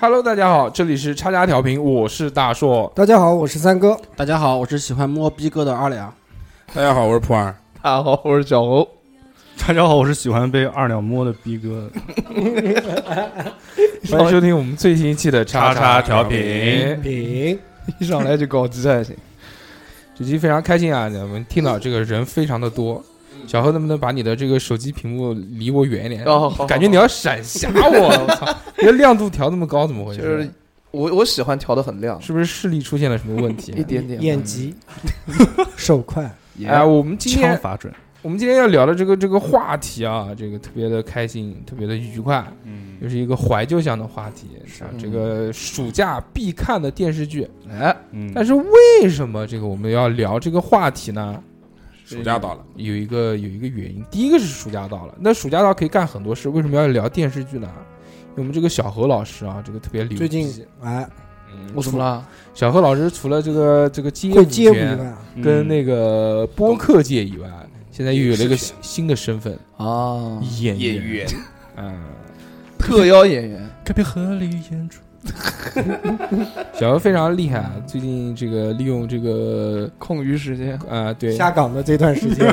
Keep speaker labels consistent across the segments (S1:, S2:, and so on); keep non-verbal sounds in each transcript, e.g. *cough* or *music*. S1: Hello，大家好，这里是叉叉调频，我是大硕。
S2: 大家好，我是三哥。
S3: 大家好，我是喜欢摸逼哥的二两。
S1: 大家好，我是普洱。
S4: 大家好，我是小猴。
S5: 大家好，我是喜欢被二两摸的逼哥。
S1: 欢迎收听我们最新一期的叉
S6: 叉
S1: 调
S6: 调频。
S2: 品，
S4: 一上来就搞基菜型，
S1: 这期非常开心啊，我们听到这个人非常的多。小何能不能把你的这个手机屏幕离我远一点？
S4: 哦好好
S1: 感觉你要闪瞎
S4: *laughs*
S1: 我，我操！你的亮度调那么高，怎么回
S4: 就
S1: 事？
S4: 是我我喜欢调的很亮，
S1: 是不是视力出现了什么问题？
S4: 一点点
S2: 眼疾，手快，
S1: 哎呀，我们今
S5: 枪
S1: 天
S5: 法准，
S1: 我们今天要聊的这个这个话题啊，这个特别的开心，特别的愉快，
S6: 嗯，
S1: 就是一个怀旧向的话题。是这个暑假必看的电视剧。
S4: 哎，
S6: 嗯
S1: 但是为什么这个我们要聊这个话题呢？
S6: 暑假到了，
S1: 有一个有一个原因，第一个是暑假到了，那暑假到可以干很多事，为什么要聊电视剧呢？因为我们这个小何老师啊，这个特别牛逼。
S2: 最近哎，
S1: 嗯，
S4: 我怎么了？
S1: 小何老师除了这个这个街
S2: 会
S1: 舞
S2: 街舞以
S1: 圈
S2: 外，
S5: 嗯
S1: 跟那个播客界以外，现在又有了一个新新的身份
S4: 啊
S1: ——演
S6: 演
S1: 员。
S6: 员，
S1: 嗯，
S4: 特邀演员，
S5: 该配合理演出。
S1: 小何非常厉害，啊，最近这个利用这个
S4: 空余时间，
S1: 啊、对，
S2: 下岗的这段时间，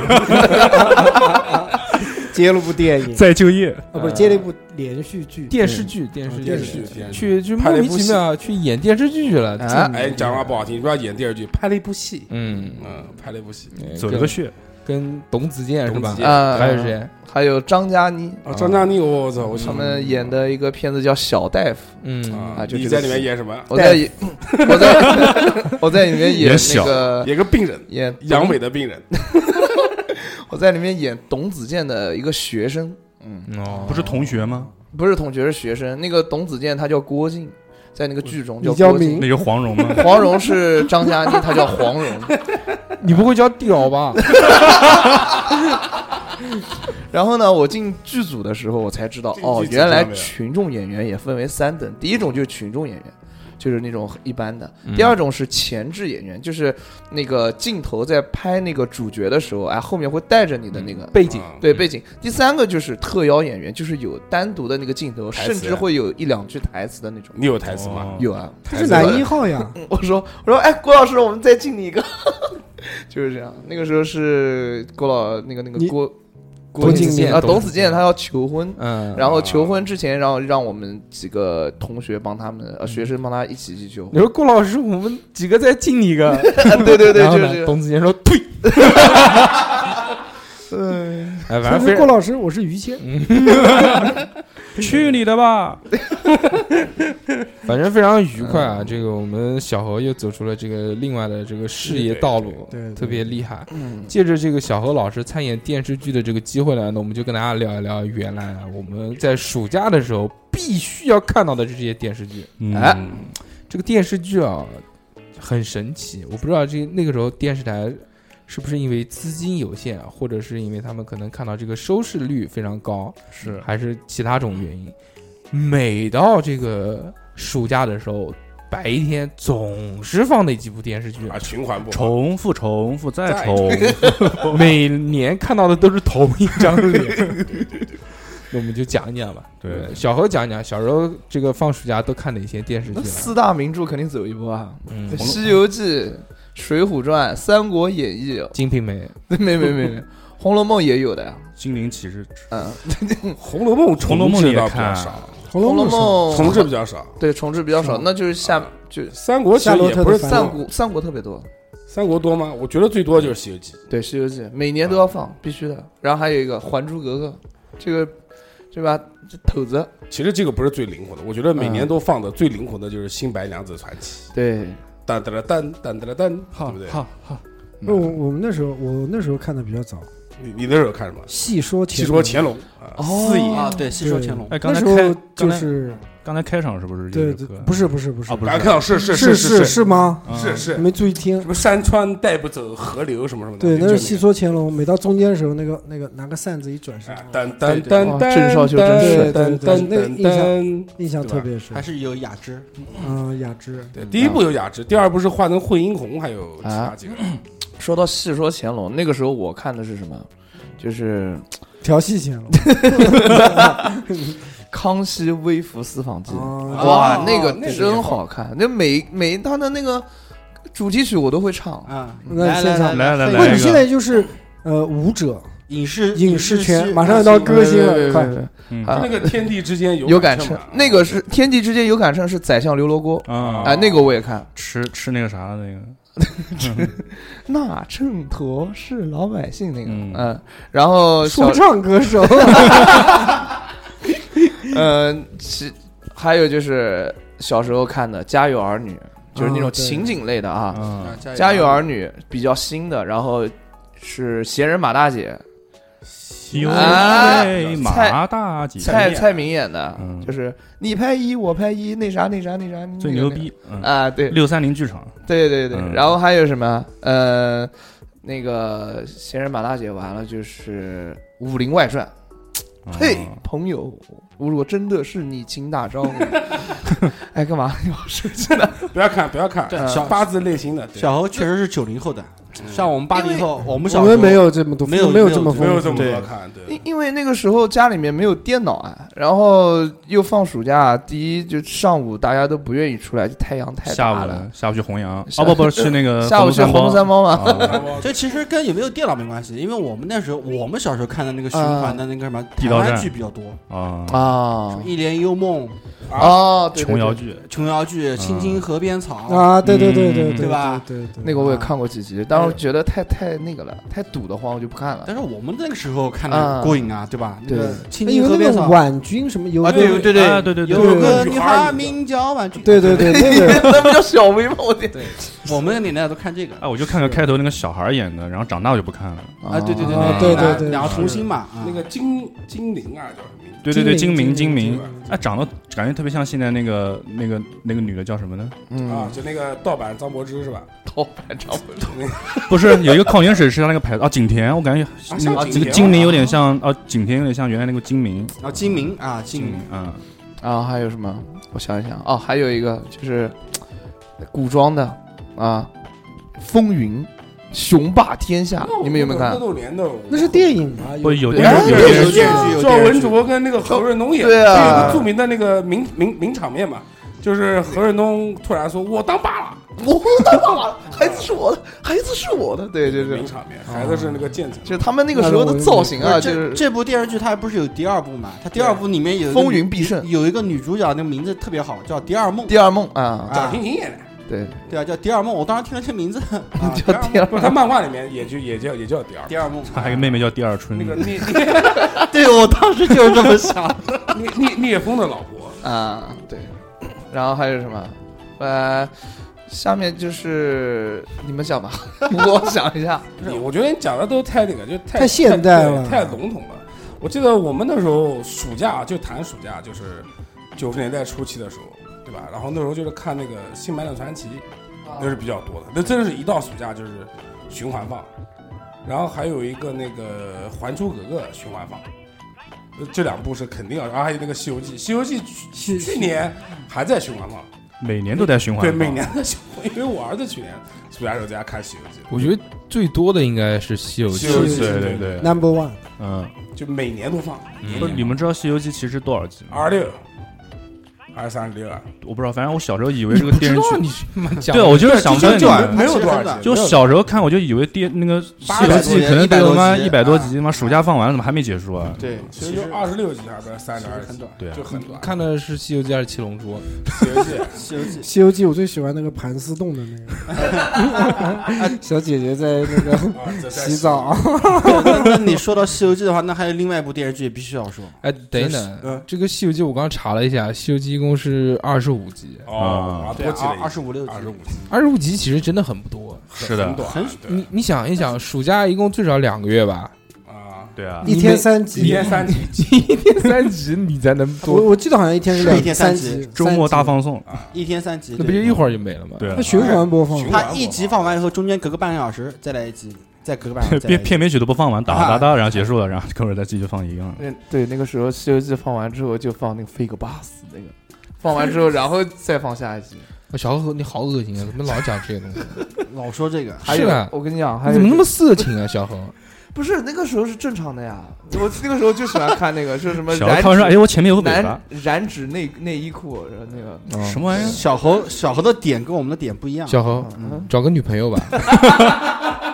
S2: 接了部电影，
S5: 再就业，
S2: 啊，不是接了一部连续剧，
S1: 电视剧，
S5: 嗯
S1: 电视剧，
S2: 电视
S6: 剧电视剧
S1: 去去
S6: 拍了
S1: 莫
S6: 一
S1: 名
S6: 部
S1: 其
S6: 戏
S1: 妙去演电视剧去了。
S4: 哎
S1: 这
S5: 啊
S1: 么
S6: 哎，讲话不好听，你说演电视剧，拍了一部戏，
S1: 嗯，
S6: 嗯，拍了一部戏，
S1: 哎
S5: 走了个穴，
S1: 跟董子健是
S6: 董
S1: 吧
S6: 子？健
S4: 啊
S1: 还有谁？
S4: 还有张嘉倪，
S6: 啊，张嘉倪，我操，我
S4: 他
S7: 嗯
S4: 们演的一个片子叫《小大夫》，
S1: 嗯，
S6: 啊
S4: 啊，就
S6: 你
S4: 这
S6: 在
S4: 个
S6: 里
S4: 戏
S6: 面演什么？
S4: 我在演， *laughs* 我在我在里面演
S5: 演
S4: 那
S5: 小
S4: 个
S6: 演个病人，
S4: 演董
S6: 阳痿，的病人，
S4: *laughs* 我在里面演董子健的一个学生，嗯，
S1: 哦，
S5: 不是同学
S7: 啊
S5: 吗？
S4: 不是同学是学生。那个董子健他叫郭靖，在那个剧中
S2: 李
S4: 叫
S2: 佳
S4: 郭靖
S2: 明
S5: 那，个
S7: *laughs*
S5: 黄蓉吗？
S4: 黄蓉是张嘉倪，他叫
S6: *laughs*
S4: 黄蓉。
S1: 你不会叫屌
S5: *laughs*
S1: 吧？
S4: 然后呢，我进剧组的时候，我才知道
S6: 进剧组
S4: 哦，原来
S6: 看到没有
S4: 群众演员也分为三等，第一种就是群众演员。就是那种一般的
S1: 嗯，
S4: 第二种是前置演员，就是那个镜头在拍那个主角的时候，哎，后面会带着你的那个
S1: 背景
S6: 啊
S4: 对背景。第三个就是特邀演员，就是有单独的那个镜头，
S6: 台词嗯
S4: 甚至会有一两句台词的那种。
S6: 你有台词
S5: 哦
S6: 吗？
S4: 有啊，
S2: 他嗯是男一号呀，
S4: 我说我说哎，郭老师，我们再敬你一个， *laughs* 就是这样。那个时候是郭老那个那个
S2: 你
S4: 郭
S1: 董
S4: 郭
S1: 子健
S4: 啊，
S1: 董
S4: 董
S1: 子
S4: 子
S1: 健
S4: 健他要求婚。
S1: 嗯，
S4: 然后求婚之前，然后让我们几个同学帮他们，呃，学生帮他一起去求
S1: 你
S4: 婚。啊
S1: 说顾老师，我们几个再敬你一个。
S4: 对对对，
S1: 然后
S4: 就
S1: 呢
S4: 是这个。
S1: 董子健说退。哎，反正非
S2: 呃
S1: 常
S2: 郭老师，我是于谦，
S5: 去你的吧！
S1: *laughs* 反正非常愉快啊！这个我们小何又走出了这个另外的这个事业道路，
S2: 对对对
S1: 特别厉害。
S4: 嗯
S1: 借着这个小何老师参演电视剧的这个机会呢，那我们就跟大家聊一聊原来啊我们在暑假的时候必须要看到的这些电视剧。
S4: 哎
S5: 嗯，
S1: 这个电视剧啊，很神奇，我不知道这那个时候电视台是不是因为资金有限，啊或者是因为他们可能看到这个收视率非常高，
S5: 是
S1: 还是其他种原因。每到这个暑假的时候，白天总是放那几部电视剧，
S6: 啊，循环播放，
S5: 重复、重复再
S6: 再
S5: 重复，
S1: 每年看到的都是同一张脸。 *laughs* 那我们就讲一讲吧。
S5: 对
S1: 小何讲一讲小时候这个放暑假都看哪些电视剧啊
S4: 那
S1: 了？
S4: 四大名著肯定走一波啊，
S1: 嗯
S2: 呃
S4: 《，西游记》《水浒传》《三国演义》哦
S1: 《金瓶梅》
S4: *laughs* 没没没没，《红楼梦》也有的呀。
S5: 心灵骑士，
S4: 嗯，
S7: *laughs*
S6: 《红楼梦》《
S5: 红楼梦
S6: 知
S5: 也
S6: 道比较
S5: 看
S6: 少，
S2: 《红
S4: 《
S2: 楼
S4: 红楼
S2: 梦》上
S6: 重
S4: 梦》
S6: 置比
S4: 哦
S6: 较少，
S4: 对重置比较少，
S2: 是吗
S4: 那就是下就
S6: 三国其实也不是
S2: 夏洛特的
S4: 三
S2: 烦
S6: 三国，
S4: 国三国特别多。
S7: 三国多吗？我觉得最多就是《西游记》。
S4: 对，《西游记》每年都要放，必须的。然后还有一个《还珠格格》，这个对吧？这头子，
S7: 其实这个不是最灵活的，我觉得每年都放的最灵活的就是《新白娘子传奇
S4: 对，》，
S7: 当当当当当当，对不对？
S1: 好好，
S2: 那我我们那时候，我那时候看的比较早，《
S7: 你你那时候看什么？
S2: 戏说
S7: 戏
S2: 乾
S7: 说
S2: 隆》
S7: 乾隆啊，
S3: 四爷啊，对，戏说乾隆，
S5: 哎，刚
S2: 那
S5: 才
S2: 时
S5: 开
S2: 候
S5: 刚
S2: 就
S5: 才
S2: 是
S5: 刚才开场是不是就
S2: 对
S5: 是
S2: 对
S5: 这个？，
S2: 不是不是不是
S5: 啊，不
S7: 大家
S5: 是
S7: 看到是是
S2: 是
S7: 是
S2: 是吗？
S5: 啊
S7: 是是，
S2: 没注意听
S7: 什，么山川带不走，河流什么什么的，
S2: 对，
S7: 就
S2: 那是戏
S7: 个
S2: 说乾隆。每到中间的时候，那个那个拿个扇子一转身
S7: 啊，噔噔
S4: 对
S7: 噔噔，
S4: 郑少秋真
S2: 是对
S7: 噔
S2: 对
S7: 噔
S2: 对那个
S7: 噔
S2: 印象
S7: 噔。
S2: 印象特别深
S3: 还。是有雅致。
S2: 嗯，雅致，
S7: 对，第一部有雅致，第二部是画成惠英红，还有其他几个
S2: 啊
S7: 人。
S4: 说到《戏说乾隆》，那个时候我看的是什么？就是
S2: 调戏乾隆。 *laughs*
S4: 《康熙微服私访记》
S2: 啊
S4: 哇
S7: 哦，
S4: 那个
S7: 那个也
S4: 真
S7: 好
S4: 好看，那每每他的那个主题曲我都会唱。
S3: 啊，
S2: 那
S3: 来
S2: 现
S3: 来
S2: 场
S5: 来来
S3: 来
S5: 来
S2: 问
S3: 来
S2: 题
S5: 一
S2: 现
S5: 个
S2: 在就是呃，舞者
S3: 影视
S2: 影视圈
S3: 系
S2: 马上要到歌星
S4: 对
S2: 了，
S4: 对对
S2: 快
S4: 对对
S5: 嗯
S4: 啊
S7: 那个天地之间
S4: 有
S7: 感啊
S4: 杆秤
S7: 嘛，
S4: 那个是《天地之间有杆秤》，是宰相刘罗锅，
S5: 啊
S4: 哎，那个我也看。
S5: 吃吃那个啥的那
S4: *laughs*
S5: 个， *laughs*
S4: 那秤砣是老百姓那个，
S5: 嗯
S4: 嗯，然后小
S2: 说唱歌手
S5: *laughs*
S4: 呃，其还有就是小时候看的《家有儿女》，就是那
S2: 哦
S4: 种
S2: 对
S4: 情景类的啊，
S5: 啊，
S3: 啊
S4: 《家有儿女》比较新的，然后是《闲人马大姐
S5: 因
S4: 啊
S5: 为马
S4: 蔡
S5: 大》，姐
S4: 蔡蔡明演的，
S5: 嗯
S4: 就是你拍一，我拍一，那啥那啥那啥，
S5: 最
S4: 那个
S5: 牛逼，
S4: 那
S5: 嗯
S4: 个啊！对
S5: 六三零剧场，
S4: 对对对，
S5: 嗯
S4: 然后还有什么？呃，那个《闲人马大姐》完了就是《武林外
S5: 哦
S4: 传》。嘿
S5: 啊，
S4: 朋友，如果真的是你，请打
S5: *laughs*
S4: 招呼。哎，干嘛？ *laughs* 要手机呢？
S7: 不要看，不要看，
S3: 对
S7: 小八字类型的，对
S3: 小猴确实是九零后的，
S7: 嗯
S3: 像我们八零后，我们
S2: 我
S3: 小时
S2: 们
S3: 候
S2: 没有这么多，
S3: 没有
S2: 没有这么
S7: 没有
S2: 丰
S7: 这
S2: 富
S7: 么。
S5: 对
S7: 多看，对。
S4: 因因为那个时候家里面没有电脑啊，然后又放暑假，第一就上午大家都不愿意出来，就太阳太
S5: 下
S4: 大
S5: 午
S4: 了。
S5: 下午去弘扬，
S4: 下
S5: 哦不不，去那个
S4: 下午去红
S5: 红
S4: 楼三包嘛，
S5: 包啊
S3: 这其实跟有没有电脑没关系，因为我们那时候我们小时候看的那个循环的那个什么
S5: 地
S3: 台
S5: 道战
S3: 湾剧比较多，
S5: 啊
S4: *laughs*
S3: 什
S4: 啊
S3: 么一帘幽梦、
S4: 哦，对对
S5: 琼
S4: 对
S5: 瑶剧，
S3: 琼瑶剧《青青河边草》
S2: 啊，对对对对
S5: 嗯
S3: 对吧
S2: 对对，
S4: 那个我也看过几集，但是觉得太太那个了，太堵得慌，我就不看了。
S3: 但是我们那个时候看的过瘾啊，对吧？那个青
S2: 哎
S3: 青
S2: 有
S3: 河
S2: 那
S3: 边
S2: 个
S3: 草
S2: 婉君什么有
S3: 啊，
S2: 个
S3: 对对对
S5: 啊对对对
S3: 有个
S7: 对
S3: 女孩名叫婉君，
S2: 对对对，那个
S4: *laughs* 那不叫小薇吗？我天！
S3: 我们那个年代都看这个
S5: 哎，我就看个开头那个小孩儿演的，然后长大我就不看了。
S3: 啊，对对对
S2: 啊
S3: 对
S2: 对对对
S3: 两个童星嘛，啊
S7: 那个金金陵啊，叫什么名字？
S5: 对对对，
S2: 精
S5: 精
S2: 明
S5: 明精
S2: 精
S5: 明
S7: 明，
S5: 哎，长得感觉特别像现在那个那个那个女的叫什么呢？
S7: 啊
S4: 嗯，，
S7: 就那个盗版张柏芝是吧？
S4: 头版长不长？
S5: 不是有一个矿泉水是他那个牌子啊，景甜，我感觉
S4: 嗯
S5: 那
S4: 啊
S7: 啊像
S5: 个这
S7: 景
S5: 个
S7: 甜
S5: 精明有点像啊，景甜有点像原来那个精明，
S3: 然后金明啊，金
S5: 精
S3: 明
S5: 明啊，
S4: 然后还有什么？我想一想，哦，还有一个就是古装的啊，《风云》雄霸天下，啊
S7: 哦
S4: 你们有没有看
S7: 啊那？种年头，
S2: 那是电影吧？
S5: 不有
S4: 对啊
S5: 电视
S7: 哎
S5: 有
S7: 对
S5: 电
S7: 有
S5: 视
S7: 电
S5: 剧，
S7: 视剧，赵文卓跟那个何润东演的，
S4: 对啊
S7: 这有个著名的那个名名名场面嘛，就是何润东突然说“我当爸了
S4: 我当爸爸了，孩子是我的，孩子是我的。”，对对对
S7: 名，场面，孩子是那个建成，
S4: 就是他们那个时候的造型啊，就
S3: 这
S4: 是
S3: 这部电视剧它不是有第二部嘛？它第二部里面有一个
S4: 风云必胜。
S3: 有一个女主角，那个名字特别好，叫第二梦。
S4: 第二梦啊，
S7: 蒋勤勤演的，
S4: 对，
S3: 对啊，叫第二梦。我当时听了这名字，
S4: *laughs*
S3: 啊，
S4: 叫第二
S7: 不是他漫画里面也就也叫也叫第
S4: *laughs*
S7: 二。
S3: 第二梦。
S5: 还有个妹妹叫第二
S4: 嗯
S5: 春
S7: 那，个聂
S4: 啊
S3: 对我当时就是这么想的。
S7: 聂聂聂风的老婆，
S4: *laughs* 啊，对。然后还有什么？呃，下面就是你们讲吧， *laughs* 我想一下。
S7: 你我觉得你讲的都太那个，就太
S2: 太现代了
S7: 太太笼统了。我记得我们那时候暑假就谈暑假，就是九十年代初期的时候，对吧？然后那时候就是看那个《新白娘子传奇》，那是比较多的。那真的是一到暑假就是循环放，然后还有一个那个《还珠格格》循环放。呃这两部是肯定要，然后还有那个《西游记》，《西游记去》去年还在循环放，
S5: 每年都在循环，
S7: 对，每年在循环，因为我儿子去年暑假时候在家看《西游记
S1: 我觉得最多的应该是《西游
S7: 西
S1: 记
S7: 游》，记》，
S5: 对对对，
S2: Number One，
S5: 嗯，
S7: 就每年都放，
S5: 不是，你们知道《西游记》其实多少集吗？
S7: 二六还是三十六啊？
S5: 我不知道，反正我小时候以为这个电视
S1: 不知道
S5: 剧，
S1: 你是妈讲
S5: 对我就是想问
S7: 就
S5: 你，
S7: 没有多少集，
S5: 就小时候看我就以为电那个《西
S3: 800
S5: 游
S3: 多
S5: 记
S3: 集》
S5: 可能都有他妈一
S3: 100
S5: 百
S7: 多
S5: 多
S7: 集
S5: 集，他妈暑假放完了怎么还没结束啊？
S4: 对，
S7: 其实就二十六集还不是三十二集，
S3: 短。
S5: 对啊
S7: 就，很短。
S1: 看的是《西游记》还是《七龙珠》？
S7: 游记，
S3: 《西游
S2: *laughs*
S3: 记》 *laughs*
S2: 西游记》我最喜欢那个盘丝洞的那个小姐姐在那个
S7: 啊这在
S2: 洗澡，
S3: 那那你说到《西游记》的话，那还有另外一部电视剧必须要说，
S1: 哎，等一等
S7: 嗯，
S1: 这个《西游记》我刚查了一下，《西游记》一共是二十五集，
S7: 哦，啊多记了
S3: 二二十五六集
S7: 二，十五集，
S1: 二十五集其实真的很不多。
S5: 是的
S7: 很短，
S3: 很
S7: 对
S1: 你你想一想，暑假一共最少两个月吧，
S7: 啊，
S5: 对啊，
S2: 一天三集，
S7: 一天三集，
S1: 三集你才能
S2: 我
S1: 多，
S2: 我记得好像一天是两
S3: 一天三
S2: 三
S3: 集
S5: 周末大
S2: 三集
S5: 放送，
S3: 一天三集。
S1: 那不就
S3: 对
S1: 一会儿就没了吗？
S5: 对啊
S2: 那，循环播放
S7: 哎，循
S3: 他一集放完以后，中间隔个半个小时再来一集，再隔个半小时再来一
S5: 片
S3: 集。
S5: 片尾曲都不放完，哒哒哒哒，然后结束了，然后一会儿再继续放一个。
S4: 那对那个时候《西游记》放完之后就放那个 Fake Bus 那个，放完之 *laughs* 后然后再放下一集。
S1: 我哦小何你好恶心啊，怎么老讲这些东西？
S3: 老说这个，
S4: 还
S1: 是
S4: 有
S1: 啊
S4: 我跟你讲，还
S1: 你
S4: 有
S1: 怎么那
S4: 一
S1: 么色情啊，小何？
S4: 个不是那个时候是正常的呀？我那个时候就喜欢看那个，说什么
S5: 小孩
S4: 染
S5: 看完
S1: 啊
S5: 说：“哎，
S4: 指
S5: 我前面有个尾
S4: 染
S5: 巴，
S4: 染指内内衣裤，然后那个
S1: 嗯
S5: 什么玩意儿
S3: 小猴小猴的点跟我们的点不一样。
S1: 小何
S4: 嗯
S1: 找个女朋友吧，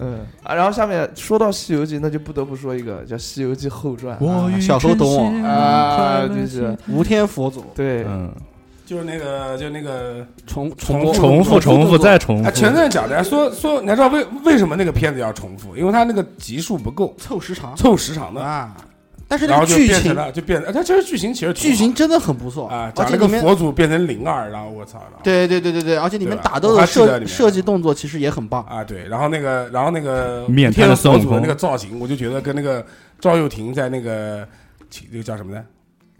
S4: 嗯啊，然后下面说到《西游记》，那就不得不说一个叫《西游记后传》
S3: 我与
S5: 小
S3: 小
S5: 猴
S3: 猴
S5: 懂
S3: 懂
S5: 我
S3: 我
S4: 啊，就是
S3: 无天佛祖
S4: 对，
S5: 嗯，
S7: 就是那个，就那个，
S3: 重
S7: 重
S3: 播
S7: 复
S5: 重复重复
S3: 做
S5: 再重
S7: 啊，
S5: 复，
S7: 前段讲的说说，你还知道为为什么那个片子要重复？因为它那个集数不够，
S3: 凑时长
S7: 凑时长的，
S3: 啊。但是那
S7: 然后
S3: 个
S7: 就
S3: 剧
S7: 变成
S3: 情
S7: 了，就变，哎，它其实剧情其实挺
S3: 剧
S7: 好
S3: 情真的很不错
S7: 啊，
S3: 而
S7: 讲
S3: 且
S7: 那个
S3: 里面
S7: 佛祖变成灵儿，然后我操，然后
S3: 对对对对对，而且里面
S7: 对吧
S3: 打斗
S7: 我
S3: 的
S7: 还记得
S3: 设
S7: 里面
S3: 设计动作其实也很棒。
S7: 啊，对，然后那个，然后那个
S5: 面瘫
S7: 天
S5: 的孙悟
S7: 佛祖
S5: 空
S7: 的那个造型，我就觉得跟那个赵又廷在那个那个叫什么呢？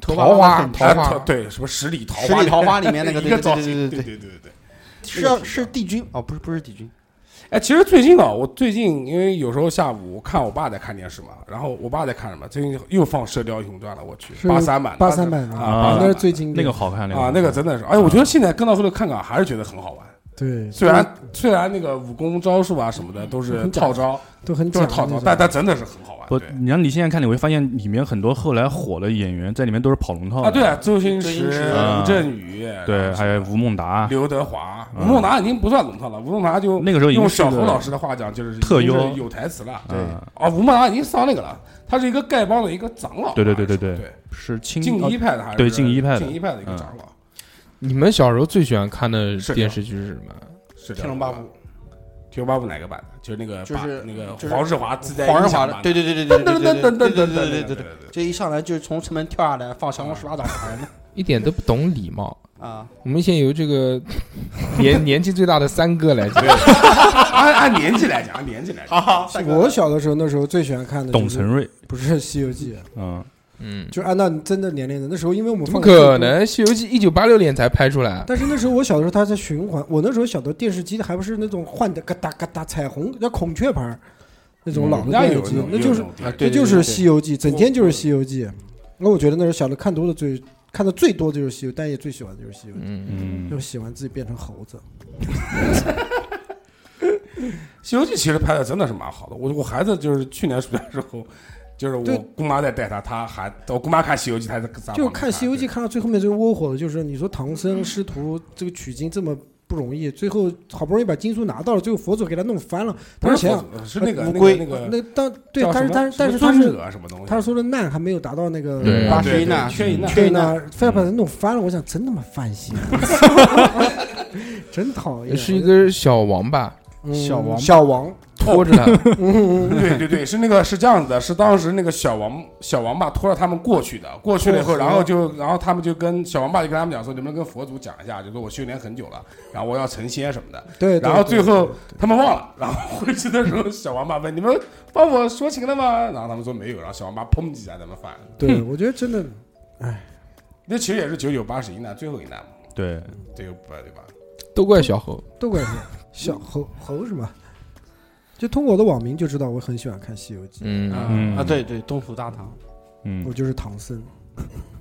S1: 桃花桃
S7: 啊桃
S1: 花，
S7: 对，什么十里桃
S3: 十
S7: 花
S3: 里桃花里面那个，
S7: 一
S3: 对
S7: 个
S3: 对
S7: 造
S3: 对对
S7: 型，对
S3: 对对，
S7: 对对对。
S3: 是要是帝君哦，不是不是帝君，
S7: 哎，其实最近啊，我最近因为有时候下午我看我爸在看电视嘛，然后我爸在看什么？最近又放《射雕英雄传》了，我去，
S2: 是
S7: 八三版的，
S2: 八三版的
S7: 啊，
S2: 那是最经
S5: 那
S2: 典
S5: 个好看，
S7: 啊，那个真的是，哎，我觉得现在跟到后头看看，还是觉得很好玩。
S2: 对，
S7: 虽然虽然那个武功招数啊什么的都是
S2: 很假
S7: 套招，
S2: 都很
S7: 都
S2: 讲
S7: 是
S2: 究
S7: 套招，但但真的是很好玩。
S5: 不
S7: 对，
S5: 你让你现在看，你会发现里面很多后来火的演员在里面都是跑龙套的
S7: 啊，对啊，周星驰、
S5: 啊
S7: 吴镇宇，
S5: 对，
S7: 然后
S5: 还有吴孟达，
S7: 刘德华、
S5: 嗯
S7: 吴孟达已经不算龙套了，吴孟达就
S5: 那个时候已经
S7: 用
S5: 是
S7: 小
S5: 个
S7: 侯老师的话讲，就是
S5: 特优嗯
S7: 已经是有台词了。
S5: 对
S7: 啊，吴孟达已经上那个了，他是一个丐帮的一个长老吧。
S5: 对对对对
S7: 对
S5: 对，是清
S7: 静
S5: 啊
S7: 一派的还是
S5: 对静一派的嗯
S7: 静一派的一个长老
S1: 你们小时候最喜欢看的
S7: 是的
S1: 电视剧是什么？
S7: 是《
S3: 天龙八部》。
S7: 天龙八部哪个版的？就是那个
S3: 就
S7: 八
S3: 是
S7: 那个
S3: 就是
S7: 黄日华自带
S3: 黄日
S7: 音响
S3: 华
S7: 版
S3: 的，
S7: 的
S3: 对对对对对对对对对对对对
S7: 对
S3: 对对，这一上来就是从城门跳下来，放降龙十八掌打人
S1: 一点都不懂礼貌。
S3: 啊，
S1: 我们先由
S3: *laughs*
S1: 这个年年纪最大的三哥来讲，
S7: 按按年纪来讲，按年纪来讲，
S2: 我小的时候，那时候最喜欢看的
S5: 董
S2: 就是
S5: 存瑞，
S2: 不是《西游记啊
S5: 嗯，
S1: 嗯》，，
S2: 就按照你真的年龄的。那时候，因为我们
S1: 怎么
S2: 放的最多
S1: 可？能？《西游记》一九八六年才拍出来，
S2: 但是那时候我小的时候，它在循环。我那时候小的电视机还不是那种换的，嘎哒嘎哒彩虹叫孔雀牌儿那种老的
S7: 人家
S2: 电视
S7: 有
S2: 机
S7: 种，
S2: 那就是
S7: 有那种
S3: 啊
S2: 这
S3: 对，
S2: 就是《西
S3: 游
S2: 游记》，整天就是《西游记》。那我觉得那时候小的看多的最看的最多的就是《西游》，但也最喜欢的就是《西游记》，
S1: 嗯，
S5: 嗯
S2: 就喜欢自己变成猴子。
S7: 西游记》其实拍的真的是蛮好的。我我孩子就是去年暑假之后，就是
S2: 对
S7: 我姑妈在带他，他还我姑妈看《西游记》，他在撒谎
S2: 就是看《西游记》
S7: 对
S2: 看到最后面最窝火的，就是你说唐僧师徒这个取经这么不容易，最后好不容易把经书拿到了，最后佛祖给他弄翻了。
S7: 不
S2: 当
S7: 是
S2: 时想
S7: 佛祖是那个
S2: 呃
S3: 乌龟
S7: 那个那个
S2: 那当对，
S7: 叫
S2: 但
S7: 什
S2: 是
S7: 么
S2: 但是但
S7: 什
S2: 是
S7: 么
S2: 他
S7: 尊
S2: 是
S7: 者什么东西，
S2: 他说的难还没有达到那
S1: 嗯
S2: 个
S1: 对
S3: 八
S7: 啊
S3: 十一难，
S7: 缺一难
S3: 缺一难。
S2: 呢，非要把他弄翻了。我想真他妈烦心，真讨厌。
S1: 是一个小王八
S2: 嗯
S3: 小王
S2: 小王，
S1: 拖着
S3: 哦
S1: 他，
S7: 嗯对对对，是那个是这样子的，是当时那个小王小王八拖着他们过去的，过去了以后，然后就然后他们就跟小王八就跟他们讲说，能不能跟佛祖讲一下，就说我修炼很久了，然后我要成仙什么的。
S2: 对，对
S7: 然后
S2: 对
S7: 最后他们忘了， *laughs* 然后回去的时候，小王八问你们帮我说情了吗？然后他们说没有，然后小王八砰几下他们翻了。
S2: 对，我觉得真的
S7: 那其实也是九九八十一难最后一难嘛，
S5: 对，
S7: 这个不对吧？
S1: *laughs* 都怪
S3: *laughs*
S1: 小猴。
S2: 都怪我小猴猴什么？就通过我的网名就知道我很喜欢看《西游记》，
S1: 嗯，
S5: 嗯
S3: 啊，，对对，东土大唐，
S5: 嗯
S2: 我，就是唐 *laughs* 僧，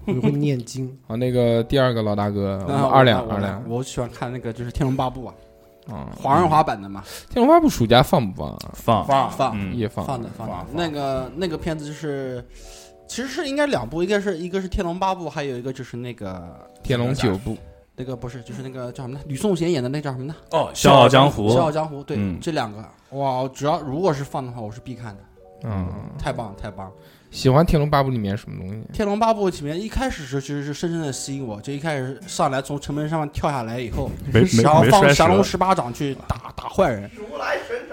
S2: 我就会念经。
S1: 好，啊那个第二个老大哥，我
S3: 那
S1: 们
S3: 我
S1: 二两
S3: 啊那我
S1: 二两
S3: 我喜欢看那个就是《天龙八部》啊，
S1: 啊，
S3: 黄日华版的嘛，
S1: 《天龙八部》暑假放不放啊？
S5: 放，
S7: 放
S3: 放
S5: 嗯
S1: 也放
S3: 放的放
S7: 放
S3: 的，那个那个片子就是其实是应该两部，一个是一个是《天龙八部》，还有一个就是那个
S1: 《天龙九部》。
S3: 那个不是，就是那个叫什么呢？吕颂贤演的那叫什么呢？
S7: 哦，
S5: 笑傲江湖
S3: 《笑傲江湖》。对
S5: 嗯，
S3: 这两个哇，只要如果是放的话，我是必看的。
S1: 嗯，
S3: 太棒了，太棒了！
S1: 喜欢《天龙八部》里面什么东西？
S3: 《天龙八部》里面一开始是其实是深深的吸引我，就一开始上来从城门上面跳下来以后，
S5: 没没
S3: 然后
S5: 没
S3: 放
S5: 摔
S3: 降龙
S5: 折，
S3: 十八掌去打打坏人，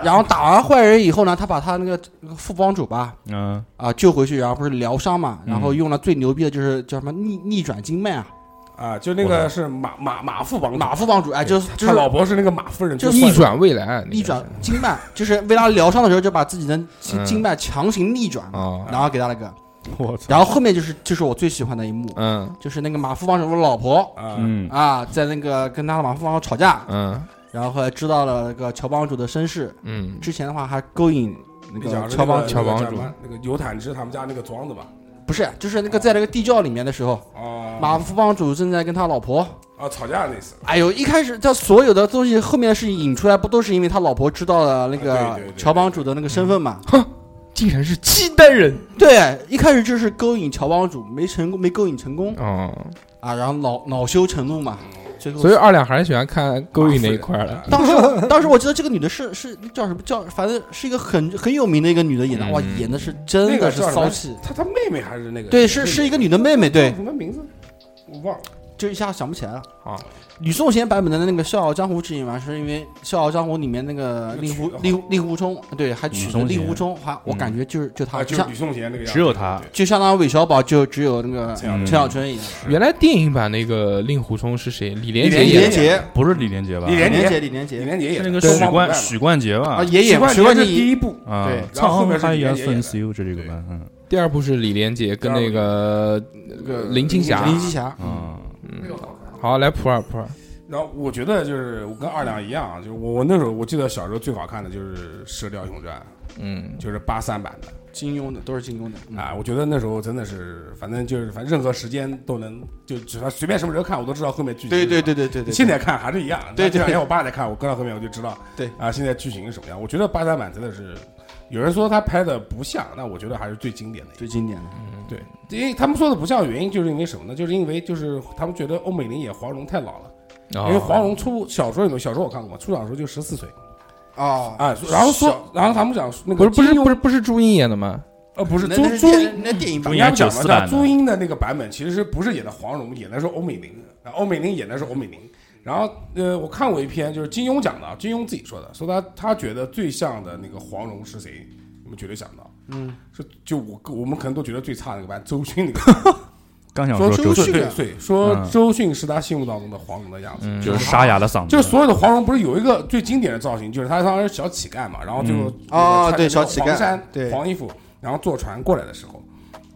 S3: 然后打完坏人以后呢，他把他那个那个副帮主吧
S5: 嗯，
S3: 啊救回去，然后不是疗伤嘛，
S5: 嗯
S3: 然后用了最牛逼的就是叫什么逆逆转经脉啊，
S7: 啊，就那个是马马马副帮主
S3: 马副帮主哎就是就
S7: 他
S3: 是
S7: 老婆是那个马夫人，
S3: 就是
S1: 逆转未来，那个
S3: 逆转经脉，就是为他疗伤的时候就把自己的经
S1: 嗯
S3: 经脉强行逆转
S1: 啊，，哦
S3: 然后给他
S7: *laughs*
S3: 那个，
S5: 我操，
S3: 然后后面就是就是我最喜欢的一幕，
S1: 嗯
S3: 就是那个马副帮主的老婆
S7: 啊，
S5: 嗯，
S3: 啊在那个跟他的马副帮主吵架，
S1: 嗯
S3: 然后后来知道了那个乔帮主的身世，
S1: 嗯，
S3: 之前的话还勾引那
S7: 你讲
S3: 个
S7: 是
S3: 乔
S7: 那
S3: 帮
S7: 个
S3: 主，
S1: 乔帮
S7: 那个叫
S1: 主
S7: 什么那个尤坦之他们家那个庄子吧？
S3: 不是，就是那个在那个地窖里面的时候，
S7: 哦，
S3: 马副帮主正在跟他老婆，
S7: 啊吵架那次，
S3: 哎呦，一开始他所有的东西后面的事情引出来，不都是因为他老婆知道了那
S7: 啊
S3: 个
S7: 对对对嗯
S3: 乔帮主的那个身份嘛？
S4: 竟然是契丹人，
S3: 对，一开始就是勾引乔帮主，没成功，没勾引成功
S1: 哦，
S3: 啊，然后恼恼羞成怒嘛，最后
S1: 所以。二两还是喜欢看勾引那一块儿的。
S3: 当时，当时我记得这个女的是是叫什么叫，反正是一个很很有名的一个女的演的，哇，
S1: 嗯
S3: 演的是真
S7: 那
S3: 的
S7: 个
S3: 是
S7: 叫什么
S3: 骚气，
S7: 他他妹妹还是那个嗯
S3: 对，是是一个女的妹妹，对
S7: 叫，什么名字？我忘了。
S3: 就一下想不起来了
S1: 啊。
S3: 吕颂贤版本的那个《笑傲江湖》指引完，是因为《笑傲江湖》里面那个
S7: 那
S3: 令狐
S7: 曲子
S3: 令令狐冲，对，还取
S5: 吕
S3: 的
S5: 颂贤
S3: 令狐冲，还我
S5: 嗯
S3: 感觉就是就他
S7: 啊，
S3: 就
S7: 就是
S3: 像
S7: 吕颂贤那个样子，
S5: 只有他
S7: 对
S3: 就相当于韦小宝就只有那个
S7: 这样
S3: 陈小春一样，
S1: 原来电影版那个令狐冲是谁？李连
S3: 李
S1: 杰
S3: 连
S1: 演的。
S3: 杰，
S5: 不是李连杰吧？
S7: 李连
S3: 连杰，
S7: 杰，
S3: 李连
S7: 李
S3: 杰
S7: 连杰
S5: 是
S7: 演
S5: 那
S7: 的
S5: 个
S7: 东
S5: 许
S7: 方不败
S5: 冠
S7: 嘛
S5: 许冠杰吧
S3: 啊，？也演
S7: 许
S3: 许冠
S7: 杰是第
S3: 杰，
S7: 一部，
S5: 啊
S3: 对，
S7: 然后后
S5: 后
S7: 面是
S5: 他
S7: 李
S5: 也
S7: 连杰演的
S5: 分 CU 这几个班，嗯
S1: 第二部是李连杰跟那个
S3: 个
S1: 林青霞。
S3: 林青霞，嗯
S5: 啊，
S1: 好，来普洱普洱。
S7: 然后我觉得就是我跟二两一样啊，就是我我那时候我记得小时候最好看的就是《射雕英雄传
S1: 嗯》，，
S7: 就是八三版的
S3: 金庸的都是金庸的嗯
S7: 啊。我觉得那时候真的是，反正就是反正任何时间都能，就只要随便什么时候看，我都知道后面剧情。
S3: 对对。对对对对，
S7: 现在看还是一样，
S3: 对对
S7: 但这两天我爸在看，我跟到后面我就知道，
S3: 对
S7: 啊，现在剧情是什么样？我觉得八三版真的是，有人说他拍的不像，那我觉得还是最经典的一个。
S3: 最经典的，
S7: 对，因为他们说的不像，原因就是因为什么呢？就是因为就是他们觉得欧美玲演黄蓉太老了，
S1: 因
S7: 因为黄蓉出小说里头，小说我看过嘛，出场的时候就十四岁
S3: 哦，
S7: 啊。然后说，然后他们讲那个
S1: 不是不是
S7: 金庸
S1: 不是不是朱茵演的吗？
S7: 呃不是
S3: 那
S7: 朱
S3: 那
S7: 朱
S3: 电
S7: 茵，
S3: 那电影版
S7: 人
S5: 朱茵
S7: 家
S5: 九
S7: 讲了
S5: 四版
S7: 朱
S5: 的，
S7: 茵的那个版本其实是不是演的黄蓉，演的是欧美玲，啊欧美玲演的是欧美玲。然后呃，我看过一篇就是金庸讲的啊，金庸自己说的，说他他觉得最像的那个黄蓉是谁？你们绝对想不到，
S3: 嗯，
S7: 是就我我们可能都觉得最差那个版周迅那个版。
S5: 刚想
S3: 说
S5: 说
S3: 周
S5: 周
S3: 迅
S5: 迅
S7: 对对，说
S5: 嗯
S7: 周迅是他心目当中的黄蓉的样
S3: 嗯
S7: 子，
S5: 就是沙哑的嗓子，
S7: 就是所有的黄蓉不是有一个最经典的造型，就是她当时小乞丐嘛，然后就
S5: 嗯
S3: 哦对小乞丐
S7: 黄衫
S3: 对
S7: 黄衣服，然后坐船过来的时候，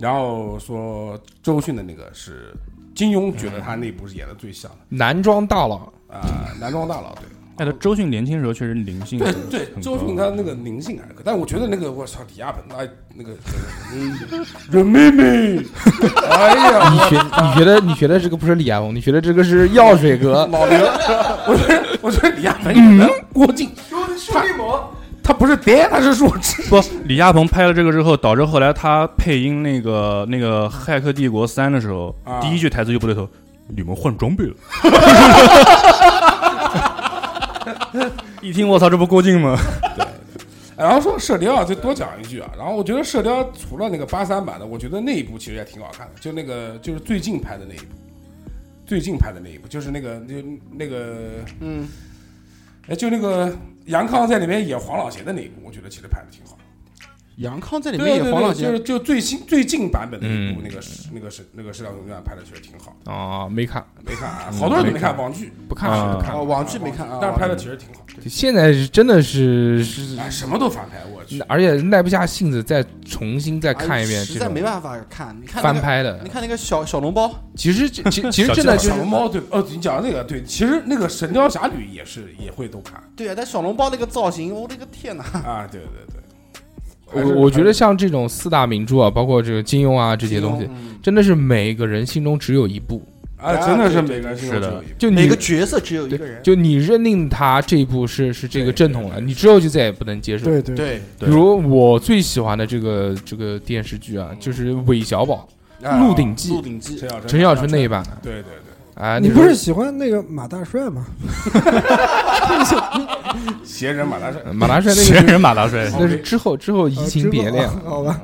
S7: 然后说周迅的那个是金庸觉得他那部是演的最像的
S1: 男装大佬。
S7: 啊，男装大佬对。
S3: 嗯
S5: 哎，他周迅年轻时候确实灵性
S7: 对
S5: 很高，
S7: 对，周迅她那个灵性还是可，但我觉得那个我操李亚鹏哎那个，人妹妹，哎呀，
S1: 你学你学的你学的这个不是李亚鹏，你学的这个是药水哥。
S7: 老刘，我觉得我觉得李亚鹏演的郭靖，兄弟膜，他不是爹，他是弱智。
S5: 不，李亚鹏拍了这个之后，导致后来他配音那个那个《骇客帝国三》的时候，
S7: 啊
S5: 第一句台词就不对头，你们换装备了。 *laughs* 一听我操，这不郭 *laughs* 靖吗？
S7: 然后说射雕啊，就多讲一句啊。然后我觉得射雕除了那个八三版的，我觉得那一部其实也挺好看的，就那个就是最近拍的那一部，最近拍的那一部就是那个就那个
S3: 嗯，
S7: 哎就那个杨康在里面演黄老邪的那一部，我觉得其实拍的挺好。
S3: 杨康在里
S7: 对
S3: 面演
S7: 对对，
S3: 黄老
S7: 就
S3: 邪
S7: 是，就最新最近版本的一
S1: 嗯
S7: 部那个是那个是那个《射雕英雄传》拍的确实挺好，
S1: 哦，没看
S7: 没看啊，好多人都没看网剧，
S1: 不看
S5: 啊
S1: 不看。
S3: 哦，网剧没看嗯啊，
S7: 但是拍的
S3: 网剧
S7: 其实挺好。
S1: 现在是真的是是，
S7: 哎，什么都翻拍，我去。
S1: 而且耐不下性子再重新再
S3: 哎
S1: 看一遍
S3: 实
S1: 这
S3: 在没
S1: 种
S3: 办法看，你看那
S1: 翻
S3: 个
S1: 拍
S3: 你
S1: 的。
S3: 看那个小小笼包，
S1: 其实其其其实真的就
S7: 小
S1: 是
S7: 龙猫对，哦，你讲的那个对，其实那个《神雕侠侣》也是也会都看
S3: 对啊，但小笼包那个造型，我的个天哪！
S7: 啊，对对对。还
S1: 我
S7: 是
S1: 我觉得像这种四大名著啊，包括这个金庸啊这些东西，
S3: 嗯
S1: 真的是每个人心中只有一部。
S7: 哎，真的是每个人心中
S5: 是
S7: 都有
S5: 的
S7: 一，
S1: 就
S3: 每
S1: 你
S3: 个角色只有一
S1: 对
S3: 个人。
S1: 就你认定他这一部是是这个正统了，你之后就再也不能接受。
S2: 对对
S3: 对，
S1: 比如我最喜欢的这个这个电视剧啊，就是韦小宝、
S7: 啊
S1: 鹿鼎记
S3: 鹿》，鼎记
S7: 陈小春，
S1: 陈小春那一版的
S7: 对对
S1: 啊，
S2: 你
S1: 那
S2: 不
S1: 时
S2: 是
S1: 候
S2: 喜欢那个马大帅吗？
S7: 对，闲人马大帅，
S1: 马大帅
S5: *laughs*
S1: 那
S5: 全
S1: 个
S5: 人马大帅，
S1: 那是之后之后移情别恋
S2: 啊
S1: 了
S2: 知道 *laughs* 好吧？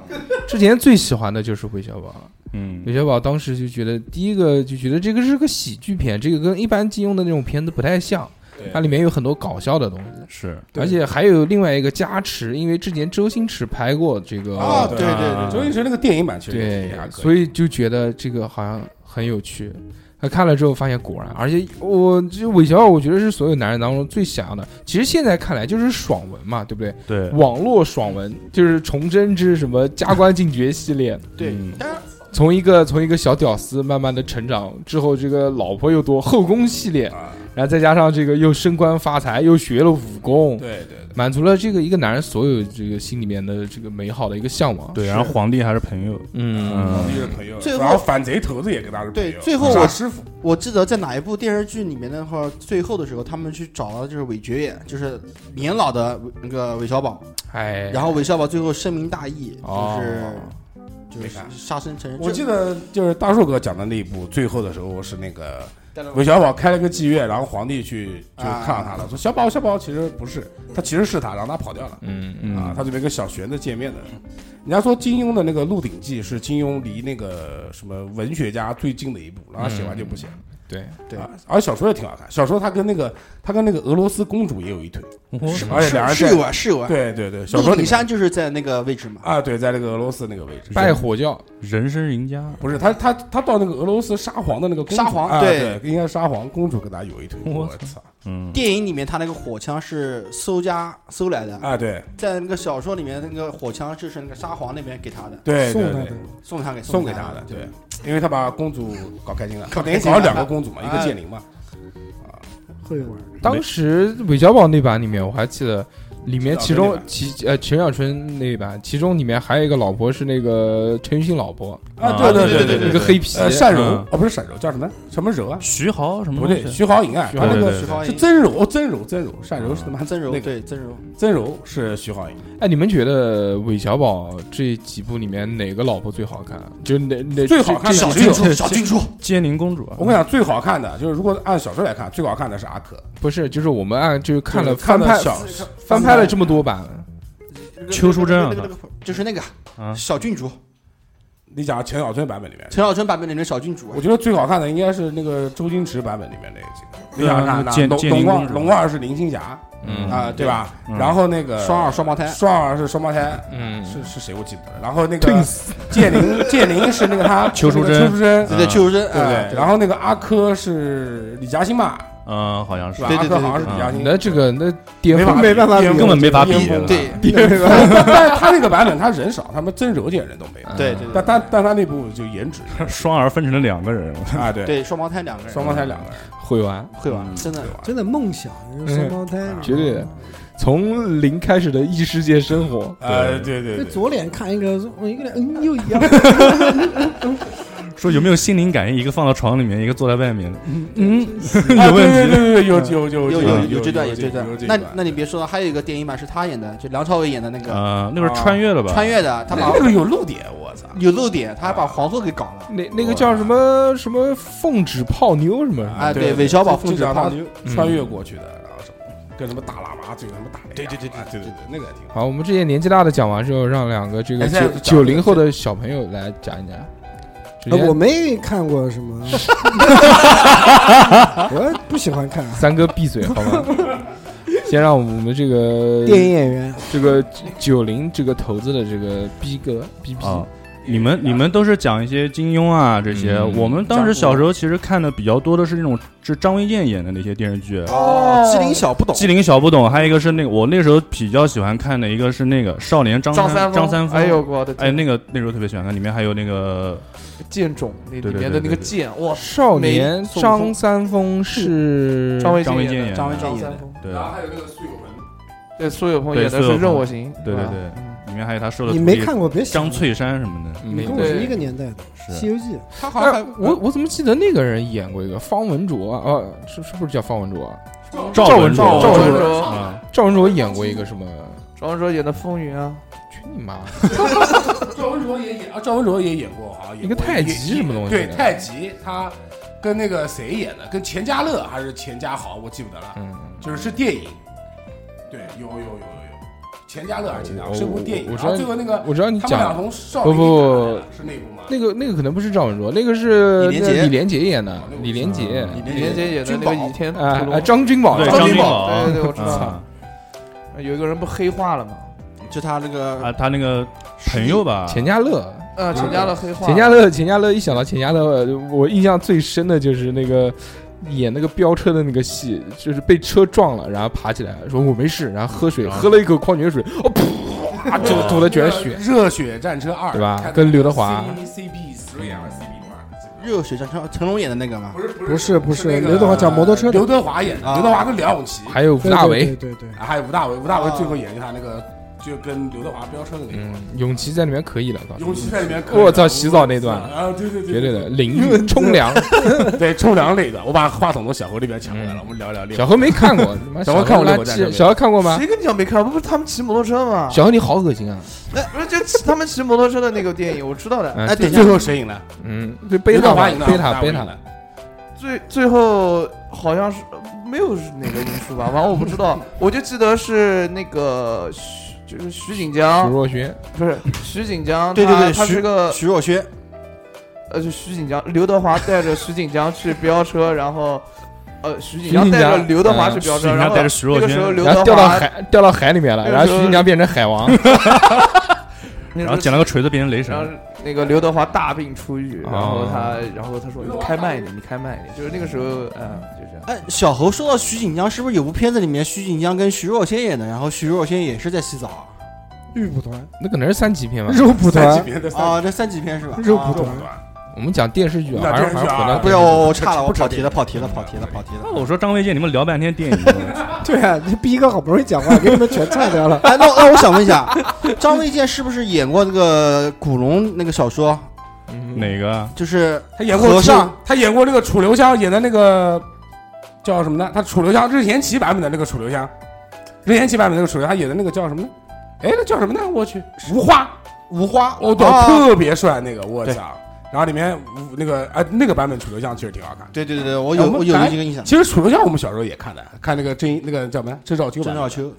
S1: 之前最喜欢的就是韦小宝，啊
S5: 嗯，
S1: 韦小宝当时就觉得第一个就觉得这个是个喜剧片，这个跟一般金庸的那种片子不太像，它里面有很多搞笑的东西，
S5: 是
S1: 而且还有另外一个加持，因为之前周星驰拍过这个
S2: 啊，对对
S5: 啊
S7: 周星驰那个电影版其实
S1: 对
S7: 也还，可以，
S1: 所以就觉得这个好像很有趣。他看了之后发现果然，而且我这韦小宝，我觉得是所有男人当中最想要的。其实现在看来就是爽文嘛，对不对？
S5: 对，
S1: 网络爽文就是崇祯之什么加官进爵系列，
S3: 对
S5: 嗯，
S3: 当然
S1: 从一个从一个小屌丝慢慢的成长之后，这个老婆又多，后宫系列，
S7: 啊，
S1: 然后再加上这个又升官发财，又学了武功，
S7: 对对对，
S1: 满足了这个一个男人所有这个心里面的这个美好的一个向往。
S5: 对，然后皇帝还是朋友，
S1: 嗯，
S7: 皇帝是朋友，
S3: 最后
S7: 然后反贼头子也跟他是朋友，
S3: 对最后
S7: 傻
S3: 我
S7: 师傅
S3: 我记得在哪一部电视剧里面的话，最后的时候他们去找了就是韦爵爷，就是年老的韦那个韦小宝，
S1: 哎，
S3: 然后韦小宝最后深明大义，就
S1: 哦
S3: 是就是
S7: 没看
S3: 杀身成仁。
S7: 我
S3: 这
S7: 记得就是大树哥讲的那一部，最后的时候是那个啊韦小宝开了个妓院，然后皇帝去就看到他了，说小宝小宝其实不是，他其实是他，然后他跑掉了
S1: 嗯
S7: 啊
S5: 嗯，，
S7: 他就跟一个小学子见面的。人家说金庸的那个《鹿鼎记》是金庸离那个什么文学家最近的一部，然后他写完就不写了。
S1: 对，
S3: 对
S7: 啊，而小说也挺好看，小说他跟那个他跟那个俄罗斯公主也有一腿，
S3: 是
S7: 而且两人
S3: 是
S7: 在
S3: 有啊是有啊，
S7: 对对对，小
S3: 鹿
S7: 说
S3: 鼎
S7: 里面
S3: 山就是在那个位置嘛，
S7: 啊，对，在那个俄罗斯那个位置，
S1: 拜火教，
S5: 人生赢家，
S7: 不是他，他他到那个俄罗斯沙皇的那个公主
S3: 沙皇
S7: 啊
S3: 对
S7: 对，应该是沙皇公主跟他有一腿。我操
S5: 嗯，
S3: 电影里面他那个火枪是搜家搜来的，
S7: 啊！对
S3: 在那个小说里面那个火枪就是那个沙皇那边给他的，
S7: 对
S2: 送
S7: 对
S2: 他
S7: 对
S2: 的，
S3: 送他给
S7: 送
S3: 给
S7: 给他的，
S3: 对
S7: 对，因为他把公主搞开心了，
S3: 搞
S7: 他
S3: 开
S7: 等
S3: 心
S7: 于
S3: 了
S7: 搞了两个公主嘛，一个
S3: 哎
S7: 剑灵嘛。
S2: 会玩
S1: 当时韦小宝那版里面，我还记得，里面其中
S7: 陈小春那版
S1: 其呃陈小春那一版，其中里面还有一个老婆是那个陈奕迅老婆，
S7: 啊，
S5: 对
S7: 对
S5: 对
S7: 对
S1: 一
S5: 对
S1: 个黑皮，
S7: 呃，单柔
S5: 嗯
S7: 哦，不是单柔，叫什么什么柔啊？
S5: 徐豪什么
S7: 不
S5: 东西
S7: 对，徐濠萦啊，
S1: 徐
S7: 他那
S5: 对
S7: 个
S5: 对
S3: 徐浩
S7: 是
S3: 英
S7: 曾柔，哦曾柔，曾柔，单柔是他妈
S3: 曾柔
S7: 那个
S3: 对曾柔，
S7: 曾柔是徐濠萦，
S1: 哎，你们觉得韦小宝这几部里面哪个老婆最好看？就哪哪
S7: 最好看
S1: 这
S7: 的小
S1: 这
S7: 郡
S1: 这
S7: 主，
S1: 这
S7: 小郡主。
S5: 坚宁公主啊，
S7: 我跟你讲，最好看的就是如果按小说来看，最好看的是阿珂，
S1: 不是，就是我们按就是看了
S7: 就是嗯看
S1: 翻
S7: 了
S1: 拍
S7: 小
S1: 翻拍了这么多版，
S5: 邱淑贞啊
S3: 那个那个那个就是那个
S5: 啊
S3: 小郡主，
S7: 你讲陈小春版本里面。
S3: 陈小春版本里面的小郡主啊
S7: 我，觉得最好看的应该是那个周星驰版本里面那几个，你
S5: 对啊
S7: 想看
S5: 那个
S7: 哪
S5: 剑
S7: 龙
S5: 剑
S7: 龙
S5: 灵
S7: 二
S5: 公主
S7: 龙二是林青霞
S1: 嗯
S7: 啊，对吧？
S5: 嗯
S7: 然后那个
S3: 双二双胞胎，
S7: 双儿是双胞胎，
S1: 嗯
S7: 是是谁我记不得了。然后那个剑灵剑灵是那个他
S5: 邱淑贞
S7: 那个
S3: 对对，
S7: 邱淑贞
S3: 邱淑贞，
S7: 对不
S3: 哎
S7: 对？然后那个阿珂是李嘉欣吧，
S5: 嗯，好像是 *laughs*
S7: 是吧？
S3: 对
S7: 阿
S3: 对
S7: 珂
S3: 对嗯
S7: 好像是李嘉欣。
S1: 那这个那巅
S7: 没
S1: 峰
S7: 法
S2: 没办法比
S7: 巅峰
S5: 根本没法比
S7: 巅峰
S5: 对
S3: 对
S7: 但但是他那个版本他人少，他们真柔这些人都没有。
S3: 嗯对对对
S7: 但但但他那部就
S3: *laughs*
S7: 颜值
S5: 双儿分成了两个人，
S7: 啊，对，
S3: 对，双胞胎两个人，
S7: 双胞胎两个人，
S1: 会玩，
S3: 会玩，真的
S7: 对吧？
S2: 真的梦想，双胞胎
S7: 嗯，
S1: 绝对的从零开始的异世界生活。
S7: 呃，对对
S2: 这
S7: 对，
S2: 左脸看一个，我一个脸，嗯，又一样。
S5: 说有没有心灵感应？一个放到床里面，一个坐在外面，
S7: 啊，
S5: 有问
S7: 对对
S5: 题
S7: 对对，有有有
S3: 有
S7: 有
S3: 有这段有
S7: 这
S3: 这段
S7: 有这，
S3: 那那你别说了，还有一个电影版是他演的，就梁朝伟演的那个
S5: 啊，那是穿越了吧？
S3: 穿越的，他
S7: 他
S3: 把
S7: 那个有漏点，我操！
S3: 有漏点，他还把皇后给搞
S7: 嗯
S3: 了
S1: 那那个叫什么什么奉旨泡妞什么什么
S3: 啊！
S7: 对对
S3: 韦小宝
S7: 就
S3: 奉旨
S7: 就让
S3: 泡
S7: 他
S3: 妞，
S7: 穿越过去的，然后什么跟什么大喇嘛嘴跟什么打擂打，对对对对对对，那个也挺好。
S1: 好，我们这些年纪大的讲完之后，让两个这个
S7: 哎现
S1: 九
S7: 在
S1: 九零后的小朋友来讲一讲。直接
S2: 啊我没看过什么，我不喜欢看啊
S1: 三哥闭嘴好
S7: *laughs*
S1: 吗？先让我们这个
S2: 电影演员。
S1: 这个九零这个头子的这个逼哥逼逼，
S5: 啊。你们你们都是讲一些金庸啊这些，
S1: 嗯
S5: 我们当时小时候其实看的比较多的是那种是张卫健演的那些电视剧，
S3: 哦，机灵小不懂，
S5: 纪灵小不懂，还有一个是那个我那时候比较喜欢看的一个是那个少年张
S4: 张
S5: 三
S4: 张
S5: 张三丰，
S4: 哎呦我的
S5: 哎
S4: 天，
S5: 那个那时候特别喜欢看，里面还有那个
S4: 剑种那
S5: 对
S4: 里
S5: 对
S4: 面的
S5: 对对
S4: 那个
S5: 对
S4: 剑，哇，
S1: 少年
S4: 没
S1: 张三丰是
S4: 张卫
S5: 张卫
S4: 健
S5: 健
S4: 演的
S3: 张卫健
S4: 张
S3: 演
S4: 三
S3: 的
S4: 丰，
S5: 对
S7: 还有那个苏有朋，
S4: 对，苏有朋
S5: 对
S4: 演的
S5: 苏有
S4: 是任
S5: 朋
S4: 我行，
S5: 对对
S4: 吧
S5: 对
S4: 嗯
S5: 面还有他收的
S2: 你
S5: 徒
S2: 没
S5: 弟
S2: 看过别想
S5: 张翠山什么的，
S2: 你
S1: 没
S2: 跟我是
S1: 对
S2: 一个年代的
S3: 是
S2: 《西游记》，
S3: 他好像还
S1: 哎，我我怎么记得那个人演过一个方文卓啊？哦、是是不是叫方文卓啊？
S5: 赵文
S1: 卓
S4: 赵文
S1: 文卓，
S4: 卓，
S5: 啊，
S1: 赵文卓演过一个什么？
S4: 赵文卓演的风云啊，
S1: 去你妈！
S7: 赵文卓也演啊，赵文卓也演过，好像演
S1: 一个
S7: 过
S1: 太
S7: 也
S1: 极什么东西
S7: 对，太极他跟那个谁演的，跟钱嘉乐还是钱嘉豪，我记不得了，
S1: 嗯，
S7: 就是是电影。对，有有有有有，钱嘉乐还是钱嘉豪
S1: 我
S7: 是部电影，
S1: 我我
S7: 然
S1: 知道
S7: 后最后那个
S1: 我知道你
S7: 他们
S1: 嗯
S7: 俩
S1: 讲
S7: 从少
S1: 不
S7: 林
S1: 不
S7: 里打来的是那部吗？
S1: 那个那个可能不是赵文卓，那个是
S3: 李连
S1: 那
S3: 杰
S1: 李连杰演的，李连杰，
S3: 李
S4: 李连杰演的那个《倚天屠
S1: 啊
S4: 龙
S3: 哎
S1: 啊》，张君宝，
S5: 啊对
S4: 张
S5: 君
S4: 君
S5: 宝
S4: 宝，对对对，我知道
S5: 啊，
S4: 有一个人不黑化了吗？
S3: 就他那个
S5: 啊，他那个朋友吧，
S1: 钱嘉乐，
S5: 嗯
S4: 啊，钱嘉乐黑化，
S1: 钱嘉乐，钱嘉乐，一想到钱嘉乐，我印象最深的就是那个演那个飙车的那个戏，就是被车撞了，然后爬起来说我没事，然后喝水，
S5: 啊
S1: 喝了一口矿泉水，哦，噗，就吐了全是血。
S7: 热血战车二
S1: 对吧
S7: 看
S1: 跟刘德华
S7: C B 十演了 C B 多少？
S3: 热血战车，成龙演的那个嘛
S7: 不，是不
S2: 不是不
S7: 是那
S2: 是
S7: 个
S2: 刘德华讲摩托车的，
S7: 刘德华演的，
S3: 啊
S7: 刘德华跟梁咏琪，
S1: 还有
S2: 对
S1: 吴大维，
S2: 对对对对，
S7: 还有吴大维，吴大维
S3: 啊
S7: 最后演一下那个就跟刘德华飙车的那
S1: 嗯
S7: 个，，
S1: 永琪在里面可以了，告诉
S7: 尤
S1: 你
S7: 其在里面可以了，
S1: 我操，洗澡那段
S7: 啊，对对对，
S1: 绝对的，淋浴冲凉，
S7: 对冲凉那个，我把话筒从小侯那边抢过来了，我们聊聊
S1: 嗯小何没看
S7: *laughs*
S1: 过，你妈
S7: 小何看过
S1: 垃
S7: 六个站
S1: 圾
S7: 是吧
S1: 小何看过吗？
S4: 谁跟你讲没看？不是他们骑摩托车吗？
S1: 小何你好恶心啊！
S4: 哎，不是就骑他们骑摩托车的那个电影，我知道的。
S1: 哎
S3: 哎，等一下
S7: 最，后谁赢了？
S1: 嗯，对，贝
S7: 刘
S1: 塔
S7: 德
S1: 嘛
S7: 华赢了，
S1: 贝塔贝
S7: 贝
S1: 塔
S7: 了，
S4: 最最后好像是呃没有哪个因素吧，反正我不知道，我就记得是那个徐，就是徐锦
S1: 许
S4: 江，
S1: 若瑄，
S4: 不是徐锦江，
S3: 对对对
S4: 他他
S3: 徐
S4: 是个
S3: 徐若瑄，
S4: 呃，就徐锦江，刘德华带着徐锦江去飙车，然后。呃，徐锦江
S1: 徐锦江
S4: 带着刘德华去飙
S5: 徐锦
S4: 车，
S5: 江
S4: 然后
S5: 带着徐若
S4: 那个
S5: 瑄
S4: 时候刘
S1: 然
S4: 德
S1: 后掉
S4: 华
S1: 到海掉到海里面了，
S4: 那个
S1: 然后
S4: 时候
S1: 徐锦江变成海王，
S4: 那个时候
S5: 然后捡了个锤子变成雷神
S4: 然，后那个刘德华大病初愈，
S1: 哦
S4: 然后他，然后他说你开慢一点，你开慢一点，就是那个时候，嗯，就这样。
S3: 哎，小侯说到徐锦江，是不是有部片子里面徐锦江跟徐若瑄演的，然后徐若瑄也是在洗澡啊？
S2: 玉蒲团、
S1: 那可能是三级片吧。
S2: 肉蒲
S7: 三级
S2: 团、
S7: *laughs* 别的三
S3: 啊，这三级片是吧？
S2: 肉
S3: 啊
S2: 蒲团，
S1: 我们讲电视剧啊，
S7: 讲
S1: 还是
S7: 电视
S1: 还
S7: 剧
S1: 是
S7: 啊
S1: 回到
S3: 不是我，我
S1: 电视剧
S3: 岔了，我跑题了，
S7: 扯
S3: 跑题了，跑题了，跑题了。。
S5: 我说张卫健，你们聊半天电影， *laughs*
S2: *laughs* 对啊，你逼哥好不容易讲话，给你们全岔掉了
S3: 哎，那那我想问一下，张卫健是不是演过那个古龙那个小说？
S1: 嗯
S5: 哪个？
S3: 就是
S7: 他演过
S3: 和尚
S7: 楚，他演过那个楚留香演的那个叫什么呢？他楚留香任贤齐版本的那个楚留香，任贤齐版本的那个楚留香演的那个叫什么呢？哎，那叫什么呢？我去，无花，
S3: 无花，
S7: 我操，
S3: 啊
S7: 特别帅那个，我操！然后里面无那个哎，那个版本楚留香其实挺好看。
S3: 对对对对，我有
S7: 我们
S3: 我有
S7: 来
S3: 一个印象，
S7: 其实楚留香我们小时候也看的，看那个郑那个叫什么郑少秋
S3: 郑
S7: 版
S3: 少
S7: 本，
S3: 秋，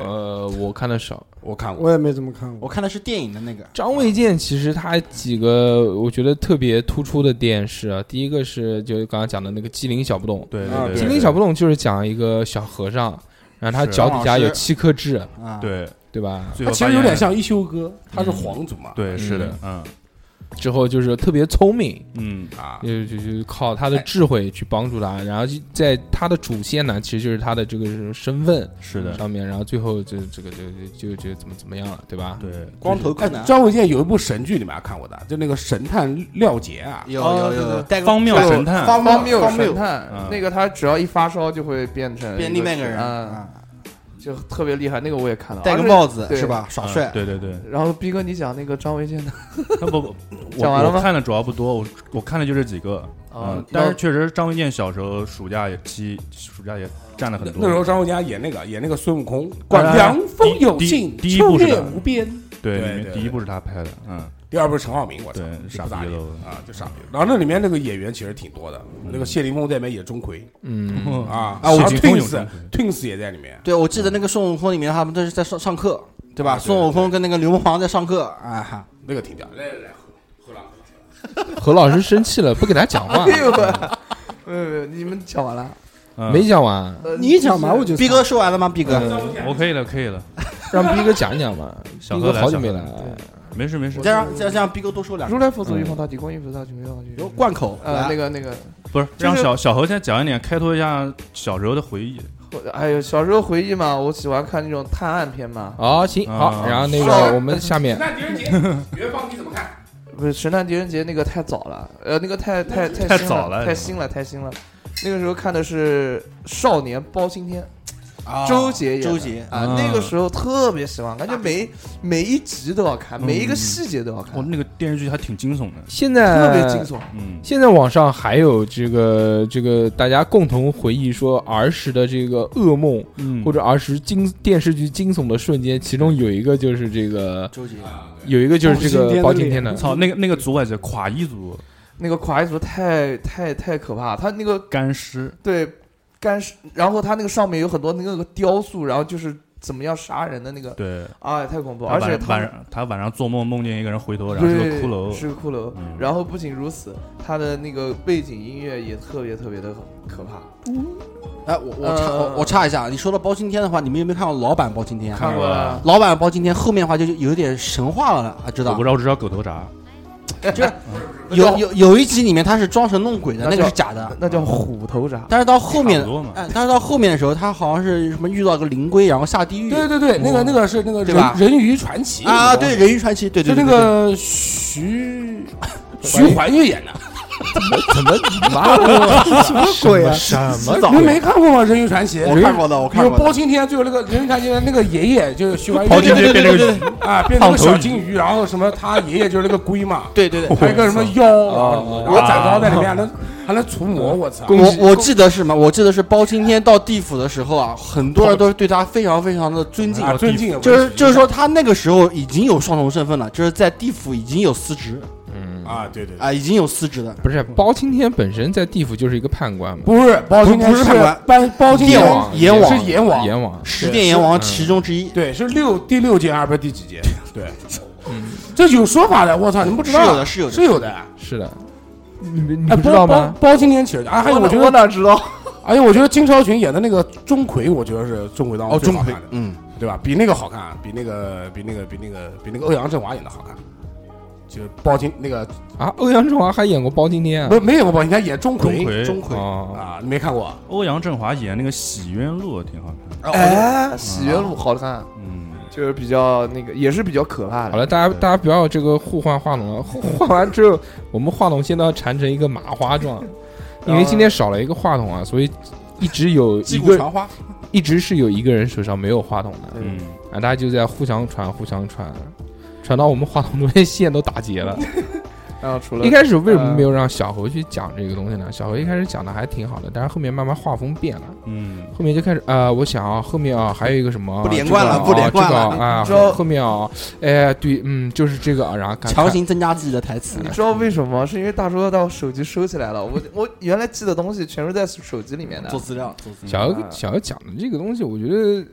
S1: 呃，我看的少。
S7: 我看过。
S2: 我也没怎么看过，
S3: 我看的是电影的那个，
S1: 张卫健其实他几个我觉得特别突出的电视啊，第一个是就刚刚讲的那个《机灵小不懂》，
S5: 对
S7: 啊
S1: 《
S5: 对对，
S1: 机灵小不懂》就是讲一个小和尚，然后他
S5: 是
S1: 脚底下有七颗痣，
S3: 啊，，
S5: 对，
S1: 对吧？
S5: 最
S7: 他
S5: 后
S7: 其
S5: 发
S7: 实
S5: 现
S7: 有点，像一休哥，
S3: 嗯
S7: 他是皇族嘛。
S5: 对，是的，嗯
S1: 之后就是特别聪明，
S5: 嗯，
S7: 啊，
S1: 就就就靠他的智慧去帮助他，然后就在他的主线呢，其实就是他的这个身份
S5: 是的，
S1: 上面，然后最后就这个就就就就怎么怎么样了，对吧？
S5: 对，
S3: 光头
S7: 哎
S3: 柯，南，
S7: 张卫健有一部神剧，你们还看过的？就那个神探廖杰啊，
S3: 有
S4: 哦
S3: 有
S4: 对对
S3: 有，带个
S5: 方妙神探，
S3: 方
S4: 方
S3: 谬
S4: 谬
S3: 方
S4: 神
S3: 谬
S4: 探
S5: 嗯，
S4: 那个他只要一发烧就会变成
S3: 变另外一个人
S4: 啊，
S3: 啊，
S4: 就特别厉害。那个我也看了，
S3: 戴个
S4: 而且
S3: 帽子
S4: 对
S3: 是吧？耍
S5: 嗯
S3: 帅，
S5: 对对对，
S4: 然后逼哥，你讲那个张卫健的
S5: 他不不，我
S4: 讲完了
S5: 我
S4: 吗哦
S5: 看的主要不多，我我看的就这几个。嗯，但是确实张卫健小时候暑假也期暑假也占了很多。
S7: 那时候张卫健演那个演那个孙悟空，
S5: 哎
S7: 凉风有
S5: 第
S7: 信，
S5: 第第一
S7: 秋
S5: 部是
S7: 月
S5: 的
S7: 无边。
S5: 对，
S7: 对
S5: 里
S7: 对
S5: 面第一部是他拍的，嗯，
S7: 第二部是陈浩民，我操
S5: 对，
S7: 傻不
S5: 傻
S7: 咋
S5: 逼
S7: 地
S5: 了嗯
S7: 啊，就傻逼了。然后那里面那个演员其实挺多的，那个谢霆锋在里面演钟馗
S1: 嗯， *laughs*
S7: 啊，
S5: 啊我
S7: 然后
S5: 觉得有钟
S7: Twins
S5: 馗
S7: Twins 也在里面。
S3: 对我记得那个孙悟空里面他们都是在上上课，对吧？
S7: 对对
S3: 孙悟空跟那个牛魔王在上课啊，
S7: 那个挺屌，啊来来来，喝了。
S1: 何老师生气了，不给他讲话，
S4: 没有啊？没有没有，你们讲完了？
S5: 嗯
S1: 没讲完，
S4: 呃
S2: 你讲吧，我就
S3: 逼哥说完了吗？逼哥，
S5: 我可以了，可以了，
S1: *laughs* 让逼哥讲讲吧。
S5: *laughs* 小
S1: 逼
S5: 何
S1: 哥
S5: 来
S1: 好久没
S5: 小何
S1: 来了，
S5: 没事没事
S3: 再，让再让逼哥多说两句
S4: 如，来佛祖一方大，地观音菩萨，请求上去。
S3: 有贯口
S4: 呃，那
S3: 个
S4: 个那个，
S5: 不是
S4: 就是
S5: 让小小何先讲一点，开拓一下小时候的回忆。
S4: 我哎呦，小时候回忆嘛，我喜欢看那种探案片嘛，
S1: 好，行，好，
S5: 啊
S1: 然后那
S4: 好
S1: 个我们下面
S7: 那狄仁杰，元芳你怎么看？
S4: 不是《神探狄仁杰》那个太早了，呃，那个太太太
S5: 太
S4: 新
S5: 早了
S4: 太新了，太新了。那个时候看的是《少年包青天》，
S3: 啊
S4: 周杰演的
S3: 周杰
S4: 啊，
S5: 啊
S4: 那个时候特别喜欢，感觉每每一集都要看，每一个细节都要看哎
S5: 我，那个电视剧还挺惊悚的，
S1: 现在
S4: 特别惊悚。
S5: 嗯，
S1: 现在网上还有这个这个大家共同回忆说儿时的这个噩梦，
S5: 嗯
S1: 或者儿时惊电视剧惊悚的瞬间，其中有一个就是这个
S3: 周杰
S1: 有一个就是这个包青天的，
S5: 操，那个那个组也是垮一组
S4: 那个垮一族太太太可怕，他那个
S5: 干尸，
S4: 对干尸，然后他那个上面有很多那个雕塑，然后就是怎么样杀人的那个，
S5: 对，
S4: 啊，太恐怖！
S5: 他
S4: 而
S5: 晚
S4: 且
S5: 上晚
S4: 他
S5: 上他晚上做梦梦见一个人回头，然后是个
S4: 对
S5: 骷髅，
S4: 是个骷髅
S5: 嗯。
S4: 然后不仅如此，他的那个背景音乐也特别特别的可怕。
S3: 哎，我我插
S4: 呃
S3: 我我插一下，你说到包青天的话，你们有没有看过老版包青天啊？
S4: 看过了，
S3: 老版包青天后面的话就有点神话了啊，知
S5: 我
S3: 道
S5: 不？知道，我只知道狗头铡，
S3: 有有有一集里面他是装神弄鬼的，
S4: 那
S3: 那
S4: 叫
S3: 个是假的。
S4: 那叫虎头铡。
S3: 但是到后面
S5: 差不多嘛，
S3: 哎，但是到后面的时候，他好像是什么遇到个灵龟，然后下地狱。
S7: 对对对，那个那个是那个
S3: 对吧
S7: 人人鱼传奇
S3: 啊，对，，人鱼传奇，对
S7: 就
S3: 对
S7: 那
S3: 对，
S7: 个
S5: *laughs*
S7: 徐徐怀钰演的，
S4: 怎么你妈的？
S2: 什么鬼啊？
S1: 什么
S7: 你们没看过吗？《人鱼传奇》
S3: 对对我看过的，我看
S7: 有
S3: 过
S7: 包
S3: 的。
S7: 青天，最后那个《人鱼传奇》的那个爷爷就是徐怀钰
S5: 包青
S7: 演
S5: 天变成个
S7: 的啊，变成个小金鱼，然后什么他爷爷就是那个龟嘛，
S3: 对对
S7: *laughs*
S3: 对，
S7: 还有一个什么妖，
S3: 啊
S7: 然后斩妖在里面还能还能除魔，我操！啊
S3: 我我记得是什么？我记得是包青天到地府的时候啊，很多人都是对他非常非常的尊敬
S5: 哎
S7: 啊，，尊敬，
S3: 就是就是说他那个时候已经有双重身份了，就是在地府已经有司职
S7: 啊，对对，对
S3: 啊，已经有司职的。
S1: *laughs* 不是包青天本身在地府就是一个判官嘛，
S7: 不是包青天，
S3: 不是判官
S7: 包包青天
S3: 阎王阎
S7: 是
S3: 王
S7: 阎王，
S1: 阎王
S3: 十殿阎王其中之一，
S7: 对，是六第六届还是第几届？
S3: *laughs*
S7: 对，这有说法的，我操，你们不知
S3: 是有
S7: 道
S3: 的，？是有的。
S7: 是有的。
S1: 是的，啊你你
S7: 哎，
S1: 不知道吗？
S7: 包包包青天其实啊，还有我觉
S4: 我
S7: 得，
S4: 哪知道？
S7: 而且我觉得金超群演的那个钟馗，我觉得是钟馗当中
S3: 哦，
S7: 最
S3: 钟
S7: 好看
S3: 馗
S7: 的，，
S3: 嗯，
S7: 对吧？比那个好看，比那个比那个比那个比那个欧阳震华演的好看。就是包青那个
S1: 啊，欧阳震华还演过包青天啊
S7: 没？没演过包青天，演钟
S5: 钟
S7: 馗
S5: 馗，
S3: 钟馗
S1: 哦，
S7: 啊，你没看过哦啊？
S5: 欧阳震华演那个《洗冤录》挺好看的，
S4: 哎，洗冤录好看，
S5: 嗯，
S4: 就是比较那个，也是比较可怕
S1: 好
S4: 的。
S1: 了，大家大家不要这个互换话筒了，互换完之后，我们话筒现在要缠成一个麻花状，
S3: 嗯
S1: 因为今天少了一个话筒啊，所以一直有一个
S3: 花，
S1: 一直是有一个人手上没有话筒的
S5: 嗯，
S1: 啊，大家就在互相传互相传，传到我们话筒中间线都打结了。
S4: 然后除了
S1: 一开始为什
S3: 嗯
S1: 么没有让小侯去讲这个东西呢？小侯一开始讲的还挺好的，但是后面慢慢画风变了，
S5: 嗯，
S1: 后面就开始啊、我想啊，后面啊还有一个什么
S3: 不连贯了
S1: 这个啊
S3: 不连贯了
S1: 这个啊，
S4: 你知道
S1: 后后面啊，哎对，嗯，就是这个啊，然后看
S3: 强行增加自己的台词
S4: 你。知道为什么吗？是因为大叔到手机收起来了。我我原来记的东西全是在手机里面的
S3: 做。资料，做资料。
S1: 小
S4: 嗯
S1: 姚小姚讲的这个东西，我觉得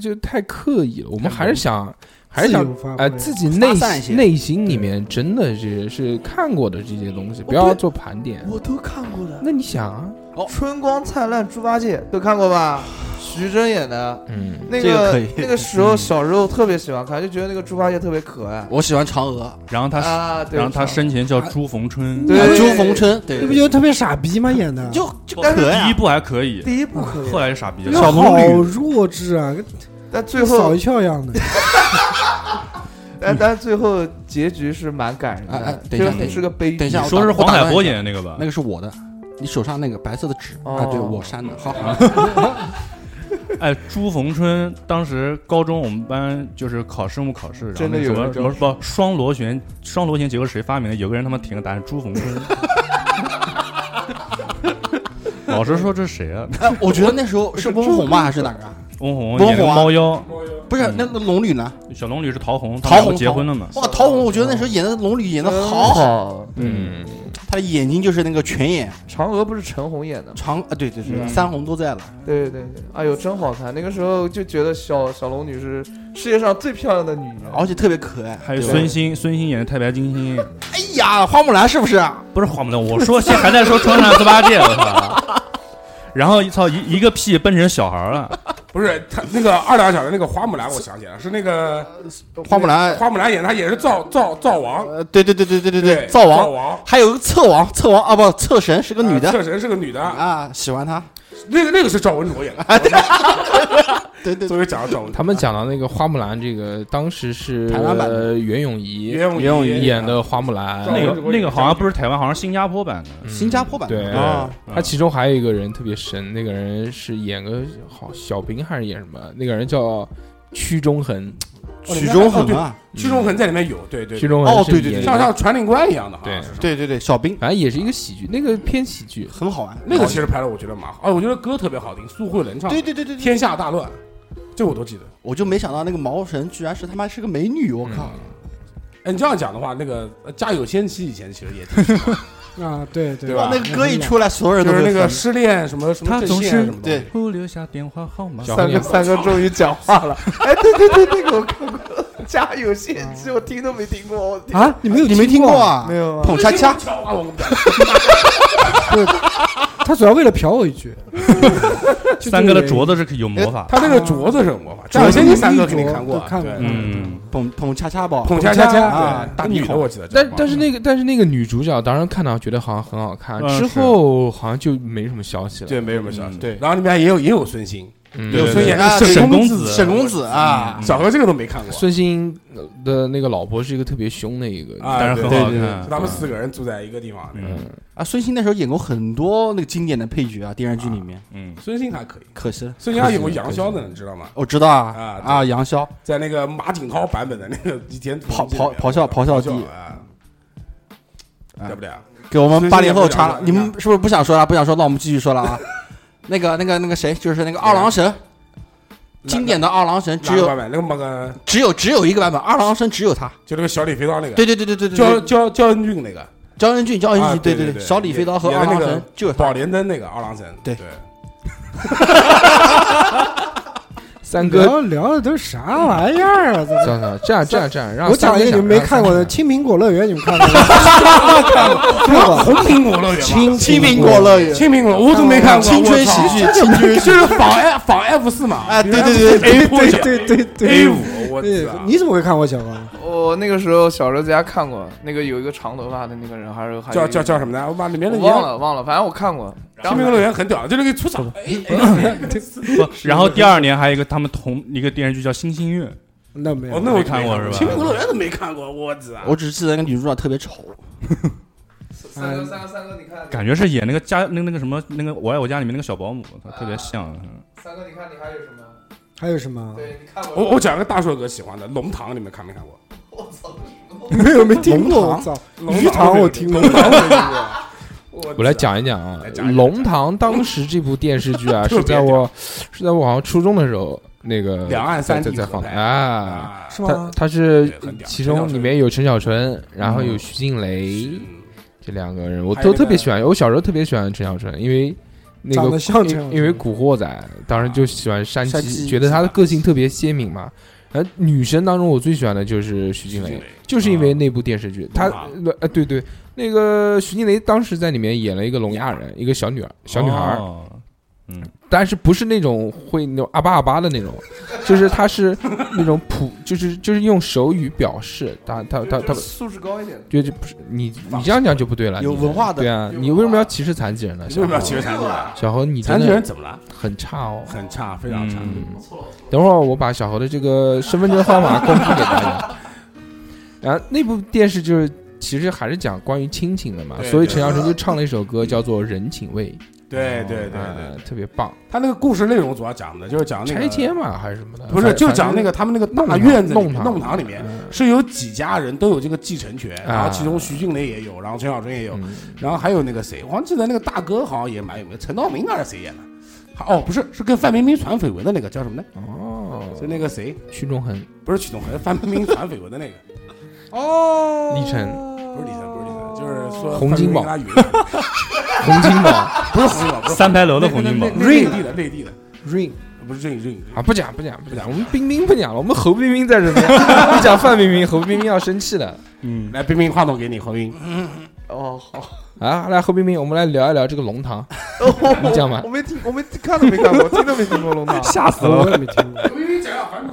S1: 就太刻意了。我们还是想，还是
S2: 自
S1: 想
S2: 由发挥
S1: 呃自己
S3: 发
S1: 内
S3: 散一些
S1: 心内心里面真的是是看过的这些东西，不要做盘点。
S4: 我都看过的，
S1: 那你想啊，
S4: 《春光灿烂猪八戒》都看过吧？徐峥演的，
S1: 嗯，
S4: 那
S3: 这个可以
S4: 那个时候小时候特别喜欢看，就觉得那个猪八戒特别可爱
S3: 我喜欢嫦娥，
S5: 然后他
S4: 啊。对，
S5: 然后他生前叫朱逢春，
S4: 对
S3: 啊朱逢春，对
S2: 那
S3: 对
S2: 不
S3: 对，
S2: 就特别傻逼吗？演的
S3: 就就
S5: 但是
S3: 可
S5: 第
S3: 爱
S5: 一。部还可以，
S4: 第一部可
S5: 后
S4: 以，
S5: 来是傻逼
S2: 那
S5: 了
S2: 个，
S4: 啊
S2: 好弱智啊，跟
S4: 但最
S2: 扫
S4: 后
S2: 一翘一样的。
S4: 但但最后结局是蛮感人
S1: 啊
S3: 哎哎
S4: 的，
S3: 等一下
S4: 就是是个悲剧。
S3: 等一下
S5: 你说是黄海波
S3: 我打断一下
S5: 演的那个吧
S3: 那？个是我的，你手上那个白色的纸
S4: 哦
S3: 啊，对我删的，好，
S5: 哎，朱逢春当时高中我们班就是考生物考试，然后
S4: 真的
S5: 那什
S4: 有
S5: 么
S4: 人
S5: 什么不双螺旋双螺旋结构是谁发明的？有个人他妈填个答案朱逢春，老师说这是谁啊？ *laughs*
S3: 哎，我觉得那时候是翁虹吧，还是哪个啊？
S5: 翁虹
S3: 翁
S5: 演那个
S3: 虹啊
S5: 猫妖，
S3: 不是那个龙女呢？
S5: 小龙女是陶虹，他
S3: 陶
S5: 们两个
S3: 虹
S5: 结婚了嘛？
S3: 哇，陶虹，我觉得那时候演的龙女演的
S4: 真
S3: 好好，
S4: 好，
S1: 嗯，
S3: 她的眼睛就是那个泉眼
S4: 嫦娥不是陈红演的吗？
S3: 长啊，对对对，
S4: 嗯
S3: 三红都在了。
S4: 对对对，哎呦，真好看！那个时候就觉得小小龙女是世界上最漂亮的女人。
S3: 而且特别可爱。
S5: 还有
S3: 对吧
S5: 孙兴，孙兴演的太白金星，
S3: 哎呀，花木兰是不是？
S5: 不是黄木兰，我说现在还在说穿上猪八戒，我操！然后一操一一个屁奔成小孩
S4: *laughs*
S5: 儿了，
S7: 不是他那个二两小的那个花木兰，我想起来了，是那个
S3: 呃花木兰，
S7: 花木兰演的，他也是灶灶灶王，
S3: 呃，对对对对对对
S7: 对，
S3: 灶
S7: 灶
S3: 王，
S7: 王
S3: 还有个侧王，侧王啊不，侧神是个女
S7: 啊
S3: 的
S7: 侧神是个女的，
S3: 啊，喜欢她。
S7: 那个那个是赵文卓演的，
S3: 哎对对，
S7: 所以讲到赵文卓，
S1: 他们讲到那个花木兰，这个当时是
S3: 台湾版的
S1: 呃袁咏仪
S7: 袁咏仪
S1: 咏仪演的花木兰，
S5: 那
S7: 赵文
S5: 个
S7: 卓
S5: 那个好像不是台湾，好像是新加坡版的。
S1: 嗯
S3: 新加坡版的
S1: 对
S3: 啊，
S1: 他其中还有一个人特别神，那个人是演个好小兵还是演什么？那个人叫屈中恒，
S3: 曲中恒啊，
S7: 屈中恒在里面有，对对
S1: 屈
S7: 对，
S1: 中恒
S3: 哦
S1: 是
S3: 对对对
S1: 演
S7: 像像传令官一样的，好像
S1: 对
S7: 是
S3: 对对对，小兵
S1: 反正也是一个喜剧，那个偏喜剧。
S3: 很好玩，啊
S7: 那个其实拍的我觉得蛮好，啊，我觉得歌特别好听，苏慧伦唱的
S3: 对
S7: 《
S3: 对对对对，
S7: 天下大乱》，这我都记得。
S3: 我就没想到那个毛神居然是他妈是个美女，我靠！
S7: 哎，你这样讲的话，那个呃《家有仙妻》以前其实也挺，
S2: 啊，对对
S7: 对吧
S3: 那个歌一出来，所有人
S7: 就
S3: 都
S7: 是
S3: 会
S7: 那个
S3: 疯
S7: 失恋什么什么
S5: 他
S7: 阵
S5: 总
S7: 线啊
S5: 是
S7: 什么的，
S3: 对
S5: 不留下电话号码
S1: 小
S4: 三
S1: 红
S4: 哥，
S1: 娘
S4: 三哥终于讲话了。哎，对对对，那个我看过，《家有仙妻》，我听都没听过。我天，
S2: 啊，你没有
S3: 你没听过？啊？
S4: 没有啊？
S3: 捧恰恰，
S7: 啊，我们
S2: 他主要为了瞟我一
S3: *laughs*
S2: 句。就
S5: 三哥的
S2: 这个
S5: 镯子是有魔法的，
S7: 他那个镯子是什么吧？《嗯家有仙妻》三哥肯定看过
S2: 我
S7: 啊，
S2: 看
S7: 对
S2: 过
S5: 嗯，
S3: 捧捧恰恰吧，
S7: 捧恰
S2: 恰恰
S7: 啊，大女的我记得叫什
S1: 但
S7: 么，
S1: 但是那个但是那个女主角当时看到觉得好像很好看，
S5: 嗯
S1: 之后好像就没什么消息了。
S7: 对没什么消息。
S5: 嗯
S3: 对
S7: 然后里面也有也有孙兴，
S1: 嗯
S7: 也有
S5: 对
S7: 孙
S5: 对
S7: 燕
S3: 啊
S7: 姿，
S3: 对
S5: 沈公
S3: 子，沈公
S7: 嗯
S3: 子啊，
S7: 小何这个都没看过。
S1: 孙兴的那个老婆是一个特别凶的一个，
S7: 啊，
S5: 但是很
S7: 对
S5: 好
S7: 对对
S5: 看
S7: 就他们四个人住在一个地方。那个
S5: 嗯
S3: 啊，孙兴那时候演过很多那个经典的配角啊，电视剧里面，
S5: 嗯，
S7: 孙兴还可以，
S3: 可惜了。
S7: 孙兴还有过杨逍呢，你知道吗？
S3: 我知道啊
S7: 啊对
S3: 啊，杨逍
S7: 在那个马景涛版本的那个《倚天屠龙记》
S3: 咆
S7: 里面
S3: 咆咆哮咆哮帝
S7: 啊，
S3: 啊
S7: 对不对啊？
S3: 给我们八零后查了，
S7: 孙
S3: 你
S7: 兴
S3: 们是不是不想说了？不想说，那我们继续说了啊。 *laughs* 那个、那个、那个谁，就是那个二郎神，经典的二郎神只
S7: 哪个
S3: 有
S7: 版本？那个那个
S3: 只有只有一个版本，二郎神只有他。
S7: 就那个小李飞刀那个，
S3: 对对对对对对，
S7: 焦
S3: 对
S7: 焦焦恩俊那个，
S3: 焦恩俊，焦恩
S7: 啊
S3: 俊，对
S7: 对对
S3: 对，
S7: 对
S3: 小李飞刀和
S7: 演
S3: 二
S7: 的那
S3: 郎
S7: 个
S3: 神就有他。
S7: 宝莲灯那个二郎神，
S3: 对
S7: 对，
S1: 三哥
S2: 聊聊的都啥玩意儿啊？这
S1: 叫啥？这样这样这样，让，
S2: 我讲一个你们没看过的《青苹果乐园》，你们看过吗？看过，
S7: 红苹果乐园嘛，
S2: 青
S3: 青苹
S2: 苹
S3: 果乐园，
S7: 青苹果我都没看过，
S3: 青春
S7: 我操
S3: 喜剧，青春喜剧
S7: 就是仿 F 仿 F 四嘛，
S3: 啊，对对 *laughs*
S5: *laughs*
S3: 对，
S7: ，A
S2: 对对对对
S7: A 五，我
S2: 对
S7: 操，，
S2: 你怎么会看过小
S3: *laughs*
S2: 王？
S4: 我那个时候小时候在家看过，那个有一个长头发的那个人，还是还
S7: 叫叫叫什
S4: 么？
S7: 么呢？我把里面的
S4: 我忘。了忘了，反正我看过。
S7: 青
S4: 然
S7: 苹果乐
S4: 后
S7: 园很屌，就那个出场，哎
S5: 不 *laughs* 然后第二年还有一个他们同一个电视剧叫《星星月》，
S2: 那没有
S7: 哦，，那我
S5: 没看过是吧
S7: 青苹果乐园都没看过，我啊操！
S3: 我只记得那个女主角特别丑，
S4: 三哥三哥三哥，你看
S5: 感觉是演那个家那个那个什么那个《我爱我家》里面那个小保姆，她特别像。嗯
S4: 三哥，你看你还有什么？
S2: 还有什么？
S4: 对你看
S7: 我我讲个大硕哥喜欢的《龙堂》，你们看没看过？
S2: 没有没听过，我操！
S7: 龙
S2: 鱼塘我听过
S7: 龙堂我听过。我
S1: 我来讲一讲啊
S7: 来，讲一
S1: 《
S7: 讲
S1: 龙堂》当时这部电视剧啊，
S7: *laughs* 特别
S1: 是在我是在我好像初中的时候，那个
S7: 两岸三
S1: 在
S7: 地
S1: 在
S7: 合
S1: 放的
S7: 拍
S1: 啊。
S7: 啊，
S2: 是
S1: 它
S2: 吗？
S1: 它是
S7: 对很屌
S1: 其中里面有陈小春，然后有徐静蕾
S7: 嗯
S1: 这两个人，我
S7: 还有
S1: 都
S7: 那个啊
S1: 特别喜欢。我小时候特别喜欢陈小春，因为那
S2: 长
S1: 个
S2: 得像这
S1: 因
S2: 样
S1: 为因为《古惑仔》，当时就喜欢山
S3: 山鸡
S1: 鸡，觉得他的个性特别鲜明嘛。然后女生当中，我最喜欢的就是徐静蕾，就是因为那部电视剧，她
S7: 啊
S1: 呃对对，那个徐静蕾当时在里面演了一个聋哑人，一个小女儿，小女孩儿，
S5: 哦
S1: 但是不是那种会那种阿巴阿巴的那种，就是她是那种普，就是就是用手语表示，她她她她，
S4: 素质高一点。
S1: 就就不是你你这样讲就不对了，
S3: 有
S1: 你
S3: 文化的
S1: 对啊，你为什么要歧视残疾人呢？
S7: 为
S1: 小
S7: 什么要
S1: 猴
S7: 骑个残疾人？
S1: 小何，你
S7: 残
S1: 真
S7: 疾人
S1: 的
S7: 怎么了？
S5: 嗯
S1: 很差哦。
S7: 很差，非常差。
S1: 嗯，等会儿我把小何的这个身份证号码
S7: *laughs*
S1: 公布给大家。然后那部电视就是其实还是讲关于亲情的嘛，
S7: 对
S1: 所以
S7: 对
S1: 陈小春就唱了一首歌叫做《人情味》，
S7: 对对对对，
S1: 呃，特别棒，
S7: 他那个故事内容主要讲的就是讲那
S1: 拆迁
S7: 个，
S1: 嘛还是什么的，
S7: 不是
S1: 反
S7: 就讲那。个他们那个大院子里面
S1: 弄堂
S7: 弄堂里面
S1: 嗯
S7: 是有几家人都有这个继承权，
S1: 啊
S7: 然后其中徐静蕾也有，然后陈小春也有，
S1: 嗯
S7: 然后还有那个谁，我好像记得那个大哥好像也蛮有名，陈道明还是谁演的？还哦，不是，是跟范冰冰传绯闻的那个叫什么呢？
S1: 哦，
S7: 是那个谁？
S1: 屈中恒、
S7: 不是曲东恒，范冰冰传绯闻的那个，
S1: 李晨、
S7: 不是李晨，不是李晨，就是说
S1: 洪金宝
S7: 范冰冰跟他有一个
S1: 洪金 *laughs* 宝啊，
S7: 不是洪金宝，不是
S5: 三牌楼的洪金宝，
S7: 内地的内地的，
S2: Rain
S7: 不是内地的。
S1: 啊不讲不讲不
S7: 不讲
S1: 讲，我们冰冰不讲了，我们侯冰冰在这
S7: *laughs*
S1: 边，一讲范冰冰，侯冰冰要生气了。
S7: 来，冰冰话筒给你，何冰。
S4: 哦，好，
S1: 啊，来侯冰冰，我们来聊一聊这个龙堂。你讲吧
S4: 我没听，我没看都没看过，听都没听过《龙堂》。
S5: 吓死
S2: 哦我
S5: 了！
S2: 也没听过。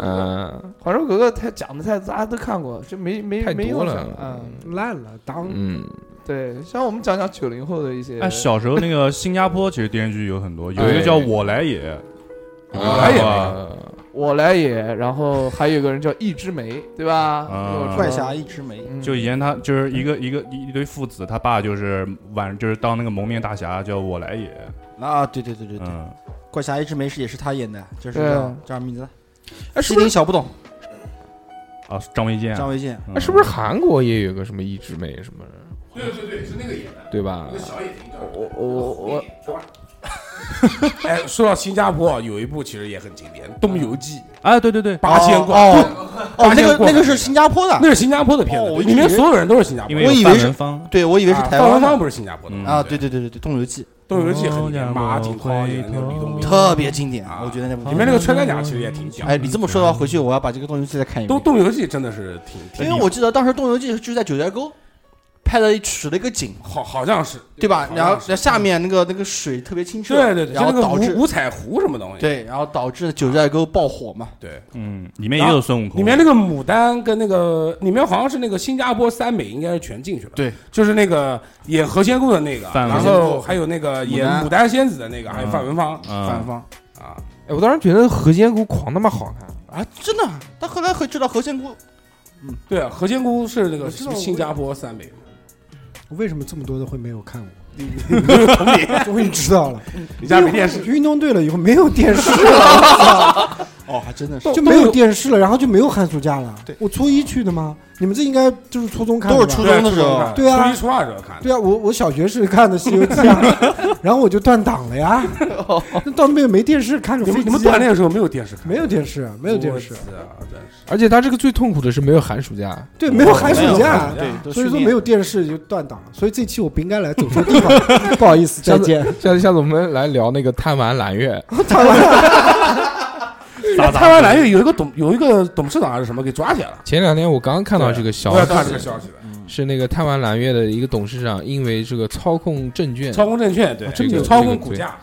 S1: 嗯
S4: 《还珠格格》太讲的太大家都看过，就没没
S1: 太
S4: 没
S1: 多
S4: 有
S1: 了
S4: 啥嗯，
S2: 烂了，当
S1: 嗯，
S4: 对，像我们讲讲九零后的一些，
S5: 哎，小时候那个新加坡其实电视剧有很多，有一
S4: 哎
S5: 个叫《我来也》，
S4: 我
S7: 啊
S4: 来也我来也，然后还有个人叫一枝梅，对吧？
S5: 啊
S4: 有什么
S3: 怪侠一枝梅，
S4: 嗯
S5: 就以前他就是一个一个一一对父子，他爸就是晚就是当那个蒙面大侠，叫我来也，
S3: 啊，对对对对对，
S5: 嗯，
S3: 怪侠一枝梅是也是他演的，就是
S4: 对啊
S3: 叫叫啥名字？
S1: 哎，是
S3: 西
S1: 不
S3: 林
S1: 是
S3: 小不懂，
S5: 啊，张卫健，
S3: 张卫健。
S5: 嗯
S1: 哎是不是韩国也有个什么一枝梅什么的，
S7: 对对对，是那个演的，
S1: 对吧？
S7: 小眼睛
S4: 我我我，
S7: 哎，说到新加坡，有一部其实也很经典，《东游记》
S5: 哎，对对对，
S7: 八仙过海，
S3: 哦哦，那个那个是新加坡的，
S7: 那是新加坡的片
S3: 哦
S7: 子，
S3: 我一
S7: 里面
S3: 直
S7: 所有人都是新加坡
S5: 因
S7: 人。
S5: 为有
S3: 我以为
S5: 范
S3: 是
S5: 文芳，
S3: 对我以为是
S7: 啊
S3: 台
S7: 大
S3: 湾
S7: 方
S3: 的
S7: 不是新加坡的
S5: 嗯
S3: 啊，对对对对对，《东游记
S7: 《东游记》很经
S5: 哦
S7: 典，马景涛演的那个李东明，》
S3: 特别经典
S7: 啊，
S3: 我觉得那部
S7: 里面那个穿山甲其实也挺屌。
S3: 哎，你这么说的话，回去我要把这个《东游记》再看一
S7: 都
S3: 遍
S7: 《东游记》真的是挺，挺
S3: 因为我记得当时《东游记》就是在九寨沟拍了取了一个景，
S7: 好好像是
S3: 对吧？
S7: 好像
S3: 然后
S7: 是
S3: 然后下面那个那个水特别清澈，
S7: 对对对，
S3: 啊然后
S7: 就那个
S3: 导致
S7: 五五彩湖什么东西，
S3: 对，然后导致九寨沟爆火嘛。
S7: 对，
S5: 嗯，里面也有孙悟
S7: 啊
S5: 空，
S7: 里面那个牡丹跟那个里面好像是那个新加坡三美应该是全进去了，
S3: 对，
S7: 就是那个演何仙姑的那个，
S5: 范文
S7: 然后还有那个
S3: 牡
S7: 演
S3: 丹
S7: 牡丹仙子的那个，还有范文芳
S3: 反
S5: *laughs* 嗯，
S3: 方
S7: 啊，
S1: 哎，我当时觉得何仙姑狂他妈好看，
S3: 啊，真的，他后来会知道何仙姑
S7: 对，何仙姑是那
S2: 我
S7: 个
S2: 知道我
S7: 新加坡三美，
S2: 为什么这么多的会没有看过？
S7: 没有同理，
S2: *laughs* 终于知道了，
S7: 嗯你家没电视
S2: 因为我运动队了以后没有电视，
S3: 哦，还真的是
S2: 就没有电视了，然后就没有寒暑假了。我初一去的吗？你们这应该就是初中看的
S3: 都
S2: 吧？
S3: 是初中的时候，
S7: 看
S2: 对啊
S7: 初一初二时候看的，
S2: 对啊，我我小学是看的《西游记》
S7: *laughs*
S2: 啊，然后我就断档了呀。那到那边没电视看个
S7: 哦你
S2: 飞
S7: 们
S2: 机
S7: 你
S2: 啊
S7: 们锻炼的时候没有电视看，
S2: 没有电视，啊没有电视
S7: 我，操真是
S1: 而且他这个最痛苦的是没有寒暑假，
S2: 对，没有寒暑假
S7: 没有寒暑，假
S3: 对，都
S2: 所以
S3: 训
S2: 说
S3: 练
S2: 没有电视就断档了。所以这期我不应该来走错地 *laughs* 方，不好意思，再见。
S1: 下次下次我们来聊那个贪玩揽月，
S2: *laughs*
S7: 哎台湾蓝月有一个董有一个董事长还是什么给抓起来了，啊
S1: 前两天我刚看到这个消
S7: 我也
S1: 息，
S7: 看这个消息了，
S1: 是那个贪玩揽月的一个董事长，因为这个操控证券，
S7: 操控证券对，
S1: 这个
S7: 操控股价，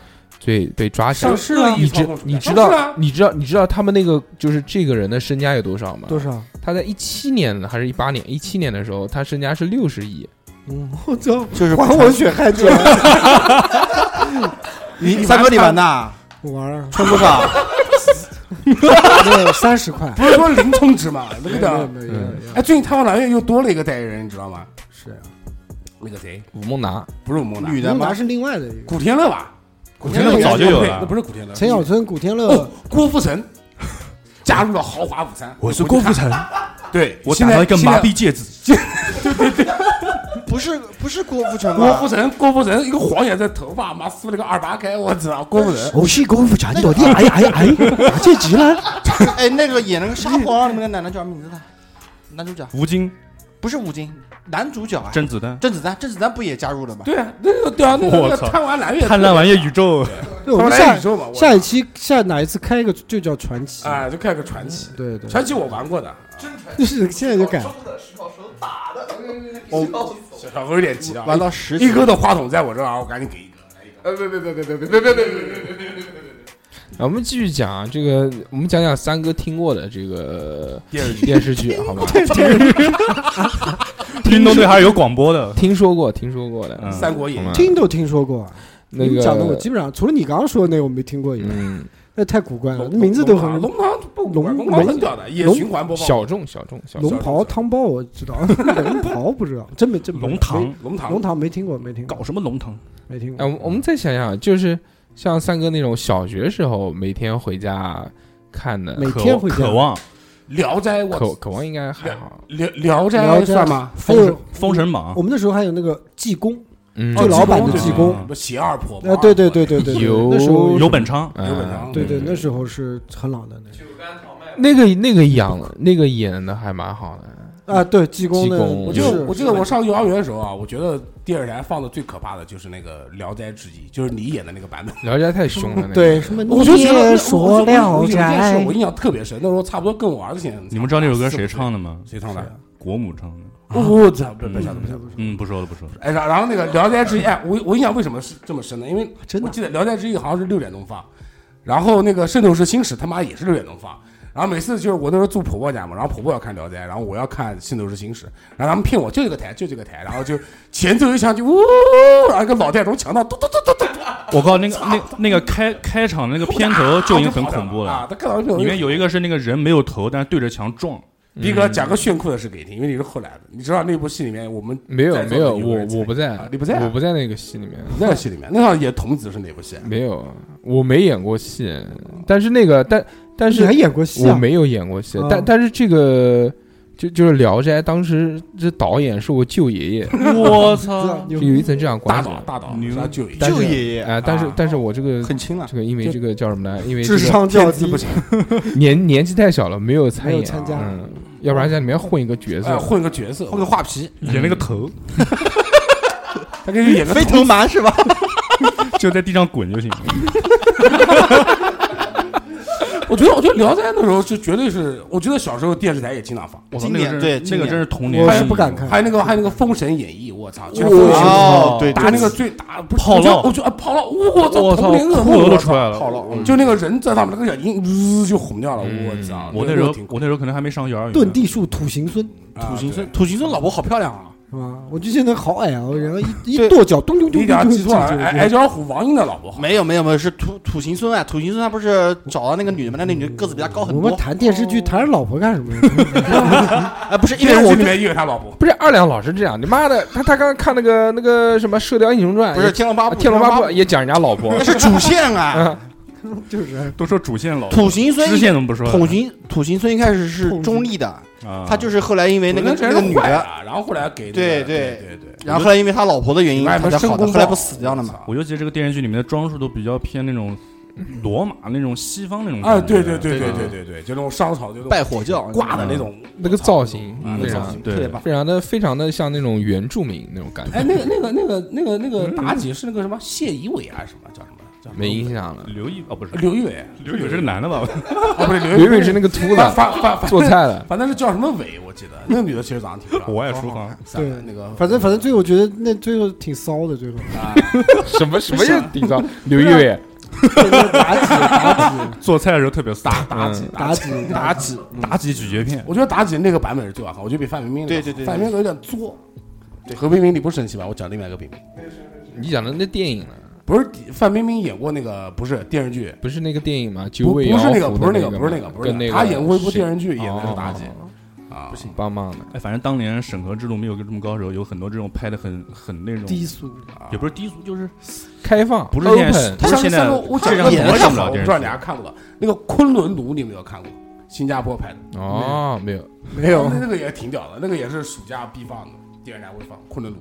S1: 对被抓起来
S7: 上。市了
S2: 啊
S7: 一
S1: 你
S7: 操
S1: 知
S7: 控股价，
S1: 你知
S7: 上市了
S1: 道你知道你知道他们那个就是这个人的身家有多少吗？
S2: 多少？
S1: 他在一七年还是一八年？一七年的时候，他身家是六十亿。
S2: 嗯，我操，
S3: 就是
S2: 还我血汗钱！
S3: 你三哥你玩 *laughs* 的，
S2: 我 *laughs* 玩啊，
S3: 充多少？
S2: 没有三十 *laughs* 块，
S7: 不是说零充值嘛，那
S2: 没
S7: 个
S2: 有
S7: 的。
S2: 没有没有没有，
S7: 哎，最近台湾蓝月又多了一个代言人，你知道吗？
S2: 是啊
S7: 那个谁，
S1: 吴孟达，
S7: 不是我们的
S3: 女的
S2: 拿
S3: 吗？
S2: 是另外的一个。
S7: 古天乐吧？古
S5: 天乐早就有了
S7: 那不是古天乐，
S2: 陈小春、古天乐
S7: 哦，，郭富城 *laughs* 加入了豪华午餐。
S5: 我是郭富城，
S7: 对，
S5: 我
S7: 现
S5: 打
S7: 在
S5: 了一个麻
S7: *laughs*
S5: 痹。戒指，
S3: *laughs* 不是不是郭富城
S7: 现在郭富
S3: 吗？
S7: 城，啊郭富城一个黄颜的头发，妈梳了个二八开，我操，郭富城。
S2: 我是功夫长到的，哎呀哎呀哎呀， *laughs* 打这急了。
S3: 哎，那个演那个沙皇里面的奶奶叫什么名字的？男主角
S5: 吴京、
S3: 不是吴京，男主角啊，
S5: 甄子丹，
S3: 甄子丹，甄子丹不也加入了吗？
S7: 对啊，那个对啊，那个那
S5: 我
S7: 个
S5: 操
S7: 贪玩蓝月，
S5: 贪婪玩意宇宙，
S2: 对，
S7: 贪
S2: 我们
S7: 玩蓝
S2: 下
S7: 月宇宙嘛，我
S2: 下一期下哪一次开一个就叫传奇。
S7: 啊，就看个传奇，
S2: 对 *laughs* 对，
S7: 传奇我玩过的，
S2: 就是现在就改。
S7: 小小哥有点急啊，
S3: 玩到十
S7: 一哥的话筒在我这儿啊，我赶紧给一哥。
S1: 啊，我们继续讲啊，这个，我们讲讲三哥听过的这个
S7: 电视
S1: 电视剧，好吧？
S5: *laughs* 运动队还是有广播的，
S1: 听说过，听说过的
S5: 嗯，
S7: 三国演义
S1: 嗯
S2: 听都听说过，啊
S1: 那
S2: 你
S1: 个
S2: 们讲的我基本上除了你刚刚说的那个我没听过以外，
S1: 嗯，
S2: 那太古怪
S7: 嗯
S2: 了，名字都很
S7: 龙堂不
S2: 龙
S7: 龙堂很
S2: 龙
S7: 屌的，也
S2: 龙
S7: 循环播放。
S1: 小众，小众，小众。
S2: 龙袍汤包我知道， *laughs* 龙袍不知道，真没真不知道
S5: 龙堂
S2: 没
S7: 龙堂
S2: 龙堂没听过没听过
S5: 搞什么龙腾？
S2: 没听
S1: 哎，我
S2: 过
S1: 们，我们再想想，就是像三哥那种小学时候每天回家看的，
S2: 每
S5: 渴
S2: 天
S5: 望
S2: 回家
S5: 渴
S7: 嗯
S5: 望
S7: 聊斋，我
S1: 渴渴望应该还好。
S7: 聊
S2: 聊
S7: 聊斋
S2: 斋哎
S7: 算吗？
S2: 还
S5: 封神
S2: 有
S5: 封神榜
S2: 我，们那时候还有那个济公，
S1: 嗯，
S2: 就老版的
S7: 济
S2: 济
S5: 公
S2: 公，
S7: 什么邪二婆婆
S2: 啊对对对对对，
S1: 有
S2: 对那时候
S5: 有本昌，
S1: 啊
S7: 刘本昌
S2: 对对那时候是很老的
S1: 那个那个演那个演的还蛮好的，
S2: 那啊对济公
S1: 济
S2: 的，
S1: 公
S7: 我
S1: 就是
S7: 就我记得我
S2: 是
S7: 上幼儿园的时候啊，我觉得电视台放的最可怕的就是那个《聊斋志异》，就是你演的那个版本。
S1: 聊斋太凶了。那个
S2: 对什么
S7: *laughs* 我就觉得
S2: 你
S7: 那
S2: 也说
S7: 我就我
S2: 聊
S7: 有一件事
S2: 斋
S7: 我，印象特别深，那时候差不多跟我儿子现在
S5: 你们知道那首歌谁
S7: 的？
S5: 唱的吗？
S7: 谁唱的？
S5: 国母唱的。
S7: 我操！不不晓得不晓得。
S5: 嗯，不说了，不说了。
S7: 哎，然然后那个《聊斋志异》，哎，我我印象为什么是这么深呢？因为
S2: 真的
S7: 我记得《聊斋志异》好像是六点钟放，然后那个《圣斗士星矢》他妈也是六点钟放，然后每次就是我那时候住婆婆家嘛，然后婆婆要看《聊斋》，然后我要看《圣斗士星矢》，然后他们骗我就这个台就这个台，然后就前奏一响就呜，然后一个老太从墙上嘟嘟嘟嘟嘟
S5: 我告诉你那个那那个开开场那个片头就已经很恐怖
S7: 啊
S5: 了，
S7: 他看到这种
S5: 里面有嗯一个是那个人没有头，但是对着墙撞。
S7: 逼哥讲个炫酷的事给你听，因为你是后来的。你知道那部戏里面我们
S1: 没有
S7: 在
S1: 没
S7: 座
S1: 有，
S7: 的个
S1: 我
S7: 人
S1: 我不在
S7: 啊，你不在啊
S1: 我不在那个戏里面，
S7: 不在戏里面，那场演童子是哪部戏啊？
S1: 没有，我没演过戏，但是那个但但
S2: 你还
S1: 是
S2: 演过戏
S1: 我
S2: 啊？
S1: 没有演过戏
S2: 嗯，
S1: 但但是这个就就是《聊斋》，当时这导演是我舅爷
S2: *laughs*
S1: 爷，
S5: 我
S2: 知道
S5: 操！
S2: 有
S1: 有一层这样
S7: 大
S1: 关系
S7: 岛大岛
S5: 牛
S7: 是吧就有一
S1: 但是
S3: 舅爷爷
S1: 啊，但是
S7: 啊
S1: 但是我这个
S3: 很啊 *laughs* 轻了，
S1: 这个因为
S2: 就
S1: 这个叫什么
S2: *laughs*
S1: 呢？因为这
S2: 智
S1: 个
S2: 商较
S7: 天资
S2: 低
S7: 不，行，
S1: 年年纪太小了，没有参
S2: 没有
S1: 演，
S2: 参加。
S1: 嗯，要不然在里面混一个角
S7: 哎，
S1: 色，
S7: 混个角色，
S3: 换个画皮，
S5: 演那个头，
S7: 嗯他可以演个
S3: 飞 *laughs* 头蛮是吧？
S5: 就在地上滚就行。
S7: 我觉得，我觉得《聊斋》那时候是绝对是，我觉得小时候电视台也经常放，
S5: 我操，
S3: 经
S5: 那个
S3: 典
S5: 真
S3: 对
S5: 是
S3: 经
S5: 那个
S3: 典
S5: 真是童年
S2: 我
S5: 记
S2: 是
S5: 忆
S2: 不敢看，
S7: 还有那个还有那个《封神演义》，我操，就是
S3: 哦，
S2: 哦
S3: 对，
S7: 打那个最打不是
S5: 炮
S7: 我觉得
S5: 烙
S7: 我觉得哎炮烙，我操，
S5: 我操，
S7: 童年噩
S5: 骷
S7: 梦
S5: 髅都
S7: 我
S5: 出
S7: 操
S5: 来了。
S3: 好了，嗯
S7: 就那个人在上面，那个眼睛呜就红掉了，我操！
S5: 嗯我那时候
S7: 挺
S5: 我那时候可能还没上幼儿园。
S2: 遁地术土行孙
S7: 啊
S3: 土行孙
S7: 对，
S3: 土行孙老婆好漂亮啊！
S2: 是吧？我就现在好矮啊，我然后一一
S3: 对
S2: 跺脚，咚咚
S7: 你
S2: 咚
S7: 俩
S2: 咚咚，
S7: 记错了，
S2: 就
S7: 矮矮脚虎王英的老婆好，
S3: 没有没有没有，是土土行孙啊！土行孙他不是找到那个女的吗？那那女的个子比他高很
S2: 我们
S3: 多。
S2: 谈电视剧，谈老婆干什么呀？ *laughs*
S3: 哎，不是，因
S7: 电
S3: 为
S7: 视
S3: 我
S7: 剧里面也有他老婆。
S1: 不是二两老是这样，你妈的，他他刚刚看那个那个什么《射雕英雄传》
S3: 不是
S1: 也
S3: 《天龙八
S1: 啊
S3: 部》，
S1: 《天龙八部》，也讲人家老婆
S7: *laughs*
S3: 那，是主线 *laughs* 啊。
S1: 嗯，
S2: 就是
S5: 都说主线老，
S3: 土行孙
S5: 支线怎么不说？
S3: 土行土行孙一开始是中立的，
S5: 啊，
S3: 他就是后来因为那个
S7: 我觉
S3: 那
S7: 得
S3: 个
S7: 这
S3: 女
S7: 人坏
S3: 的，
S7: 了，然后后来给那个
S3: 对
S7: 对
S3: 对
S7: 对对，
S3: 然后后来因为他老婆的原因，
S7: 外
S3: 他
S7: 面
S3: 才
S7: 申
S3: 好的，
S7: 公
S3: 后来不死掉了嘛？
S5: 我就觉得这个电视剧里面的装束都比较偏那种罗马那种西方那种
S7: 啊，
S5: 感觉
S7: 对对对对
S5: 嗯
S7: 对对对，就那种商朝就那种
S3: 拜火教
S7: 挂的那种
S1: 那个造型
S7: 啊，
S1: 非
S7: 那造
S1: 常
S7: 型。
S3: 特别
S5: 对，
S3: 棒。
S1: 非常的非常的像那种原住民那种感
S7: 哎，
S1: 觉，
S7: 那个那个那个那个那个妲己是那个什么谢仪伟还是什么叫什么？叫什么
S1: 没印象了。
S5: 刘毅哦不是
S7: 刘仪伟，
S5: 刘毅是个男的 *laughs* 吧？
S7: 啊不是刘
S1: 刘
S7: 仪
S1: 伟是那个秃
S7: 反
S1: 子，
S7: 反反反
S1: 做菜的。
S7: 反正是叫什么伟，我记得那个女的其实长得挺漂亮的，
S5: 我爱厨房，
S7: 算了
S2: 对
S7: 那个
S2: 反正反正最后我觉得那最后挺骚的，最后
S1: 什么什么是啊顶 *laughs* 到刘烨烨
S2: 妲己
S5: 做菜的时候特别嗯飒，
S7: 妲己
S2: 妲己妲己
S7: 妲己，
S5: 妲己咀嚼片，
S7: 嗯我觉得妲己那个版本是最好看，我觉得比范冰冰那
S3: 对
S7: 个
S3: 对对对
S7: 范冰冰有点作。对，何冰冰你不生气吧？我讲另外一个冰冰，
S1: 你讲的那电影呢？
S7: 不是范冰冰演过那个不是电视剧，
S1: 不是那个电影吗？九
S7: 不不
S1: 尾
S7: 是
S1: 妖
S7: 那个，
S1: 狐
S7: 不是
S1: 的
S7: 那个，不是那
S1: 吗
S7: 个，不是
S1: 跟
S7: 那
S1: 那
S7: 个，
S1: 个
S7: 她演过一部
S1: 谁
S7: 电视剧，演的是妲己
S1: 哦哦
S7: 啊，
S1: 哦棒棒的。
S5: 哎，反正当年审核制度没有这么高的时候，有很多这种拍的很很那种，啊
S2: 低俗，
S5: 也不是低俗，就是
S1: 开放，
S5: 不是
S1: open，
S5: 现在
S7: 他
S5: 不是
S7: 上次
S5: 现在
S7: 上次我讲
S5: 非
S7: 过
S5: 常
S7: 演
S5: 模
S7: 的
S5: 式
S7: 好，
S5: 了
S7: 我不
S5: 电
S7: 知
S5: 视
S7: 道
S5: 剧
S7: 你还看过那个《昆仑奴》，你有没有看过？新加坡拍的，
S1: 哦，没有
S2: 没有
S7: 那那个也挺屌的，那个也是暑假必放的，电视台会放《昆仑奴》，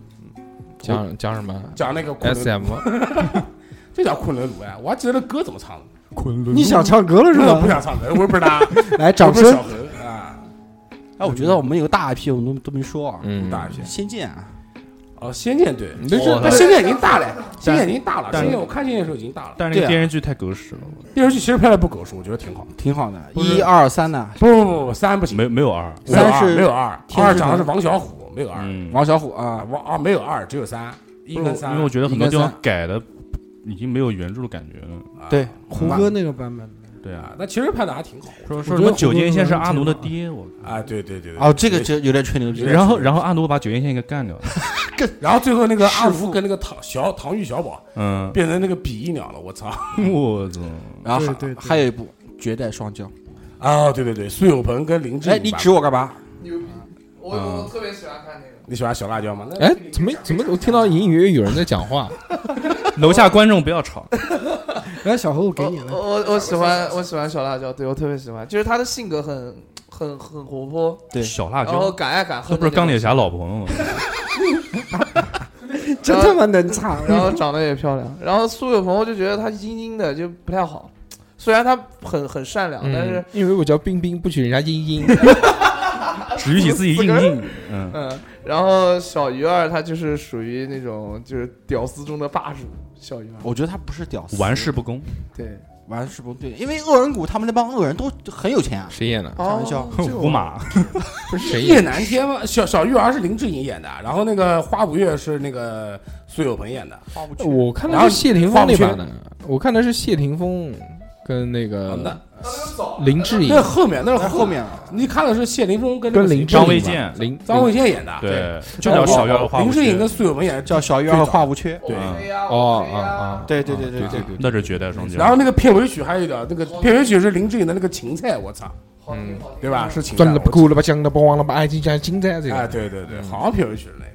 S1: 讲讲什么
S7: 讲那个昆
S1: ？S
S7: 仑，
S1: M
S7: *laughs* 就讲昆仑奴呀，我还记得那歌怎么唱的，
S2: 你想唱歌了是
S7: 那我不
S2: 吧？
S7: 想唱歌，我也不知道，
S2: 来，掌
S7: 我也不是
S2: 声
S7: 小。何啊，
S3: 哎，我觉得我们有个大 IP，我们都都没说啊。
S1: 嗯，
S7: 大片
S3: 仙剑啊，
S7: 哦，《仙剑》对，
S1: 你这
S5: 我
S7: 但
S5: 操
S1: 是
S7: 仙剑已经大了，仙剑已经大了，
S5: 但
S7: 仙剑我看仙剑的时候已经大了，
S5: 但
S3: 对
S5: 是那个
S3: 啊
S5: 电视剧太狗屎了，
S7: 电视剧其实拍的不狗屎，我觉得挺好。
S3: 挺好的。
S7: 是
S3: 一二三呢？
S7: 不不不不，三不行，
S5: 没没有二，
S7: 没有
S3: 三
S7: 二，
S3: 是
S7: 没有二，
S3: 天
S7: 二
S3: 之
S7: 讲的是
S3: 痕
S7: 王小虎，没有二
S5: 嗯，
S3: 王小虎啊
S7: 啊，，王啊没有二，只有三，一
S5: 不是
S7: 跟
S5: 我
S7: 三，
S5: 因为我觉得很多
S3: 一
S5: 地
S3: 跟三
S5: 方改的已经没有原著的感觉了。
S7: 啊
S3: 对
S2: 胡歌那个版本，
S5: 对
S7: 啊，，
S5: 啊
S7: 那其实拍的还挺好
S5: 说
S2: 我觉
S5: 说
S2: 得
S5: 什么
S2: 很
S5: 九
S2: 多
S5: 剑
S2: 人
S5: 仙是
S2: 都
S5: 阿
S2: 这
S5: 奴
S2: 么
S5: 的
S2: 玩
S5: 爹，我靠
S7: 啊，对对对对。
S3: 哦，这个就有点吹牛逼
S7: 对。
S5: 然后然后阿奴把九剑仙给干掉了，
S7: 然后最后那个阿福跟那个唐小唐钰小宝
S5: 嗯，
S7: 变成那个比翼鸟了，我操！
S5: *laughs* 我操，
S3: 然后
S2: 对对对
S3: 还还有一部《绝代双骄》。
S7: 啊，对对对，苏有朋跟林志，
S3: 哎，你指，我干嘛？
S4: 我我特别喜欢看那个，
S7: 你喜欢小辣椒吗？那
S1: 哎，怎么怎么我听到隐隐约约有人在讲
S7: *laughs*
S1: 话？
S5: *laughs* 楼下观众不要吵，
S2: 来小何，我给你
S4: 我
S2: 了。
S4: 哦我我喜欢我喜欢小辣椒，对我特别喜欢，就是他的性格很很很活泼，
S3: 对
S5: 小辣
S4: 然后
S5: 椒，
S4: 敢爱敢恨，
S5: 这不是钢铁，侠老婆 *laughs* 吗？
S2: 真他妈能唱，
S4: 然后长得也漂亮，然后苏有朋我就觉得他阴阴的就不太好，虽然他很很善良，但是
S1: 嗯，因为我叫冰冰，不许人家嘤嘤。
S7: *laughs*
S5: 只允许自己硬硬， *laughs* 嗯，
S4: 嗯，然后小鱼儿他就是属于那种就是屌丝中的霸主，小鱼儿
S3: 我觉得他不是屌丝，
S5: 玩世不恭。
S4: 对，
S3: 玩世不对，因为恶人谷他们那帮恶人都很有钱啊。
S1: 谁演的？
S3: 开玩笑
S4: 哦这我
S5: *laughs* 五马，
S1: 不是谁
S7: 叶
S1: 演？
S7: 南天嘛，小小玉儿是林志颖演的，然后那个花无月是那个苏有朋演的，
S1: 我看的
S7: 然后
S1: 是谢霆
S7: 画
S1: 锋
S7: 不
S1: 那
S7: 出
S1: 版的，我看的是谢霆锋跟那
S7: 啊那
S1: 个林志
S3: 嗯
S1: 颖
S7: 那是后面，那是
S3: 在后面了。
S7: 你看的是谢霆锋跟那个
S1: 跟林
S7: 谁
S1: 志
S5: 张
S1: 颖
S5: 卫
S1: 嘛
S5: 健
S1: 林
S7: 张卫健演的，哦
S5: 对，就叫小妖花
S7: 林
S5: 无
S7: 志颖
S5: 缺
S7: 跟，苏有朋演的
S3: 叫小鱼嗯儿化无缺。
S7: 对。
S1: 哦哦哦，
S3: 对对对对对
S1: 对
S5: 那是绝代双骄。
S7: 然后那个片尾曲还有一个，那个片尾曲是林志颖的那个《芹菜》，我操，
S1: 嗯，
S7: 对吧？是芹菜
S1: 赚。了不够了吧，讲了不忘了吧，爱情像金在这
S7: 我哎，
S1: 个，
S7: 对对
S3: 嗯
S7: 对，好像片尾曲是那个。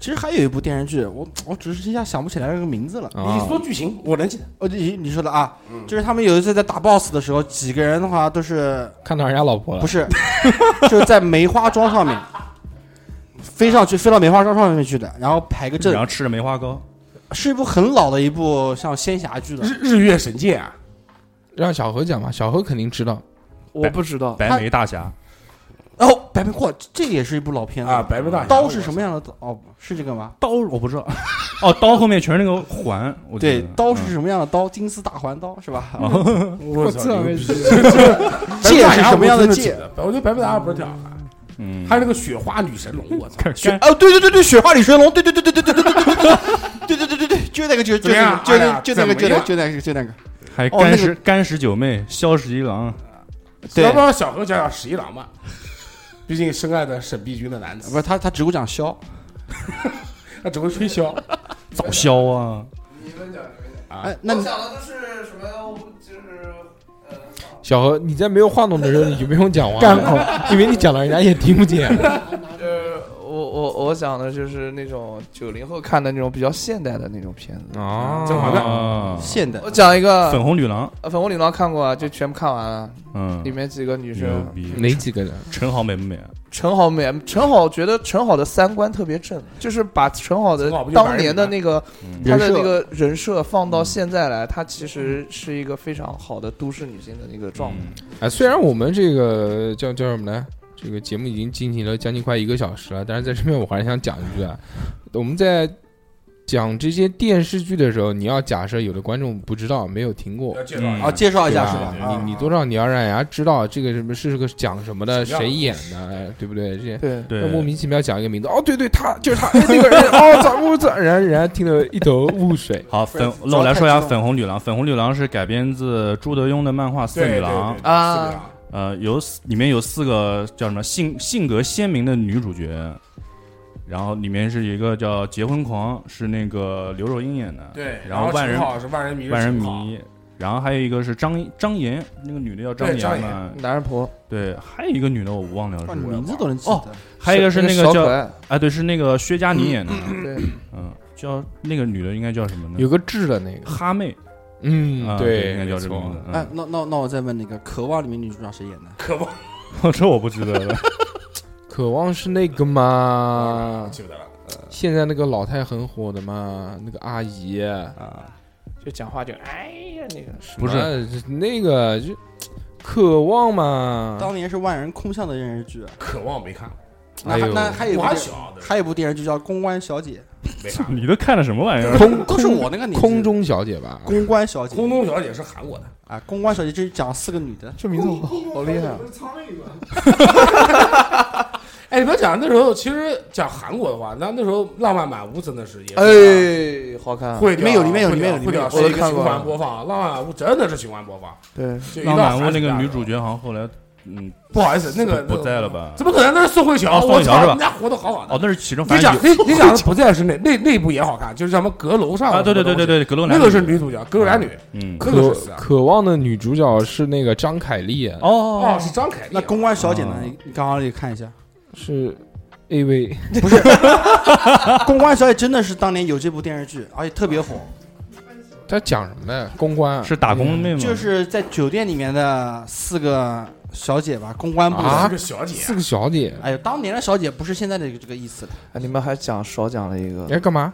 S3: 其实还有一部电视剧，我我只是一下想不起来这个名字了。
S5: 嗯
S1: 啊
S7: 你说剧情，我能记得。
S3: 哦，你你说的啊，
S7: 嗯
S3: 就是他们有一次在打 BOSS 的时候，几个人的话都
S5: *laughs*
S3: 是
S1: 看到人家老婆了
S3: 不，是， *laughs* 就是在梅花桩上面飞上去，飞到梅花桩上面去的，然后排个阵
S5: 然，后吃着梅花糕，
S3: 是一部很老的一部像仙侠剧了。
S7: 日日月神剑啊，
S1: 让小何讲吧，小何肯定知道。
S4: 我不知道，
S5: 白眉大侠，
S3: 哦，白眉阔，这也是一部老片子
S7: 啊，白眉大侠
S3: 刀是什么样的刀？哦，是这个吗？
S5: 刀我不知道， *laughs* 哦，刀后面全是那个环，我记
S3: 对
S5: 得，嗯哦
S3: 刀是什么样的刀？金丝大环刀是吧？
S7: 我操，牛逼！
S3: 剑是什么样
S7: 的
S3: 剑？？
S7: 我觉得白眉大侠不是挺好看，
S5: 嗯，
S7: 还有那个雪花女神龙，我操，
S5: 干干
S3: 哦，对对对对，雪花李神龙，对对对对对对对对对对对对对对，就那个就就那个就那个就那个就那个就那个就那个，
S5: 还
S3: 哦那
S5: 干
S3: 个
S5: 十干十九妹、萧十一郎，
S3: 对
S7: 要不让小何讲讲十一郎吧？毕竟深爱的沈碧君的男
S3: 不
S7: 子，
S3: 是他他只会讲箫，
S7: 他只会吹箫。
S5: 早萧啊，
S3: 哎，那你
S1: 小何，你在没有话筒的时候，你就不用讲话 *laughs* 了，因为你讲了人家也听不见。
S4: 呃，我我我想的就是那种九零后看的那种比较现代的那种片子。
S1: 哦，
S7: *laughs* 正好看
S5: 啊，
S3: 现代
S4: 我讲一个
S5: 粉红女郎，
S4: 呃粉红女郎看过啊，就全部看完了。
S5: 嗯
S4: 里，面几个女
S5: 牛
S4: 生，啊
S5: 逼，
S1: 哪几个人？
S5: 陈豪美啊不美？
S4: 陈好美，陈好觉得陈好的三观特别正，就是把陈好的
S7: 陈好不就白
S4: 当
S7: 人
S4: 年的
S7: 吗
S4: 那个
S5: 嗯
S4: 她
S3: 人
S4: 的
S3: 设
S4: 那个人设放到现在来，她其实是一个非常好的都市女性的那个状态。
S5: 嗯
S1: 哎，虽然我们这个叫叫什么呢？这个节目已经进行了将近快一个小时了，但是在这边我还是想讲一句啊，我们在讲这些电视剧的时候，你要假设有的观众不知道、没有听过
S7: 要，介
S5: 嗯
S7: 绍一下
S3: 啊，介绍一
S1: 对
S3: 下
S1: 吧
S3: 是吧？
S7: 嗯啊
S1: 你你多少你要让人家知道这个什么是个讲什么的，
S7: 什么样
S1: 谁
S7: 的
S1: 演的，哎对不对？这些。
S4: 对，
S5: 对
S1: 那，莫名其妙讲一个名字，哦，对对，他就是他，哎那个人，哦，咋我咋，然后人家听得一头雾水。
S5: 好，粉，
S3: 不是
S5: 那我来说一
S3: 主
S5: 下
S3: 要看
S5: 粉红女郎。粉红女郎是改编自朱德庸的漫画《四
S7: 对
S5: 女
S7: 对
S5: 郎》，
S7: 对
S4: 啊
S7: 四女郎
S5: 呃，有四里面有四个叫什么性性格鲜明的女主角，然后里面是一个叫结婚狂，是那个刘若英演的，
S7: 对，
S5: 然后万人
S7: 陈好是万人迷是
S5: 万人
S7: 陈好，
S5: 迷。然后还有一个是张张妍，那个女的叫张
S7: 对张
S5: 妍嘛，
S4: 男人婆，
S5: 对，还有一个女的我忘了
S3: 哇，
S5: 是啊
S3: 你
S5: 谁，
S3: 名字都能记
S4: 哦
S3: 得。
S5: 还有一个是那
S4: 小
S5: 个
S4: 可
S5: 叫
S4: 爱，
S5: 哎对，是那个薛佳凝演的，
S4: 对，
S5: 嗯，叫那个女的应该叫什么
S1: 有
S5: 呢？
S1: 个痣的那个，
S5: 哈妹，
S1: 嗯
S5: 嗯啊，
S1: 对，
S5: 应该叫这个
S1: 没错
S5: 名字。
S3: 哎
S5: 嗯，
S3: 那那那我再问那个《渴望》里面女主角谁演的？
S7: 可不
S5: 这我不知道了。 *laughs*
S1: 渴望是那个嘛？
S7: 记不得了。
S1: 现在那个老太很火的嘛，那个阿姨，
S4: 就讲话就哎呀那个
S1: 不是那个就渴望嘛？
S3: 当年是万人空巷的电视剧，
S7: 渴望没看，
S3: 那
S1: 哎
S3: 还
S1: 呦
S3: 那还有一
S7: 我
S3: 部
S7: 还
S3: 电
S7: 小，对吧
S3: 还有一部电视剧叫《公关小姐 *laughs*
S7: 没看。
S5: 你都看了什么玩意儿？
S1: 空》，
S3: 都是 *laughs* 我那个年纪
S1: 空中小姐吧？
S3: 公关小姐
S7: 空中小姐是韩国的，
S3: 啊，公关小姐就是讲四个女的，
S4: 这名字好好厉害啊！
S7: 哎，你不要讲那时候，其实讲韩国的话，那那时候浪漫满屋真的是也
S4: 哎，
S7: 是
S4: 好看啊，
S7: 会
S3: 里面有里面有里面有
S7: 会
S3: 里面有
S7: 掉
S4: 我
S7: 是
S4: 都
S7: 一个
S4: 看过
S7: 循环播放，浪漫满屋真的是循环播放，
S4: 对，
S7: 就一
S5: 浪
S7: 到
S5: 漫
S7: 寒
S5: 屋那个
S7: 假
S5: 女主角好像后来，嗯，
S7: 不好意思，那个
S5: 不不在了吧
S7: 怎么可能？那是宋慧乔，
S5: 哦宋慧
S7: 我
S5: 乔
S7: 操
S5: 是吧
S7: 人家活得好好的
S5: 哦，。那是其中
S7: 你
S5: 反正
S7: 讲
S5: 有
S7: 你你讲的不再是那那那部也好看，就是什么阁楼上
S5: 啊，对对对对
S7: 对，
S5: 对，阁楼男
S7: 那个是女主角，阁楼男女，
S5: 嗯，
S7: 那个
S1: 渴
S7: 是谁啊
S1: 渴望的女主角是那个张凯丽，啊
S7: 哦
S5: 哦，
S7: 是张凯丽
S3: 那
S7: 啊，
S3: 公关小姐呢
S5: 哦？
S3: 你你刚刚也看一下，
S1: 是 A V，
S3: 公关小姐真的是当年有这部电视剧，而且特别火，
S1: 她讲什么的？公关
S5: 是打工
S1: 嗯
S5: 妹吗？
S3: 就是在酒店里面的四个小姐吧，公关部的。
S1: 啊
S7: 是个小姐
S1: 四个小姐，
S3: 哎呦，当年的小姐不是现在的这个意思了。
S4: 哎，你们还讲少讲了一个
S1: 你，哎要干嘛？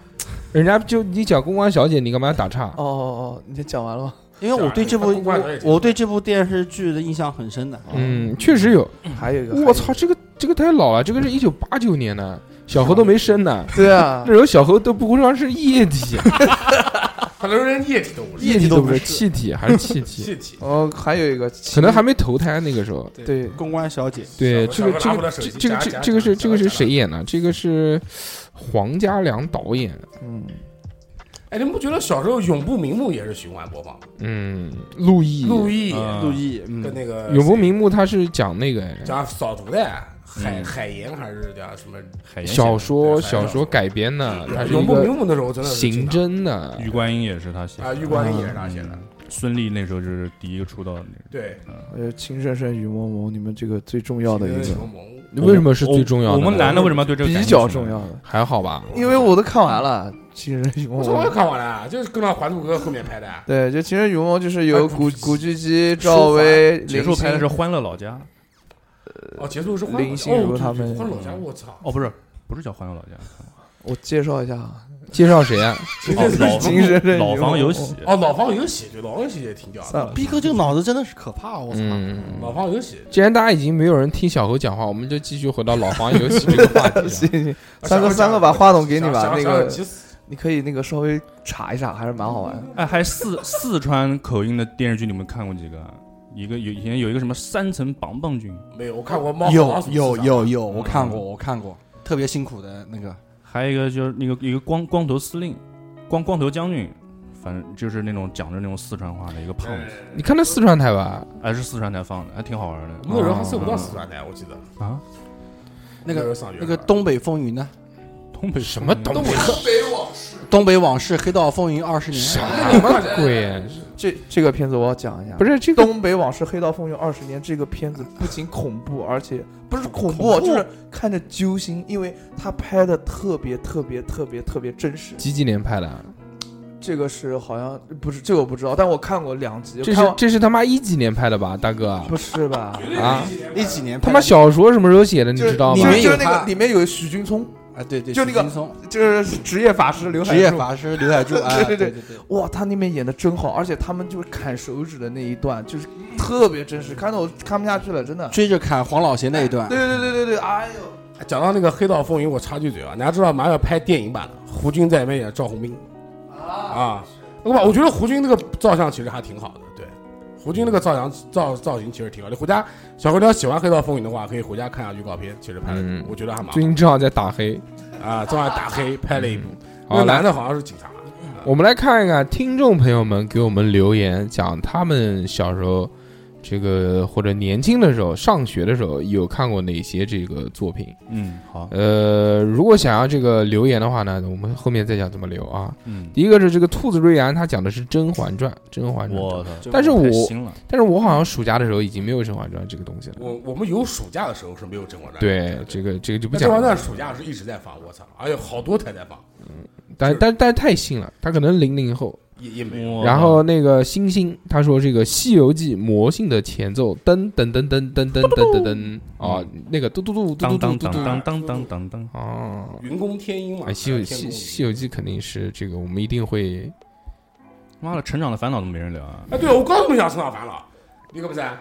S1: 人家就你讲公关小姐，你干嘛打岔？
S4: 哦哦哦，你讲完了吗？
S3: 因为我对这部
S7: 公关小姐
S3: 我我对这部电视剧的印象很深的，
S1: 嗯，确实有。
S4: 还有一个，
S1: 我操，，这个这个太老了，这个是一九八九年的，小猴都没生呢。
S4: 对啊
S1: 那，时候小猴都不会说是液体，
S7: 很多人液体都不是
S1: 液体都不是气体，还是气
S7: *laughs*
S1: 体，
S7: 气体。
S4: 哦，还有一个，
S1: 可能还没投胎那个时候。
S4: 对，
S3: 公关小姐
S1: 对，
S7: 小
S1: 这
S7: 猴
S1: 个
S7: 小
S1: 这个
S7: 猴拿不到手机
S1: 这个这
S7: 夹
S1: 个
S7: 夹
S1: 这个是
S7: 夹
S1: 这个是
S7: 夹夹
S1: 谁演的？这个是黄家良导演。
S4: 嗯，
S7: 哎，你们不觉得小时候《永不瞑目》也是循环播放吗？
S1: 嗯，陆毅，
S7: 陆毅
S5: 嗯
S3: 陆毅，嗯
S7: 跟那个
S1: 永不瞑目，他是讲那个哎
S7: 讲扫毒的海海盐还是叫什么？
S5: 海岩
S1: 小说
S7: 对反正
S1: 小
S7: 嗯
S1: 说改编的，啊他是
S7: 永
S1: 一
S7: 不瞑
S1: 个
S7: 目那时候真的是
S1: 刑
S7: 经
S1: 侦的
S5: 写，玉观音也是他写
S7: 常啊，
S5: 的，
S7: 玉观音也是他写
S5: 嗯
S7: 的，
S5: 孙俪那时候就是第一个出道的那个。
S7: 对，
S4: 呃，情深深雨蒙蒙，你们这个最重要的一
S7: 什
S4: 个，
S7: 么萌
S1: 为什么是最重要的
S5: 哦我
S1: 呢？
S5: 们男的为什么要对这个
S4: 比
S5: 感兴趣呢
S4: 较重要？的，
S1: 还好吧？
S4: 因为我都看完了《情深深雨蒙
S7: 我从
S4: 蒙
S7: 来》。看完了，就是跟上《还珠格格》后面拍的。
S4: 对，就《情深深雨蒙蒙》就是由
S7: 哎
S4: 古
S7: 古
S4: 古巨基、赵薇、
S5: 结
S4: 林
S5: 束拍的是
S4: 星
S5: 《欢乐老家》，
S7: 哦，结束是欢
S4: 林
S7: 乐
S4: 心
S7: 哦
S4: 如
S7: 对
S4: 他
S7: 对
S4: 们
S7: 欢乐老家，我操！
S5: 哦，不是，不是叫《欢乐老
S7: *laughs*
S5: 家
S4: 我介绍一下啊，
S1: 介绍谁啊？》
S4: *laughs*
S5: 哦，
S4: 情深深雨
S5: 老老
S4: 蒙
S5: 房
S4: 蒙
S5: 有喜，
S7: 哦，老方有喜剧，老方有喜剧也挺屌
S4: 算
S7: 的。
S4: 了，
S3: 逼哥这个脑子真的是可怕，我操！
S1: 嗯，
S7: 老方有喜，
S1: 既然大家已经没有人听小何讲话，我们就继续回到老黄游戏这个话题
S4: 行
S1: 上。
S4: 行，
S7: 啊
S4: 三哥
S7: 想
S4: 三哥把话筒给你吧
S7: 想
S4: 那
S7: 想
S4: 个
S7: 想急死
S4: 你可以那个稍微查一查，还是蛮好玩的。
S5: 哎，还四四川口音的电视剧，你们看过几个啊？一个有以前有一个什么三层棒棒军，
S7: 没有，我看过猫和老
S3: 有
S7: 鼠
S3: 有
S7: 市场
S3: 有有，我看过，我看过，嗯特别辛苦的那个，
S5: 还有一个就是那个一个光光头司令，光光头将军，反正就是那种讲着那种四川话的一个胖子，
S1: 啊你看那四川台吧，
S5: 还是四川台放的，还挺好玩
S7: 我们那时
S5: 的。
S7: 候还搜不到四川台，我记得
S5: 啊，
S3: 那
S7: 时
S3: 个
S7: 候上学
S3: 那
S7: *laughs*
S3: 个
S7: 了
S3: 东北风云呢？
S5: 东北什么
S1: 东
S5: 东
S1: 北
S3: 东北往事黑道风云二十年，
S1: 鬼？啊
S4: 这这个片子我要讲一下，
S1: 不
S4: 是
S1: 是这
S4: 《
S1: 个
S4: 东北往事黑道风云二十年》这个片子不仅恐怖，而且不是恐
S3: 恐怖
S4: 就是看着揪心，因为他拍的特别特别特别特别真实。
S1: 几几年拍的啊？
S4: 这个是好像不是这个我不知道，但我看过两集，
S1: 这
S4: 看
S1: 是
S4: 完
S1: 这是他妈一几年拍的吧，大哥？
S4: 不是吧？
S1: 啊，
S3: 一几年拍
S1: 他
S3: 的
S1: 妈小说什么时候写的？你
S4: 就是
S1: 知道
S4: 就
S1: 吗
S3: 里？面
S4: 是就
S3: 有
S4: 是那
S3: 他
S4: 个里面有许君聪，
S3: 啊，对对，
S4: 就那个
S3: 许金松
S4: 就是职业法师刘海
S3: 职业
S4: 柱
S3: 法师刘海柱，啊，
S4: 对对
S3: 对
S4: 对
S3: 对对，
S4: 哇，他那边演的真好，而且他们就是砍手指的那一段，就是特别真实，看得我看不下去了，真的。
S3: 追着砍黄老邪那一段，
S4: 对对对对对，哎呦，
S7: 讲到那个《黑道风云》，我插句嘴啊，大家知道马上要拍电影版的，胡军在里面演赵红兵啊，我吧，我觉得胡军那个造像其实还挺好的，对，胡军那个造像造造型其实挺好的。回家小姑娘喜欢《黑道风云》的话，可以回家看下预告片，其实拍的、
S1: 嗯
S7: 我觉得还蛮好
S1: 最近正好在打黑。
S7: 啊，正好打黑拍了一部，那
S1: 好，
S7: 个
S1: 来
S7: 男，的好像是警察，
S1: 我们来看一看听众朋友们给我们留言，讲他们小时候。这个或者年轻的时候，上学的时候有看过哪些这个作品？
S5: 嗯，好，
S1: 呃，如果想要这个留言的话呢，我们后面再讲怎么留啊。
S5: 嗯，
S1: 第一个是这个兔子瑞安，他讲的是《甄嬛传》，《甄嬛传》，
S5: 我操，
S1: 但是我
S5: 太新了，
S1: 但是我好像暑假的时候已经没有《甄嬛传》这个东西了。
S7: 我我们有暑假的时候是没有《甄嬛传》
S1: 对，这个这个就不
S7: 但
S1: 讲
S7: 甄嬛
S1: 了
S7: 传》。暑假是一直在放，我操，而且好多台在放，
S1: 但但但太新了，他可能零零后。
S7: 也也没有。
S5: 我
S1: 然后那个星星他说这个《西游记》魔性的前奏，噔噔噔噔噔噔噔噔噔哦，那个嘟嘟嘟嘟嘟啊
S5: 当
S1: 嘟
S5: 嗯当
S1: 嘟
S5: 当
S1: 嘟
S5: 当当当当当，
S1: 哦。
S7: 啊云宫天鹰嘛，
S1: 哎，《西游
S7: 天
S1: 西
S7: 宫
S1: 西游记》肯定是这个，我们一定会
S5: 妈的，成长的烦恼都没人聊啊，
S7: 哎，对，我刚这么想，成长烦了，你可不是？啊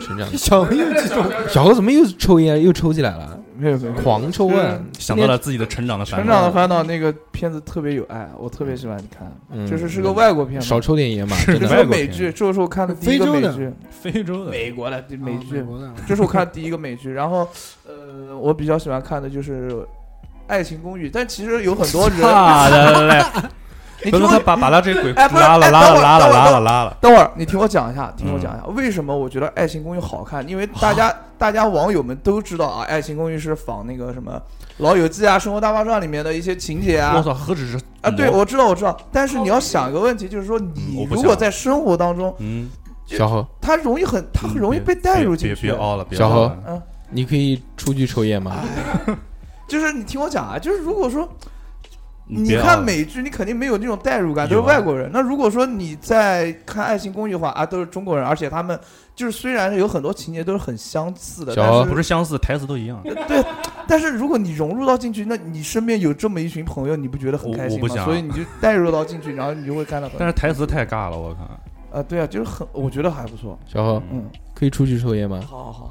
S1: 成长。
S3: 小朋友这种
S1: 小何怎么又抽烟又抽起来了？
S4: 没有没有，
S1: 狂抽啊！
S5: 想到了自己的成长的烦
S4: 成长的
S5: 恼，
S4: 烦恼那个片子特别有爱，我特别喜欢看，
S1: 嗯
S4: 就是是个外国片嘛，
S1: 少抽点烟嘛，
S5: 是
S1: 真的
S4: 这是
S5: 外
S4: 个
S5: 国
S4: 美
S5: 片
S4: 剧，这是我看的第一个
S2: 非
S4: 美
S2: 洲的
S4: 剧，
S5: 非洲的，
S4: 美国的美剧
S3: 美，国的
S4: 这是我看的第一个美剧。然后，呃，我比较喜欢看的就是《爱情公寓》，但其实有很多人，
S5: *laughs* 啊，来来来，
S4: *laughs* 你
S5: 不
S4: 听
S5: 是
S4: 我
S5: 他把把他这鬼
S4: 哎不是
S5: 拉了
S4: 哎
S5: 拉了
S4: 等会儿
S5: 拉了
S4: 等会儿
S5: 拉了拉了，
S4: 等会儿，你听我讲一下，听
S5: 嗯
S4: 我讲一下，为什么我觉得《爱情公寓》好看？因为大
S5: 啊
S4: 家大家网友们都知道啊，《爱情公寓》是仿那个什么《老友记》啊，《生活大爆炸》里面的一些情节
S5: 我
S4: 啊。
S5: 操，何止是
S4: 啊，对，，我知道，我知道，但是你要想一个问题，就是说
S5: 嗯我
S4: 你
S5: 不
S4: 如
S5: 想
S4: 果在生活当中，
S5: 嗯，
S1: 小何，
S4: 它容易很，它很容易被带入进
S5: 别哦
S4: 去
S5: 别。凹了，别
S1: 小
S5: 凹
S1: 何
S5: 了
S4: 嗯，
S1: 你可以出去抽烟吗？
S4: 就是你听我讲啊，就是如果说你
S5: 别凹
S4: 看
S5: 了
S4: 美剧，你肯定没有那种代入感，都
S5: 有
S4: 是
S5: 啊
S4: 外国人。那如果说你在看《爱情公寓》的话啊，都是中国人，而且他们就是虽然有很多情节都是很相似的，
S1: 小
S4: 但
S1: 欧
S4: 是
S5: 啊不是相似，台词都一样。 *laughs*
S4: 对，但是如果你融入到进去，那你身边有这么一群朋友，你不觉得很
S5: 我
S4: 开
S5: 我
S4: 心
S5: 不
S4: 吗？
S5: 想
S4: 所以你就带入到进去，然后你就会看到很。
S5: 但是台词太尬了，我靠！
S4: 啊，对啊，就是很，我觉得还不错。
S1: 小何，
S4: 嗯，
S1: 可以出去抽烟吗？
S4: 好好好，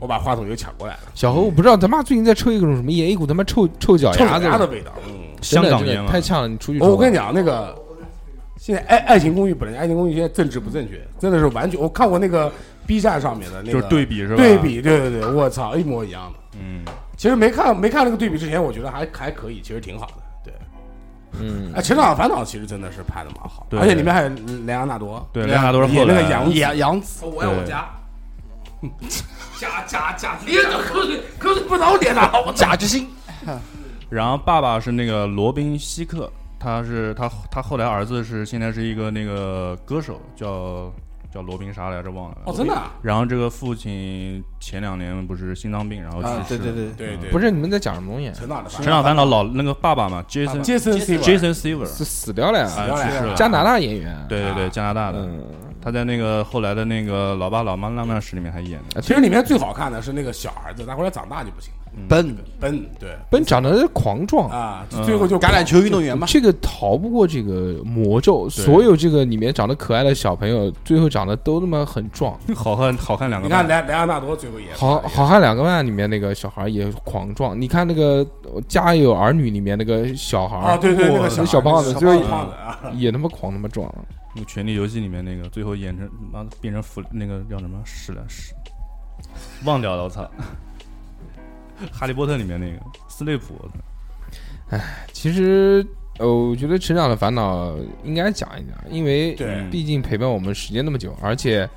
S7: 我把话筒又抢过来了，
S1: 小何，我不知道他妈最近在抽一种什么烟，一股他妈臭臭脚
S7: 臭
S1: 丫
S7: 脚
S1: 子
S7: 丫的
S1: 味，
S7: 味道。嗯，
S1: 真
S5: 香
S1: 的
S5: 港
S1: 真
S5: 烟啊
S1: 的
S5: 嘛，
S1: 太呛了，你出去抽吧。
S7: 哦我跟你讲，那个现在《爱爱情公寓》本来《爱情公寓》现在政治不正确，真的是完全。我看过那个 B 站上面的那
S5: 就
S7: 个
S5: 是对比是吧？
S7: 对，比，对对对，我操，一模一样的。
S5: 嗯，
S7: 其实没看没看那个对比之前，我觉得还还可以，其实挺好的。对，
S1: 嗯
S7: 哎，成长烦恼其实真的是拍的蛮好，
S5: 对
S7: 而且里面还有莱昂纳多，
S5: 对，莱昂纳多是
S7: 演
S5: 后
S7: 那
S5: 来
S7: 个杨
S3: 杨杨紫，
S8: 哦我爱我
S7: *laughs*
S8: 家。假假假，你口水口水不啊
S7: 老脸上我假之心，
S5: 然后爸爸是那个罗宾希克，他是他他后来儿子是现在是一个那个歌手，叫叫罗宾啥来着忘了。
S7: 哦，真的啊，
S5: 然后这个父亲前两年不是心脏病，然后去世、
S3: 啊，对对，对，
S7: 对对，
S1: 不
S7: 是
S1: 是你们在讲什么东西？
S7: 成长的烦
S5: 成
S7: 恼，
S5: 长烦恼老那个爸爸嘛，Jason
S7: Jason s e v e
S5: Jason Sever
S1: 是死掉了呀，
S5: 啊去世了，
S1: 加拿大演员。，
S5: 对对对加拿大的，
S1: 嗯，
S5: 他在那个后来的那个《老爸老妈浪漫史》里面还演的，
S7: 其实里面最好看的是那个小儿子，但后来长大就不行了，
S3: 笨
S7: 笨，对
S1: 本长得狂壮，
S7: 啊，
S5: 嗯
S7: 最后就
S3: 橄榄球运动员嘛，
S1: 这个逃不过这个魔咒。
S5: 对
S1: 所有这个里面长得可爱的小朋友，最后长得都他妈很壮。
S5: 好汉好汉两个
S7: 你
S5: 半。
S7: 看莱莱昂纳多最后也
S1: 好好汉两个半里面那个小孩也狂壮，你看那个《家有儿女》里面那个小孩
S7: 啊，对对，那个
S1: 那
S7: 小
S1: 小胖
S7: 子
S1: 子
S7: 小
S1: 就是
S7: 胖子啊，
S1: 也他妈狂他妈壮，
S5: 那个《权力游戏》里面那个，最后演成妈的变成腐那个叫什么史了史，忘掉了，我操！《哈利波特》里面那个斯内普，我操
S1: 其实，呃，我觉得《成长的烦恼》应该讲一讲，因为
S7: 对
S1: 毕竟陪伴我们时间那么久，而且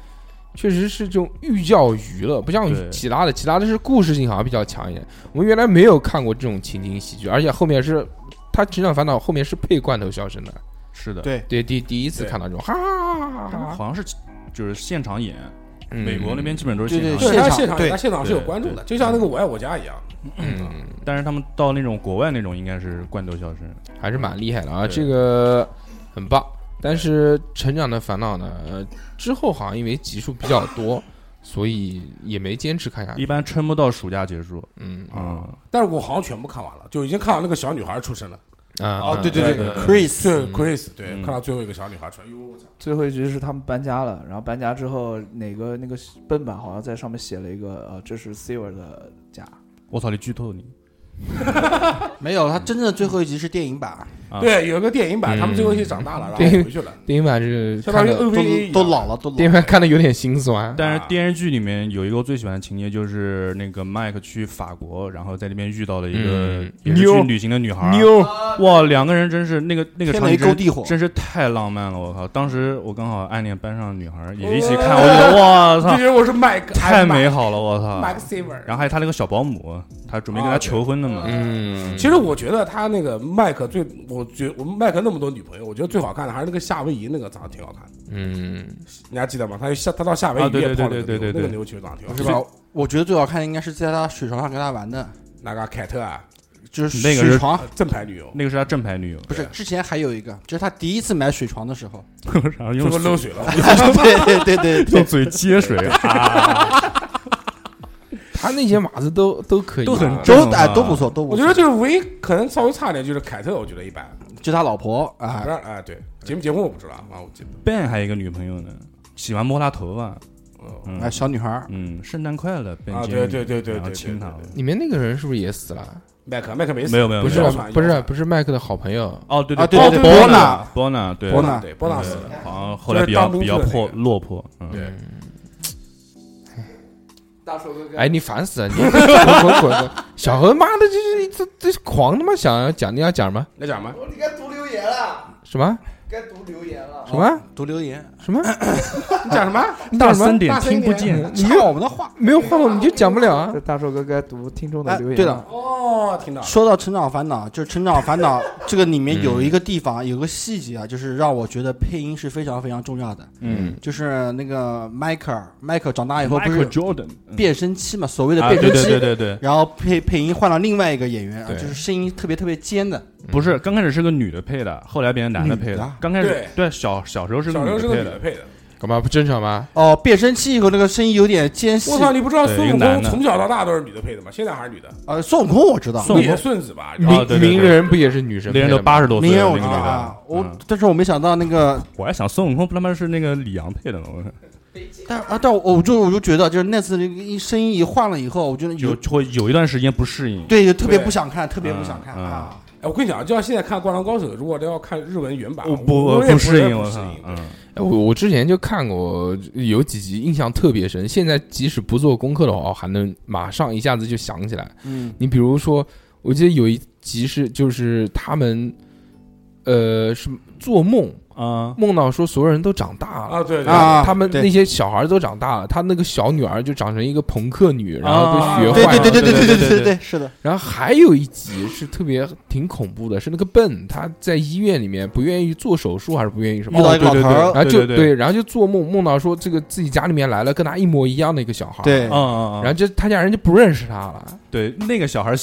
S1: 确实是这种寓教于乐，不像
S5: 对
S1: 其他的，其他的是故事性好像比较强一点。我们原来没有看过这种情景喜剧，而且后面是他《成长烦恼》后面是配罐头笑声的，
S5: 是的，
S3: 对
S1: 对，第第一次看到这种哈哈哈哈哈哈，
S5: 好像是就是现场演，
S1: 嗯
S5: 美国那边基本都是现
S3: 对
S5: 场
S3: 对
S5: 演，
S7: 对，他
S3: 现场
S7: 现场
S3: 对
S7: 他现场是有
S5: 对
S7: 观众的，就
S5: 对
S7: 像那个我爱我家一样，
S5: 但是他们到那种国外那种应该是罐头笑声，
S1: 还是蛮厉害的啊，
S5: 对
S1: 这个很棒。但是《成长的烦恼》呢，呃之后好像因为集数比较多，所以也没坚持看下
S5: 一
S1: 去。
S5: 般撑不到暑假结束。
S1: 嗯
S5: 啊，
S7: 但是我好像全部看完了，就已经看到那个小女孩出生了。
S1: 啊，
S3: 哦，
S1: 嗯
S3: 对对
S7: 对
S3: 对
S7: 对
S3: ，Chris，
S7: 对，Chris，对，
S5: 嗯
S7: 看到最后一个小女孩出来，哎哟，我操！
S4: 最后一局是他们搬家了，然后搬家之后，哪个那个笨板好像在上面写了一个呃，这是 Silver 的家，
S5: 我操，你剧透你！
S3: 没有，他真正的最后一集是电影版，
S5: 啊
S7: 对，有一个电影
S1: 嗯
S7: 版，他们最后一起长大了，然
S1: 对
S7: 后回去了，
S1: 啊电影版是
S7: 相当
S1: 看
S7: 于
S1: 的，
S3: 都
S7: OVA 一样
S3: 都老了，都老
S1: 电影
S3: 了。
S1: 版看的有点心酸。
S5: 但是电视剧里面有一个我最喜欢的情节，就是那个麦克去法国，然后在那边遇到了一个
S1: 嗯
S5: 也是去
S1: 妞
S5: 旅行的女孩儿，
S1: 妞，
S5: 哇，两个人真是那个那个
S3: 天
S5: 场
S3: 雷
S5: 景
S3: 勾
S5: 真
S3: 地火，
S5: 真是太浪漫了，我靠！当时我刚好暗恋班上的女孩儿，也一起看，哦我就觉得哇
S7: 这
S5: 操，
S7: 人我是哎 Mike，
S5: 太美
S7: 好
S5: 好了，我操！
S7: ，Mike Saver。
S5: 然后还有他那个小保姆，他准备跟他求婚的嘛，
S1: 啊嗯，
S7: 其实我觉得他那个麦克最，我觉我麦克那么多女朋友，我觉得最好看的还是那个夏威夷那个长得挺好看的，
S1: 嗯，
S7: 你还记得吗？他夏他到夏威
S5: 啊
S7: 夷
S5: 对
S7: 也泡了个
S5: 对对对
S7: 妞
S5: 对
S7: 那
S5: 对
S7: 个牛其实长得挺好
S3: 是
S7: 看的，
S3: 吧？我觉得最好看的应该是在他水床上跟他玩的，
S7: 那个凯特啊，
S3: 就是
S5: 那个
S3: 水
S5: 是
S3: 床，
S7: 正牌女友，
S5: 那个是他正牌女友，
S3: 不是之前还有一个，就是他第一次买水床的时
S5: *laughs*
S3: 候，
S5: 然后
S7: 最
S5: 用
S7: 后
S5: 嘴
S7: 漏水了。
S3: *laughs* 对对
S5: *laughs*
S3: 对对，
S5: 用嘴接水，啊
S1: 他那些马子都都可以，
S5: *laughs* 都很
S3: 都
S5: 正
S3: 哎
S5: 啊
S3: 都不错，都不
S7: 我
S3: 错。
S7: 觉得就是唯一可能稍微差一点就是凯特，我觉得一般，
S3: 就他老婆啊
S7: 不，然哎对，结没结婚我不知道啊，我记得
S5: Ben 还有一个女朋友呢，喜欢摸他头发，嗯
S3: 哎小女孩儿，
S5: 嗯，圣诞快乐，Ben
S7: 啊
S5: Jamie，
S7: 对对对对
S5: 然后
S7: 对
S5: 亲
S7: 对
S5: 他
S7: 对，对
S1: 里面那个人是不是也死了？
S7: 麦克麦克没死，
S5: 没有没有
S1: 不是
S5: 没有
S7: 没有
S1: 不是不是麦克的好朋友，
S5: 哦对
S3: 啊对
S5: 波
S3: 对对
S5: 波
S3: ，Bona
S5: 波娜对
S7: 波
S3: 波
S7: 纳
S3: 纳
S7: 对波纳死了，
S5: 好像后来比较
S7: 就是当兵
S5: 比较
S7: 的那
S5: 破
S7: 个
S5: 落魄，嗯，
S7: 对
S4: 大手哥哥
S1: 哎，你烦死了！你滚滚滚 *laughs* 滚！小何妈的，这这这这狂他妈想要讲，你要讲什么
S7: 那讲吗？
S4: 我你该读留言了，
S1: 什么
S4: 该读留言了
S1: 什么
S3: 哦读留言，
S1: 什么？
S7: 你讲什么？
S1: 你讲什么？
S7: 点听不见。
S1: 你
S3: 看我们的话。
S1: 没有话筒你就讲不了 *laughs* 啊
S4: 这！大手哥该读听众的
S3: 哎
S4: 留言、啊
S3: 对了，
S7: 哦，听到
S3: 啊
S7: 了。
S3: 说到成长烦恼，就是《成长烦
S5: *laughs*
S3: 恼》这个里面有一个地
S5: 嗯
S3: 方，有个细节啊，就是让我觉得配音是非常非常重要的。
S5: 嗯，
S3: 就是那个迈克尔，迈克尔长大以后不
S5: Michael
S3: 是
S5: Jordan 嗯
S3: 变声期嘛，所谓的
S5: 啊
S3: 变
S5: 对
S3: 声
S5: 对
S3: 期，
S5: 对对对，
S3: 然后配配音换了另外一个演员，啊
S5: 对
S3: 就是声音特别特别尖的，
S5: 不是，刚开始是个女的配的，后来变成男的
S3: 女
S5: 配的
S3: 的。
S5: 刚开始
S7: 对
S5: 对小小时候是个
S7: 小时候
S5: 女
S7: 是
S5: 的
S7: 个
S5: 配
S7: 女的
S5: 的，
S7: 配的，
S1: 干嘛不正常吗？
S3: 哦，变声期以后那个声音有点尖细
S7: 我。操！你不知道
S5: 对
S7: 孙
S5: 一
S7: 悟
S5: 个男
S7: 空
S5: 的
S7: 从小到大都是女的配的吗？现在还是女的，
S3: 呃，孙悟空我知道，
S5: 孙悟空
S7: 你也顺子吧？
S5: 啊
S1: 名
S5: 对对对
S1: 名人不也是女生
S5: 那
S1: 配的
S5: 人
S1: 吗？
S5: 都八十多岁
S3: 名
S5: 了，
S3: 人我
S5: 那个
S3: 知
S5: 女
S3: 道
S5: 的
S3: 啊，。我
S5: 嗯
S3: 但是我没想到那个，
S5: 我还想孙悟空他妈是那个李阳配的呢，我
S3: 但啊，但我我就我就觉得，就是那次那个一声音一换了以后，我觉得
S5: 有会有一段时间不适应。
S3: 对，特别
S7: 对
S3: 不想看，特别不想看
S5: 嗯嗯
S3: 啊！
S7: 哎，我跟你讲，就像现在看《灌篮高手》，如果要看日文原版，
S5: 我哦不
S7: 啊
S5: 呃
S7: 我也
S5: 不
S7: 不
S5: 适应，
S7: 不
S5: 我
S7: 适
S5: 操
S7: 应，
S5: 嗯，
S1: 哎我我之前就看过有几集，印象特别深。现在即使不做功课的话，还能马上一下子就想起来。
S3: 嗯，
S1: 你比如说，我记得有一集是就是他们呃是做梦，
S5: 啊
S1: 梦到说所有人都长大了。
S7: 啊，对对
S3: 啊
S1: 他们
S3: 对
S1: 那些小孩都长大了，他那个小女儿就长成一个朋克女，然后被学
S3: 对
S1: 坏
S3: 对
S1: 了。
S3: 对对对对
S5: 对
S3: 对
S5: 对
S3: 对
S5: 对
S3: 对，是的，
S1: 然后还有一集是特别挺恐怖的，是那个笨他在医院里面不愿意做手术，还是不愿意什
S3: 遇
S1: 么？
S3: 到一个老头儿，
S1: 然后就
S5: 哦对对对
S1: 然后就做梦梦到说这个自己家里面来了跟他一模一样的一个小孩，，
S3: 对
S7: 嗯
S5: 啊，啊
S1: 然后就他家人就不认识他了
S5: 对，那个小孩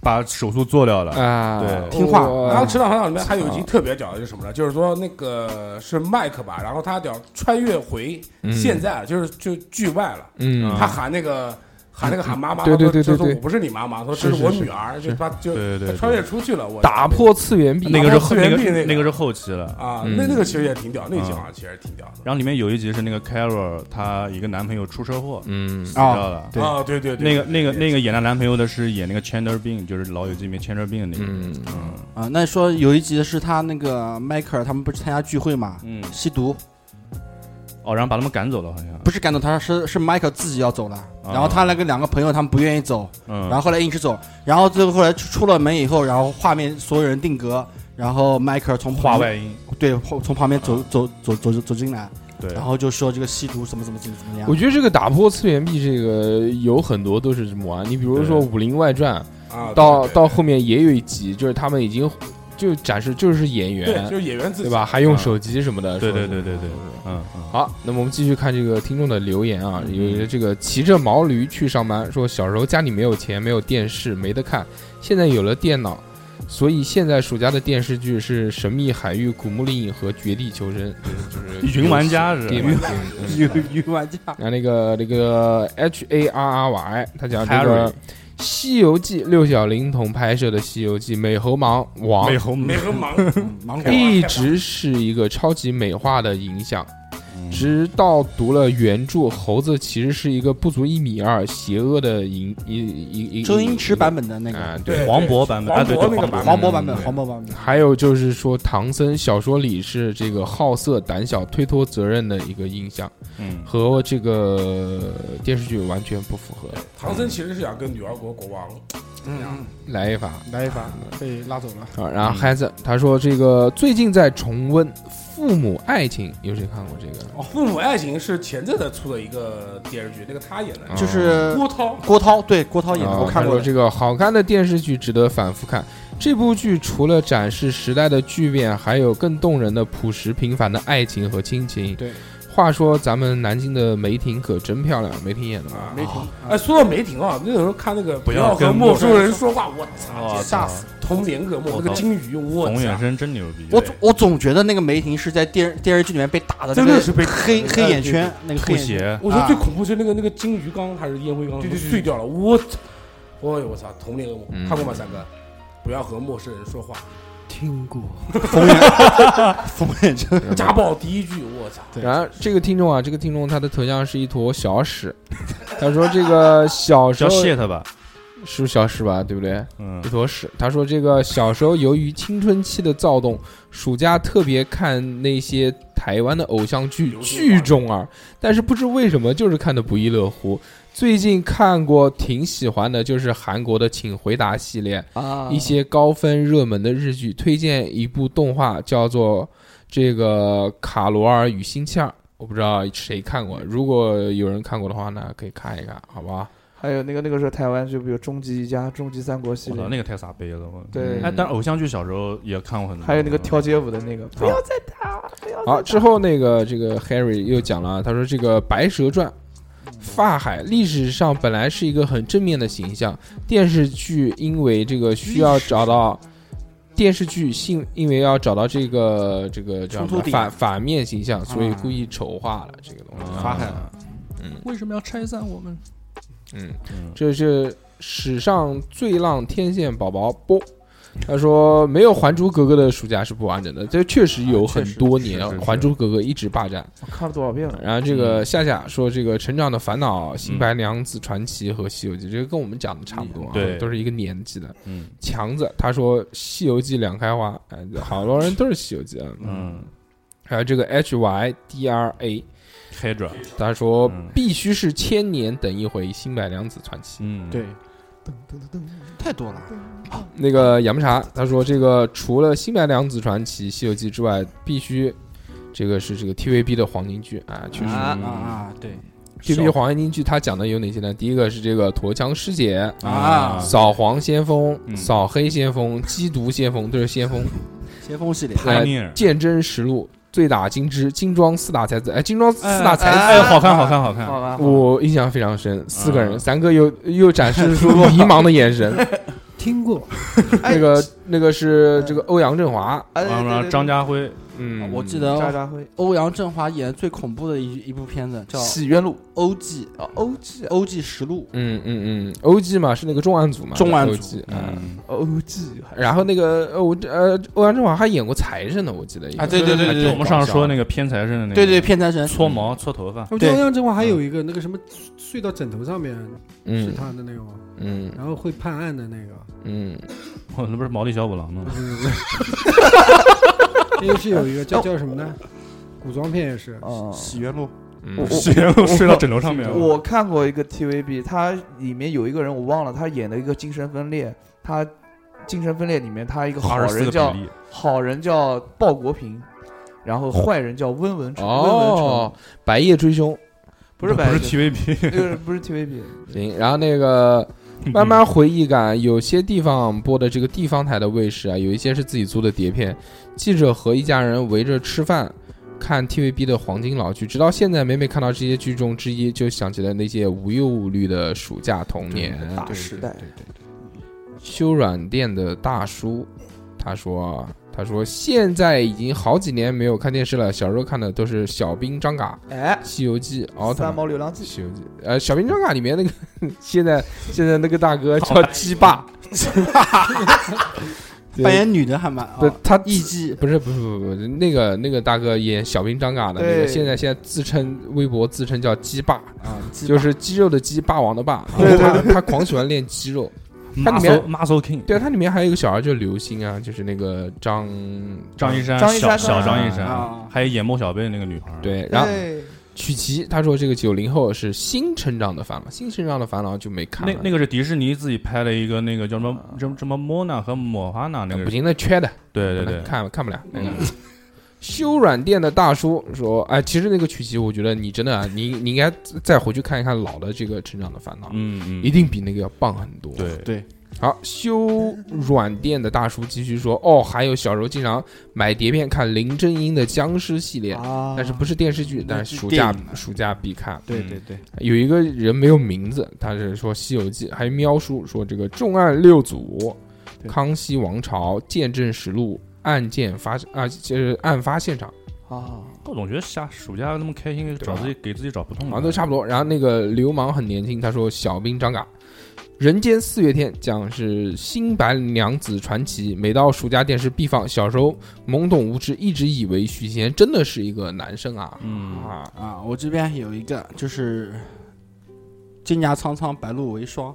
S5: 把手术做掉
S7: 哎
S5: 了，
S1: 啊，
S5: 对
S3: 听话
S1: 哇
S7: 然后《指导航道》里面还有一
S5: 啊
S7: 集特别屌的是什么呢？就是说那个是麦克吧，然后他屌穿越回
S1: 嗯
S7: 现在了，就是就剧外了，
S1: 嗯，
S7: 他喊那个喊那个喊妈妈，
S1: 嗯对对对
S7: 他说
S1: 对对
S7: 我不是你妈妈，说
S1: 是
S7: 这
S1: 是
S7: 我
S1: 是
S7: 女儿，就他就
S5: 对对
S7: 他
S5: 对
S7: 穿越出去了，我
S1: 打破次元壁，
S5: 那个是后
S7: 然后
S5: 那个
S7: 啊自然病那个
S5: 那个是后期了。
S7: 啊，
S1: 嗯
S7: 那那个其实也挺屌，那集好像其实挺屌的
S5: 然后里面有一集是那个 Carol，她一个男朋友出车祸
S1: 嗯
S5: 死掉了。
S3: 对
S7: 啊，对对对，
S5: 那个那个那个演她男朋友的是演那个 Chandler Bing，就是《老友记》里面 Chandler Bing 的那个人。
S1: 嗯
S5: 嗯
S3: 啊，那说有一集是他那个迈克尔他们不是参加聚会嘛，
S5: 嗯，
S3: 吸毒
S5: 哦，然后把他们赶走了，好像。
S3: 不是赶走他，是是迈克尔自己要走了，然后他那个两个朋友他们不愿意走，
S5: 嗯，
S3: 然后后来一直走，然后最后后来出出了门以后，然后画面所有人定格，然后迈克尔从旁
S5: 话
S3: 边
S5: 外音，
S3: 对从旁边走走走走走进来，
S5: 对
S3: 然后就说这个吸毒怎么怎么怎么怎么样
S1: 我，觉得这个打破次元壁，这个有很多都是这么啊玩。你比如说《
S5: 对
S1: 武林外传》
S7: 啊，对
S1: 到，
S7: 对对
S1: 到后面也有一集，就是他们已经就展示就是演
S7: 对，
S1: 员，
S7: 就是演员自 *laughs*
S1: 对
S7: 己
S1: 吧？还用
S5: 啊
S1: 手机什么的。
S5: 对
S1: 说
S5: 对
S1: 是
S5: 对对对，嗯嗯，
S1: 好，那么我们继续看这个听众的留言啊，有一个这个骑着毛驴去上班，说小时候家里没有钱，没有电视，没得看，现在有了电脑，所以现在暑假的电视剧是《神秘海域》《古墓丽影》和《绝地求
S5: *laughs*
S1: 生》，就是
S5: 云玩家是吧
S1: Game of Thrones，嗯
S3: 云玩家
S1: 然后那个那个 H A R R Y，他讲这个
S5: Harry
S1: 《西游记》，六小龄童拍摄的《西游记》，美猴王王
S5: 美猴
S7: 没
S1: *laughs*
S7: 和忙忙
S1: 一直是一个超级美化的影响，直到读了原著，猴子其实是一个不足一米二、邪恶的影一一一
S3: 周星驰版本的那
S1: 本
S3: 个
S1: 啊，
S7: 嗯哎对
S5: 黄渤版本，啊，对，
S7: 黄渤
S5: 对
S7: 那个版
S3: 黄渤版本
S1: 嗯，对
S3: 黄渤版本，
S1: 还有就是说，唐僧小说里是这个好色、胆小、推脱责任的一个印象，
S7: *laughs*
S5: 嗯，
S1: 和这个电视剧完全不符合。
S7: 唐僧其实是想跟女儿国国王，嗯，
S1: 来一发，
S2: 来一发被拉走了。
S1: 啊，然后孩子他说这个最近在重温《父母爱情》，有谁看过这个？
S7: 哦，父母爱情是前阵子出的一个电视剧，那个他演的
S1: 啊
S3: 就是
S7: 郭涛，
S3: 郭涛对郭涛演的，
S1: 啊
S3: 我看过
S1: 说
S3: 的，
S1: 这个好看的电视剧值得反复看。这部剧除了展示时代的巨变，还有更动人的朴实平凡的爱情和亲情。
S2: 对，
S1: 话说咱们南京的梅婷可真漂亮，梅婷演
S3: *laughs*
S1: 的吧？
S7: 啊
S3: 梅婷
S7: 哎，说到梅婷啊，那个时候看那个
S5: 不要
S7: 要和
S5: 跟
S7: 陌
S5: 陌
S7: 生
S5: 生
S7: 人说话，我操，
S5: 哇
S7: 吓死！童年噩梦，
S5: 我
S7: 那个
S5: 操
S7: 金鱼，我
S5: 冯远
S7: 操，
S5: 征真牛逼，
S3: 我总我总觉得那个梅婷是在电电视剧里面被打的，
S7: 真的是被
S3: 黑黑眼圈，那个黑
S5: 吐
S3: 眼圈，
S5: 血，
S7: 我觉得最恐怖是那个那个金鱼缸还是烟灰缸，
S3: 对对对
S7: 碎掉了，我操！哎呦我操，童年噩梦
S1: 嗯，
S7: 看过吗，三哥？不要和陌生人说话，
S2: 听过，
S3: 疯眼症，
S7: 家暴第一句，我操！
S3: 对
S1: 然后这个听众啊，这个听众他的头像是一坨小屎，他说这个小时
S5: 叫
S1: 候
S5: shit 吧，
S1: 是小屎吧，对不对？
S5: 嗯
S1: 一，坨屎。他说这个小时候由于青春期的躁动，暑假特别看那些台湾的偶像剧，剧中耳，但是不知为什么就是看得不亦乐乎。最近看过挺喜欢的，就是韩国的《请回答》系列，
S4: 啊
S1: 一些高分热门的日剧，推荐一部动画叫做《这个卡罗尔与星期二》，我不知道谁看过，如果有人看过的话呢，可以看一看，好不好？
S4: 还有那个那个是台湾剧，比如《终极一家》《终极三国》系
S5: 我操，
S4: 列，
S5: 那个太傻逼了，我
S4: 对
S5: 哎，但偶像剧小时候也看过很
S4: 嗯
S5: 多，
S4: 还有那个跳街舞的那个，不要再打，不要再打
S1: 好，之后那个这个 Harry 又讲了，他说这个《白蛇传》。法海历史上本来是一个很正面的形象，电视剧因为这个需要找到电视剧性，因为要找到这个这个叫什
S3: 冲突
S1: 么
S3: 点
S1: 反反面形象，所以故意丑化了这个东西。
S3: 法海
S9: 为什么要拆散我们？
S1: 嗯，这是史上最浪天线宝宝波。他说：“没有《还珠格格》的暑假是不完整的，这确实有很多年
S5: 是是
S1: 《
S5: 是
S1: 还珠格格》一直霸占。
S4: 我看了多少遍了？
S1: 然后这
S5: 嗯
S1: 个夏夏说，这个《成长的烦恼》《新白娘子传奇》和《西游记》，这个跟我们讲的差不多啊，
S5: 对
S1: 都是一个年纪的。
S5: 嗯
S1: 强子他说，《西游记》两开花，哎，好多人都是《西游记》啊。
S5: 嗯
S1: 还有这个 H Y D R A，
S5: ，Hydra，
S1: 他说
S5: 嗯
S1: 必须是千年等一回《新白娘子传奇》。
S5: 嗯，
S2: 对，
S3: 太多了。
S1: 那个杨木茶他说，这个除了《新白娘子传奇》《西游记》之外，必须这个是这个 TVB 的黄金剧啊，确实
S4: 啊
S7: 啊啊，
S8: 对，
S1: TVB 黄金剧它讲的有哪些呢？第一个是这个驼枪师姐、
S7: 啊
S1: 扫黄先锋、
S5: 嗯
S1: 扫黑先锋、缉毒先锋，都是先锋。呃
S3: 先锋系列，
S5: 拍尼尔，
S1: 鉴真实录、醉打金枝、金装四大才子，哎，金装四大才子。
S4: 哎
S5: 哎，好看，好看，好看，
S4: 好吧，
S1: 我印象非常深，四个人，
S5: 啊
S1: 三个又又展示出迷茫的眼神。
S2: 听过，
S4: 哎
S1: 那个那个是这个欧阳震华，
S4: 哎
S5: 然后
S4: 对对
S5: 然后
S4: 对
S5: 张家辉，
S1: 嗯，
S3: 啊我记
S4: 渣
S3: 得
S4: 渣辉，
S3: 欧阳震华演最恐怖的一一部片子叫哦《
S4: 洗冤录
S3: 欧记
S4: 啊，OG 啊
S3: 欧记实录
S1: 嗯嗯嗯，OG 嘛是那个重案组嘛，
S3: 重案组
S1: OG 嗯。
S5: 嗯，
S4: ，OG 还
S1: 然后那个呃我呃欧阳震华还演过财神呢，我记得一个
S3: 啊，对对对对
S5: 就哎我
S3: 对
S5: 们上次说那个偏财神的那个，
S3: 对对，骗财神嗯
S5: 搓毛搓头发， *laughs*
S2: 我觉
S3: 对
S2: 得欧阳震华还有一个那个什么睡到枕头上面是
S1: 嗯
S2: 他的那个吗？
S1: 嗯
S2: 然后会判案的那个，
S1: 嗯，
S5: 我那不是毛利小五郎吗？
S2: 那个是有一个
S1: 哦
S2: 叫叫什么呢？古装片也是，
S4: 啊。
S5: *laughs*
S3: 洗冤录，
S1: 嗯
S4: 我
S5: 洗冤录 *laughs* 睡到枕头上面了，
S4: 我看过一个 TVB，它里面有一个人我忘了，他演的一个精神分裂，他精神分裂里面他一个好
S5: 二十四
S4: 人
S5: 个
S4: 叫
S5: 比例，
S4: 好人叫鲍国平，然后坏人叫温文成，温文
S1: 哦
S4: 成，
S1: 白夜追凶
S4: 不是
S5: 不
S4: 白
S5: 是
S4: 人，
S5: TVB，
S4: 那个不是 TVB，
S1: 行，然后那个慢慢回忆感，有些地方播的这个地方台的卫视啊，有一些是自己租的碟片，记者和一家人围着吃饭。看 TVB 的黄金老剧，直到现在每每看到这些剧中之一，就想起了那些无忧无虑的暑假童年。
S4: 大时代，
S1: 修软垫的大叔，他说：“他说现在已经好几年没有看电视了，小时候看的都是《小兵张嘎》
S4: 哎
S1: 《西游记》《奥特
S4: 三
S1: 曼》
S4: 毛流浪
S1: 《
S4: 记，
S1: 西游记》呃，《小兵张嘎》里面那个现在现在那个大哥叫鸡
S4: *laughs*
S1: 爸，鸡爸
S3: 扮演女的还蛮啊
S1: 不，他
S3: 艺伎
S1: 不是不是不是不是那个那个大哥演小兵张嘎的那个，
S4: 对
S1: 现在现在自称微博自称叫鸡爸，
S3: 啊，鸡
S1: 就
S3: 巴
S1: 是肌肉的鸡，霸王的霸。
S4: 对对
S1: 他他狂喜欢练肌肉。”它里面
S5: Muscle Muscle King，
S1: 对，它里面还有一个小孩叫刘星啊，就是那个张
S5: 张一山，
S4: 张一
S5: 小
S4: 山
S5: 小
S4: 啊
S5: 张一山，
S3: 啊，
S5: 还有演莫小贝那个女孩，，
S1: 对，然后
S4: 对
S1: 曲奇他说这个九零后是新成长的烦恼，新成长的烦恼就没看
S5: 那
S1: 了
S5: 那个是迪士尼自己拍了一个那个叫什么什么什么莫娜和莫哈娜那
S1: 啊
S5: 个
S1: 不，行，那缺的，
S5: 对对
S1: 可能
S5: 对，
S1: 看看不了。那个
S5: 嗯
S1: 修软垫的大叔说，哎，其实那个曲奇，我觉得你真
S5: *laughs*
S1: 的啊，你你应该再回去看一看老的这个成长的烦恼，
S5: 嗯
S1: 一
S5: 嗯，
S1: 定比那个要棒很多。
S5: 对
S3: 对
S1: 好，修软垫的大叔继续说，哦，还有小时候经常买碟片看林正英的僵尸系列，
S3: 啊
S1: 但是不是电视剧，
S3: 那
S1: 但是
S3: 是
S1: 暑
S3: 电
S1: 假
S3: 影嘛啊
S1: 暑假必看。
S3: 对对对，
S1: 有一个人没有名字，他是说《西游记》，还喵叔说这个《重案六组》《
S3: 对
S1: 康熙王朝见证实录》案件发啊，就是案发现场，
S3: 哦
S4: 啊，
S5: 我总觉得下暑假那么开心，
S1: 吧
S5: 找自己给自己找不痛
S3: 嗯
S1: 好
S5: 快
S1: 像都差不多。然啊后那个流氓很年轻，他说小兵张嘎。人间四月天讲是新白娘子传奇，每到暑假电视必放。小时候懵懂无知，一直以为许仙真的是一个男生啊，
S5: 嗯
S1: 啊，
S3: 啊，我这边有一个就是“金牙苍苍，白露为霜”。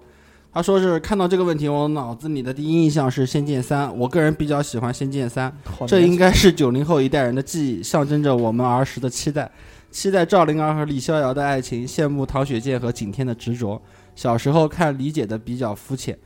S3: 他说是看到这个问题，我脑子里的第一印象是《仙剑三》，我个人比较喜欢《仙剑三》，
S4: 好
S3: 这
S4: 年
S3: 应
S4: 轻
S3: 该是九零后一代人的记忆，象征着我们儿时的期待，期待赵灵儿和李逍遥的爱情，羡慕唐雪见和景天的执着。小时候看理解的比较肤浅，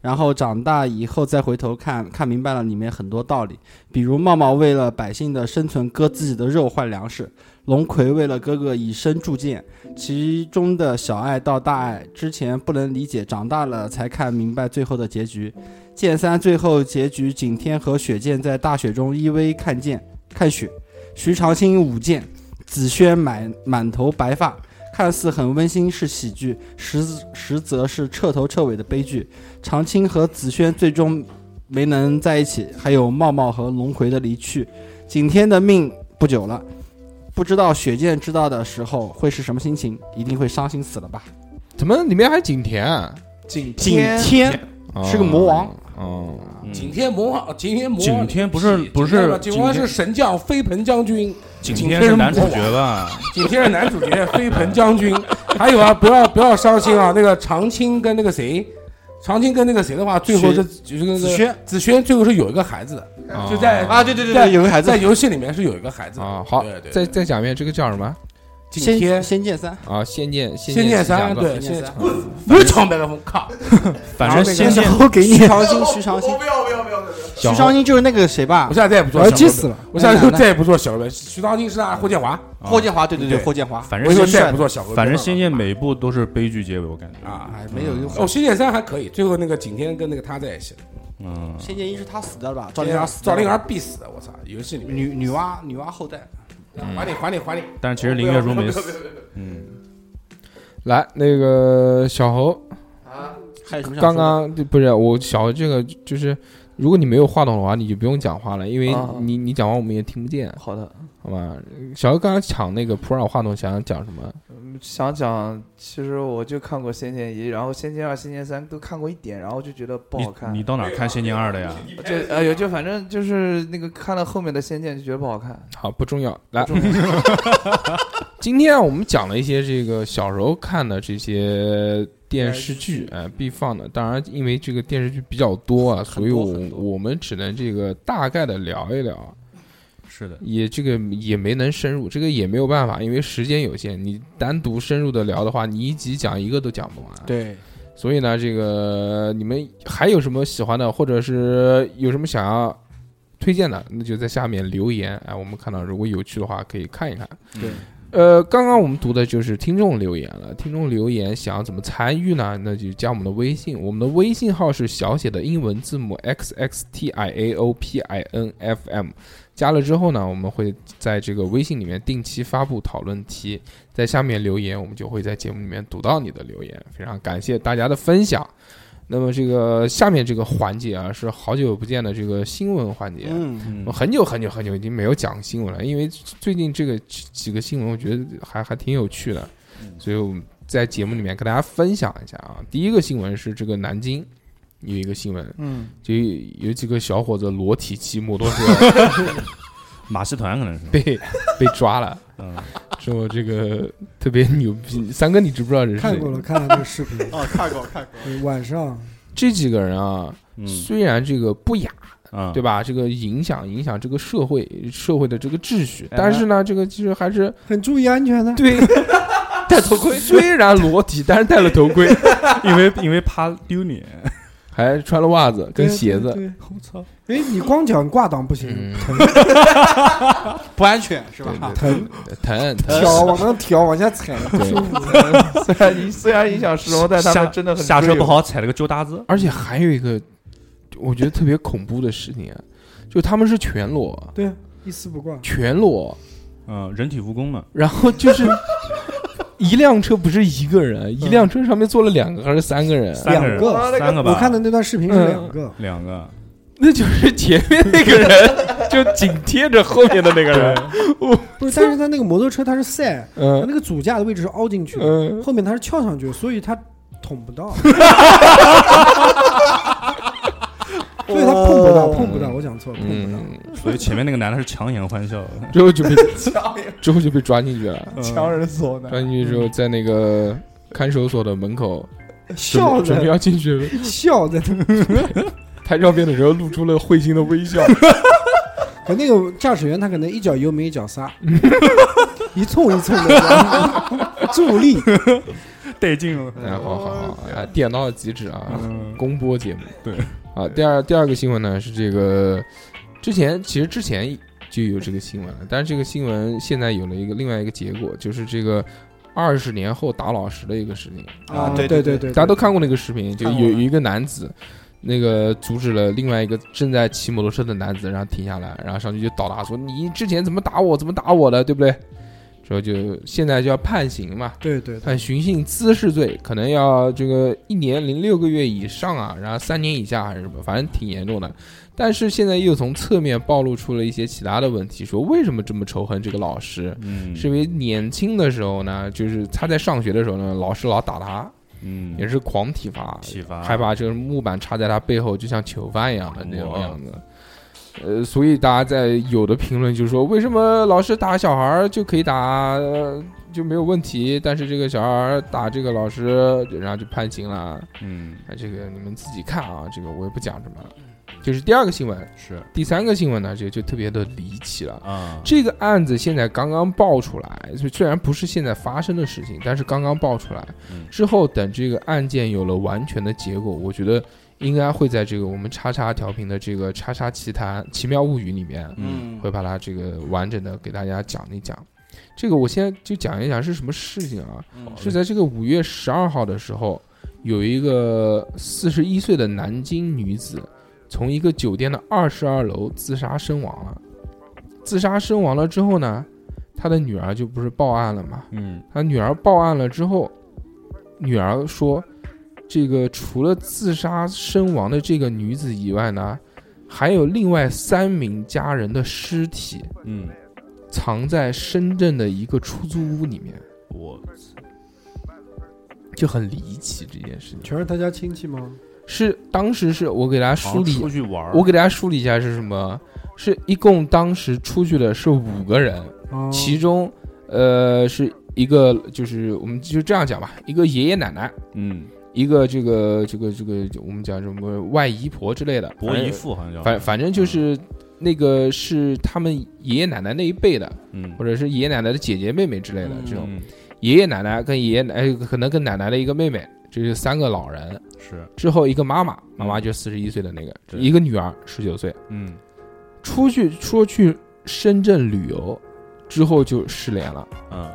S3: 然后长大以后再回头看看明白了里面很多道理，比如茂茂为了百姓的生存割自己的肉换粮食，龙葵为了哥哥以身铸剑，其中的小爱到大爱之前不能理解，长大了才看明白最后的结局。剑三最后结局，景天和雪见在大雪中依偎看剑看雪，徐长卿舞剑，紫萱满满头白发，看似很温馨是喜剧，实实则是彻头彻尾的悲剧。长卿和紫萱最终没能在一起，还有茂茂和龙葵的离去，景天的命不久了。不知道雪见知道的时候会是什么心情，一定会伤心死了吧？
S1: 怎么里面还景甜啊？
S3: 景
S4: 天
S3: 天是个魔王
S1: 哦，
S7: 景天魔王，景天魔王，
S5: 嗯景天不是
S7: 景
S5: 不是
S7: 景天是神将飞鹏将军，
S5: 景
S7: 景
S5: 天
S7: 天
S5: 是
S7: 是
S5: 男主
S7: 魔
S5: 角吧？
S7: 景天是男主角，飞鹏将军。还有啊，不 *laughs* 要不要伤心啊，那个长青跟那个谁，长青跟那个谁的话，最后是就是那
S3: 紫
S7: 个
S3: 萱
S7: 紫萱，最后是有一个孩子的，
S1: 哦
S7: 就在
S3: 啊，对对对对，有个孩子
S7: 在游戏里面是有一个孩子的
S1: 啊，好
S7: 对，对
S1: 再再讲一遍，这个叫什么？
S7: 顶天
S3: 仙仙剑三》
S1: 啊，《仙剑》《仙
S7: 仙剑
S1: 奇侠
S7: 三》
S1: 传
S7: 对，
S3: 仙剑三
S7: 滚，不是抢麦克风，靠！
S5: 啊反正仙剑
S2: 然后给你，
S3: 徐长卿，徐长卿
S4: 我，不要不要不要！
S3: 徐长卿就是那个谁吧
S7: 我现？在再也不
S2: 我
S7: 做
S2: 要
S7: 小
S2: 急
S7: 日
S2: 啊死
S7: 本，
S2: 了。
S7: 我现在就再也不做小日本。徐长卿是啊，霍建华，
S3: 霍建华，对对对，
S7: 对
S3: 霍建华。
S5: 反
S7: 我以后
S5: 正
S7: 再也
S5: 仙
S7: 不做小日本了。
S5: 反正仙剑每一部都是悲剧结尾，我感觉。
S7: 啊，
S3: 哎，没有用。
S7: 哦，《仙剑三》还可以，最后那个景天跟那个他在一起，
S5: 嗯，
S3: 仙剑一是他死掉的
S7: 啊
S3: 吧？赵灵儿死，
S7: 赵灵儿，必死的，我操！游戏里面，啊
S3: 女女娲，女娲后代。
S7: 还你还你还你，
S5: 但是其实林月如没死。
S1: 来，那个小猴，
S3: 还有什么想说
S1: 刚
S3: 的？
S1: 刚不是我小猴这个就是，如果你没有话筒的话，你就不用讲话了，因为你、
S4: 啊
S1: 你你讲话我们也听不见，
S4: 好的，
S1: 好吧？小猴刚刚抢那个普洱话筒，想要讲什么？
S4: 嗯想讲，其实我就看过《仙剑一》，然后《仙剑二》《仙剑三》都看过一点，然后就觉得不好看
S5: 你你。到哪儿看仙剑二的呀？
S4: 就哎呦，就反正就是那个看了后面的《仙剑》就觉得不好 *laughs* 看。
S1: 好，不重要。来，今天啊我们讲了一些这个小时候看的这些电视剧，哎、必放的。当然，因为这个电视剧比较多啊，所以我我们只能这个大概的聊一聊，
S5: 是的，
S1: 也这个也没能深入，这个也没有办法，因为时间有限。你单独深入的聊的话，你一集讲一个都讲不完。啊
S7: 对，
S1: 所以呢，这个你们还有什么喜欢的，或者是有什么想要推荐的，那就在下面留言。哎，我们看到如果有趣的话，可以看一看。
S5: 对，
S1: 呃，刚刚我们读的就是听众留言了。听众留言想要怎么参与呢？那就加我们的微信，我们的微信号是小写的英文字母 x x t i a o p i n f m。加了之后呢，我们会在这个微信里面定期发布讨论题。在下面留言，我们就会在节目里面读到你的留言。非常感谢大家的分享。那么这个下面这个环节啊，是好久不见的这个新闻环节。啊
S3: 嗯，
S5: 嗯
S1: 我很久很久很久已经没有讲新闻了，因为最近这个几几个新闻，我觉得还还挺有趣的，所以我们在节目里面跟大家分享一下啊。第一个新闻是这个南京有一个新闻，
S3: 嗯，
S1: 就有几个小伙子裸体骑摩托车
S5: 马戏团可能是。
S1: 被被抓了，
S5: 嗯，
S1: 说这个特别牛逼。三哥，你知不知道这是谁
S2: 看过了，看了那个视频。
S3: 哦，看过看过。
S2: 嗯晚上
S1: 这几个人啊，
S5: 嗯
S1: 虽然这个不雅，
S5: 啊，
S1: 对吧？这个影响影响这个社会社会的这个秩序，
S5: 哎
S1: 但是呢，这个其实还是
S2: 很注意安全 *laughs* 啊的，
S1: 对戴头盔，虽然裸体，但是戴了头
S2: *laughs*
S1: 盔，
S5: 因为因为怕丢脸。
S1: 还穿了袜子跟
S2: 对
S1: 鞋
S2: 对
S1: 子。
S2: 对
S5: 我操！
S2: 哎，你光讲挂档不行
S1: 嗯，
S2: 疼
S3: 不安全是
S1: 对
S3: 吧？
S1: 对对疼
S2: 挑
S1: *laughs* 疼，
S2: 往上挑，往下踩，不
S1: 对
S2: 舒服。
S4: 虽然影虽然影响市容，但他
S5: 下
S4: 们真的很
S5: 下车
S4: 追
S5: 不
S4: 我。
S5: 好踩了个旧搭子。
S1: 而且还有一个，我觉得特别恐怖的事情啊，就他们是全裸，
S2: 对，一丝不挂。
S1: 全裸，
S5: 嗯，人体蜈蚣嘛。
S1: 然后就是
S2: *laughs*
S1: 一辆车不是一个
S2: 嗯
S1: 人，一辆车上面坐了两个还是三个人？
S5: 三个嗯人
S2: 两个
S5: 三个
S2: 嗯
S5: 吧。
S2: 我看的那段视频是两
S1: 嗯
S2: 个，
S5: 两个。
S1: 那就是前面那个
S2: *laughs*
S1: 人就紧贴着后面的那个人，
S2: 不是，但是他那个摩托车它是赛，它
S1: 嗯
S2: 那个主驾的位置是凹进去的，
S1: 嗯，
S2: 后面它是翘上去的，所以它捅不到，所以它碰不到，碰不到，我讲错了，碰不到。
S1: 嗯，
S5: 所以前面那个男的是强颜欢笑的。
S1: 之后就
S2: *laughs*
S1: 被之后就被抓进去了，
S4: 强人所难。
S1: 抓进去之后在那个看守所的门口准
S2: 笑
S1: 备准备
S2: 着
S1: 要进去
S2: 笑着，
S1: 拍照片的时候露出了会心的微
S5: *laughs*
S1: 笑，
S2: 可那个驾驶员他可能一脚油门一脚刹，一蹭一蹭的，助力。
S5: 带劲了。
S1: 哎，好好好，啊，点到即止啊，
S5: 嗯，
S1: 公播节目，
S5: 对，
S1: 啊，第二第二个新闻呢是这个，之前其实之前就有这个新闻了，但是这个新闻现在有了一个另外一个结果，就是这个二十年后打老师的一个事情
S3: 啊
S2: 对
S3: 对
S2: 对
S3: 对
S2: 对，
S1: 大家都看过那个视频，就
S3: 看过
S1: 有
S3: 了
S1: 有一个男子，那个阻止了另外一个正在骑摩托车的男子，然后停下来，然后上去就倒打说：“你之前怎么打我，怎么打我的，对不对？”之后就现在就要判刑嘛，
S2: 对对对
S1: 判寻衅滋事罪，可能要这个一年零六个月以上啊，然后三年以下还是什么，反正挺严重的。但是现在又从侧面暴露出了一些其他的问题，说为什么这么仇恨这个老师？
S5: 嗯，
S1: 是因为年轻的时候呢，就是他在上学的时候呢，老师老打他，
S5: 嗯
S1: 也是狂体罚，
S5: 体罚，
S1: 还把这个木板插在他背后，就像囚犯一样的那种
S5: 哇
S1: 样子。呃，所以大家在有的评论就说，为什么老师打小孩儿就可以打、呃就没有问题，但是这个小孩儿打这个老师，然后就判刑了。哎
S5: 嗯
S1: 啊，这个你们自己看啊，这个我也不讲什么了。这是第二个新闻。
S5: 嗯是
S1: 第三个新闻呢，就就特别的离奇了。
S5: 啊，
S1: 这个案子现在刚刚爆出来，就虽然不是现在发生的事情，但是刚刚爆出来
S5: 嗯
S1: 之后，等这个案件有了完全的结果，我觉得应该会在这个我们叉叉调频的这个《叉叉奇谈奇妙物语》里面，
S5: 嗯
S1: 会把它这个完整的给大家讲一讲。这个我现在就讲一讲是什么事情啊？是在这个五月十二号的时候，有一个四十一岁的南京女子从一个酒店的二十二楼自杀身亡了。自杀身亡了之后呢，她的女儿就不是报案了嘛？
S5: 嗯
S1: 她女儿报案了之后，女儿说，这个除了自杀身亡的这个女子以外呢，还有另外三名家人的尸体
S5: 嗯，
S1: 藏在深圳的一个出租屋里面。
S5: 我
S1: 就很离奇这件事情。
S2: 全是他家亲戚吗？
S1: 是当时是我给大家梳
S5: 好像
S1: 理
S5: 出，去玩儿，
S1: 我给大家梳理一下是什么？是一共当时出去的是五个人，
S2: 哦
S1: 其中呃是一个就是我们就这样讲吧，一个爷爷奶奶，
S5: 嗯，
S1: 一个这个这个这个就我们讲什么外姨婆之类的，哎
S5: 伯姨父好像叫，
S1: 反正，反正就是那个是他们爷爷奶奶那一辈的，
S5: 嗯
S1: 或者是爷爷奶奶的姐姐妹妹之类的这种。
S5: 嗯
S1: 爷爷奶奶跟爷爷奶哎可能跟奶奶的一个妹妹，这是三个老人。
S5: 是
S1: 之后一个妈妈，妈妈就四十一岁的那个，
S5: 嗯对
S1: 一个女儿十九岁，
S5: 嗯
S1: 出去说去深圳旅游之后就失联了。
S5: 嗯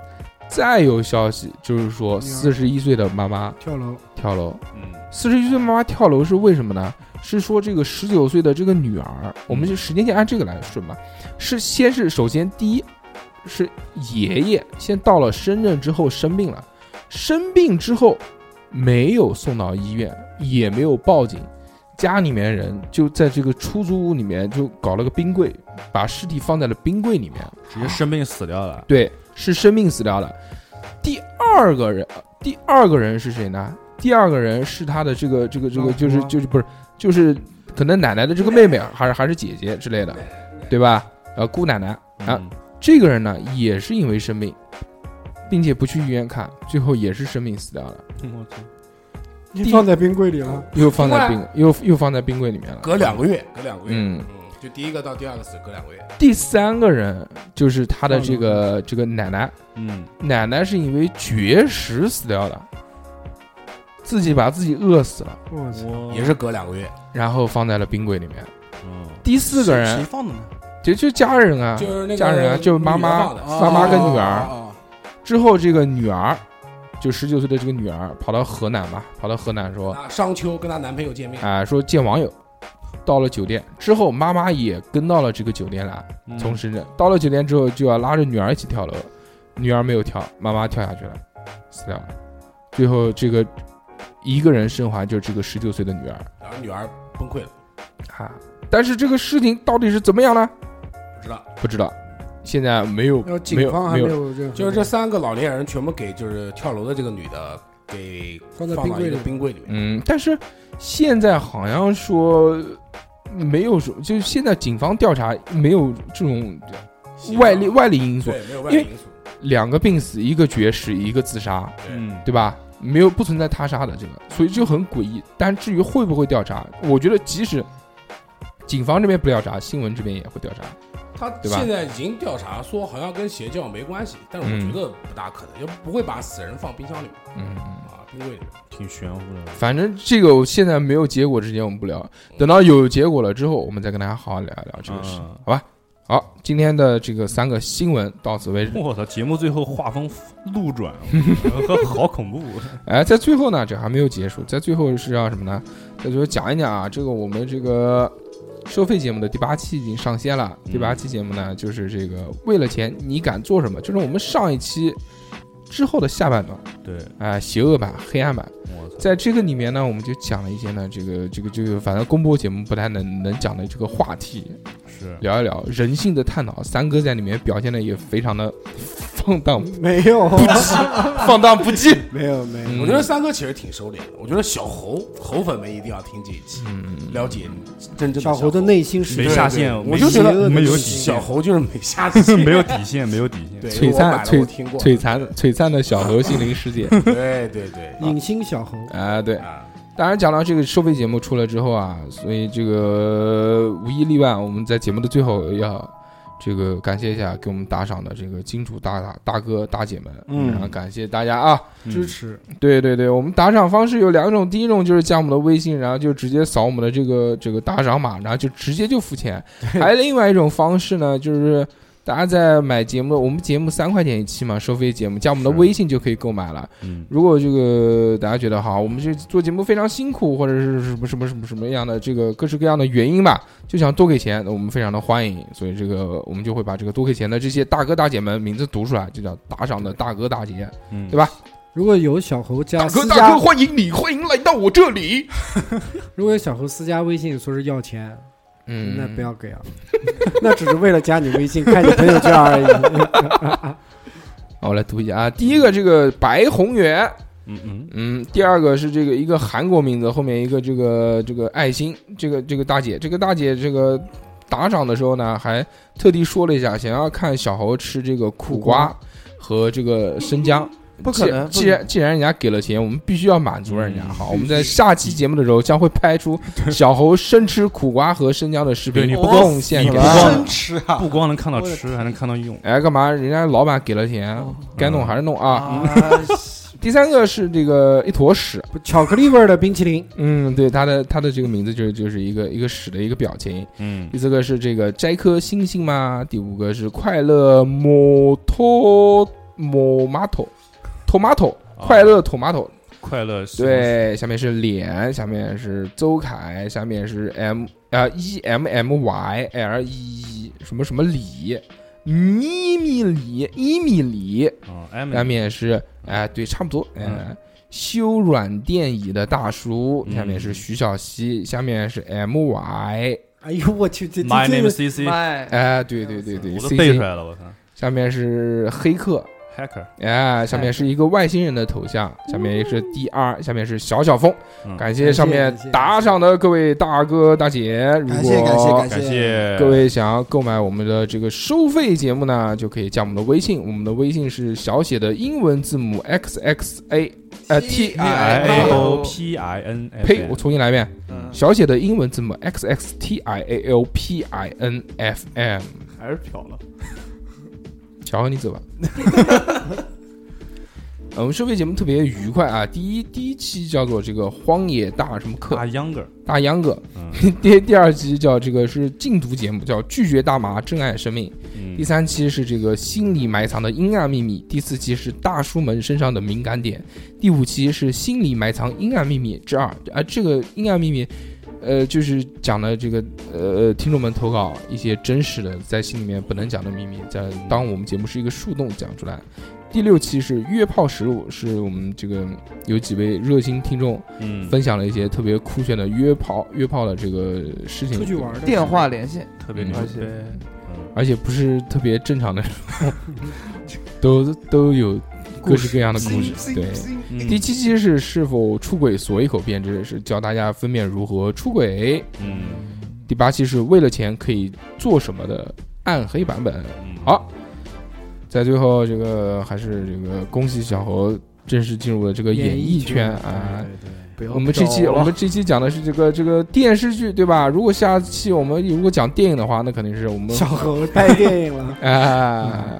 S1: 再有消息就是说，
S2: 女儿
S1: 四十一岁的妈妈
S2: 跳楼，
S1: 跳楼。
S5: 嗯
S1: 四十一岁的妈妈跳楼是为什么呢？是说这个十九岁的这个女儿，我们就时间线按这个来顺吧。是先是首先第一是爷爷先到了深圳之后生病了，生病之后没有送到医院，也没有报警，家里面人就在这个出租屋里面就搞了个冰柜，把尸体放在了冰柜里面。
S5: 直接生病死掉了，
S1: 对，是生病死掉的。第二个人，第二个人是谁呢？第二个人是他的这个这个这
S2: 老
S1: 个，
S2: 婆
S1: 就是就是不是就是可能奶奶的这个妹妹，啊还是还是姐姐之类的，对吧？呃，姑奶奶啊，
S5: 嗯
S1: 这个人呢也是因为生病，并且不去医院看，最后也是生病死掉了，
S2: 你放在冰柜里了。
S1: 又放在
S7: 另
S1: 冰又又放在冰柜里面了。
S7: 隔两个月，隔两个月，
S1: 嗯
S7: 嗯，就第一个到第二个死，隔两个月，
S1: 第三个人就是他的这个这个奶奶，
S5: 嗯
S1: 奶奶是因为绝食死掉的，自己把自己饿死了，
S2: 我操！
S5: 我
S7: 也是隔两个月，
S1: 然后放在了冰柜里面。
S5: 嗯
S1: 第四个人
S6: 谁放的呢？
S1: 就就家人啊，
S7: 就是那个
S1: 家人啊，就是妈
S7: 女儿
S1: 妈
S7: 放的
S1: 妈妈跟女儿。
S7: 哦
S1: 之后这个女儿，就十九岁的这个女儿跑到河南嘛，跑到河南说，
S7: 啊，商丘跟她男朋友见面，
S1: 啊、说见网友，到了酒店之后，妈妈也跟到了这个酒店来，
S5: 嗯
S1: 从深圳到了酒店之后就要拉着女儿一起跳楼，女儿没有跳，妈妈跳下去了，死掉了。最后这个一个人生还就是这个十九岁的女儿
S7: 然后女儿崩溃了，
S1: 啊。但是这个事情到底是怎么样呢？
S7: 不知道。
S1: 不知道，现在没有
S2: 然后
S1: 没
S2: 警
S1: 有
S2: 方还
S1: 没
S2: 没
S1: 有
S2: 有任何，
S7: 就是这三个老年人全部给就是跳楼的这个女的给
S2: 放在
S7: 放
S2: 冰
S7: 到
S2: 柜
S7: 一个
S2: 里。
S7: 冰柜里面，
S1: 嗯，但是现在好像说没有什么，就是现在警方调查没有这种外力
S7: 啊
S1: 外力因素，
S7: 对，没有外力因素，
S1: 两个病死，一个绝食，一个自杀，
S5: 嗯
S1: 对吧？没有不存在他杀的这个，所以就很诡异。但至于会不会调查，我觉得即使警方这边不调查，新闻这边也会调查。
S7: 他
S1: 对吧
S7: 现在已经调查说好像跟邪教没关系，但是我觉得不大可能，就不会把死人放冰箱里面
S1: 嗯，
S7: 啊，冰柜里面。
S5: 挺玄乎的，
S1: 反正这个我现在没有结果之前我们不聊，等到有结果了之后，我们再跟大家好好聊一聊这个事，
S5: 嗯
S1: 好吧？好，今天的这个三个新闻到此为止。
S5: 我操！节目最后画风路转，
S1: *laughs*
S5: 好恐怖！
S1: 哎，在最后呢，这还没有结束，在最后是要什么呢？在最后讲一讲啊，这个我们这个收费节目的第八期已经上线了。第八期节目呢，就是这个为了钱你敢做什么？就是我们上一期之后的下半段，
S5: 对，
S1: 啊、邪恶版、黑暗版，
S5: 我操！
S1: 在这个里面呢，我们就讲了一些呢，这个这个这个，反正公播节目不太能能讲的这个话题，
S5: 是
S1: 聊一聊人性的探讨。三哥在里面表现的也非常的放荡 *laughs*
S2: 没有，
S1: 放荡不羁，
S2: 没有，没
S1: 嗯
S2: 有。
S7: 我觉得三哥其实挺收敛的，我觉得小猴猴粉们一定要听这一期，
S1: 嗯
S7: 了解真正的
S2: 小猴的内心世
S5: 没
S2: 界，
S5: 下限，
S7: 我就觉得
S5: 没有底
S7: 小
S5: 线，
S7: 猴就是没
S1: *laughs*
S7: 下线，
S5: *laughs* 没有底线，没有底线。
S7: 对，
S1: 璀璨
S7: 我买了我听过，
S1: 璀璨璀璨的小猴心灵世界。
S7: 对对对
S2: 隐形小猴，
S1: 啊，对，
S7: 啊，
S1: 当然，讲到这个收费节目出来之后啊，所以这个无一例外，我们在节目的最后要这个感谢一下给我们打赏的这个金主大大大哥大姐们，
S3: 嗯
S1: 然后感谢大家啊！
S2: 支持，
S1: 对对对，我们打赏方式有两种，第一种就是加我们的微信，然后就直接扫我们的这个这个打赏码，然后就直接就付钱。还有另外一种方式呢，就是大家在买节目，我们节目三块钱一期嘛，收费节目，加我们的
S5: 是
S1: 微信就可以购买了。
S5: 嗯，
S1: 如果这个大家觉得好，我们这做节目非常辛苦，或者是什么什么什么什么样的这个各式各样的原因吧，就想多给钱，那我们非常的欢迎。所以这个我们就会把这个多给钱的这些大哥大姐们名字读出来，就叫打赏的大哥大姐。
S5: 嗯
S1: 对吧
S2: 如果有小猴加
S1: 大哥
S2: 私
S1: 大
S2: 家
S1: 哥，，欢迎你，欢迎来到我这里。
S2: 如果有小猴私加微信说是要钱，
S1: 嗯，
S2: 那不要给啊， *laughs* 那只是为了加你微信看你朋友圈而已。 *laughs*
S1: 好。我来读一下啊，第一个这个白宏源，
S5: 嗯嗯，
S1: 嗯，第二个是这个一个韩国名字，后面一个这个这个爱心，这个这个大姐，这个大姐这个打赏的时候呢，还特地说了一下，想要看小猴吃这个苦瓜和这个生姜。
S4: 不可能，
S1: 既既然既然人家给了钱，我们必须要满足人家。
S5: 嗯
S1: 好，我们在下期节目的时候将会拍出小猴生吃苦瓜和生姜的视频，
S5: 对你
S4: 不光
S1: 贡献
S5: 你
S1: 给
S5: 不
S1: 大家
S5: 光
S6: 真吃啊！
S5: 不光能看到吃，还能看到用。
S1: 哎，干嘛？人家老板给了钱
S4: 哦，
S1: 该弄还是弄啊。
S4: 啊，
S1: *laughs* 第三个是这个一坨屎，
S2: 不巧克力味儿的冰淇淋，
S1: 嗯，对，他的他的这个名字就是就是一个一个屎的一个表情。
S5: 嗯
S1: 第四个是这个摘颗星星嘛，第五个是快乐摩托摩马头，tomato
S5: 啊
S1: 快乐 tomato。
S5: 快乐，，
S1: 对，下面哦是脸，下面是周凯，下面是 M 啊 E M M Y L E 什么什么李，米米李，伊米李。
S5: 啊，艾
S1: 下
S5: 米，
S1: 面是哎，对，差不多，哎
S5: 嗯，
S1: 修软电椅的大叔，
S5: 嗯
S1: 下面是徐小溪，下面是 M Y，
S2: 哎呦我去，这这
S5: My
S2: 这
S5: name
S2: 个
S5: is CC，
S4: 哎，
S1: 哎，对对对对
S5: 我都
S1: ，C
S5: 背出
S1: C，
S5: 来了，我操
S1: 下面是黑客，
S5: ，hacker，
S1: 哎，下面是一个外星人的头像，下面是 D R，下面是小小峰，
S5: 哎嗯
S1: 感谢上面
S2: 感谢感谢
S1: 打赏的各位大哥大姐，如
S3: 感谢感谢
S1: 果
S3: 感
S5: 感谢
S1: 各，位想要购买我们的这个收费节目呢，就可以加我们的微信，我们的微信是小写的英文字母 x x a 呃 t i
S5: I
S1: a
S5: A
S4: O
S5: O P I N，F
S1: 呸！我重新来一遍，
S4: 嗯
S1: 小写的英文字母 x x t i a l p i n f m。
S4: 还是飘了，
S1: 小何，你走吧。 *laughs* 呃我们收费节目特别愉快啊！第一第一期叫做这个荒野大什么课
S5: 大 younger，
S1: 大秧歌，
S5: 嗯
S1: *laughs* 第第二期叫这个是禁毒节目，叫拒绝大麻，珍爱生命。
S5: 嗯
S1: 第三期是这个心里埋藏的阴暗秘密，第四期是大叔们身上的敏感点，第五期是心里埋藏阴暗秘密之二。啊，这个阴暗秘密，呃，就是讲的这个呃，听众们投稿一些真实的在心里面不能讲的秘密，在当我们节目是一个树洞讲出来。第六期是约炮实录，是我们这个有几位热心听众
S5: 嗯，
S1: 分享了一些特别酷炫的约炮约炮的这个事情，
S2: 出去玩的
S4: 电话连线，
S5: 特别
S1: 嗯
S5: 牛
S4: 而
S5: 逼
S4: 且，
S5: 嗯
S1: 而且不是特别正常的 *laughs* 人，都都有各式各样的故事。对，
S5: 嗯
S1: 第七期是是否出轨锁一口便知，是教大家分辨如何出轨。
S5: 嗯
S1: 第八期是为了钱可以做什么的暗黑版本。
S5: 嗯，
S1: 好，在最后这个还是这个恭喜小猴正式进入了这个演艺圈啊。
S4: 不要
S1: 我们这期
S4: 找了
S1: 我们这期讲的是这个这个电视剧对吧？如果下期我们如果讲电影的话，那肯定是我们，
S2: 小猴拍电影了 *laughs*
S1: 啊，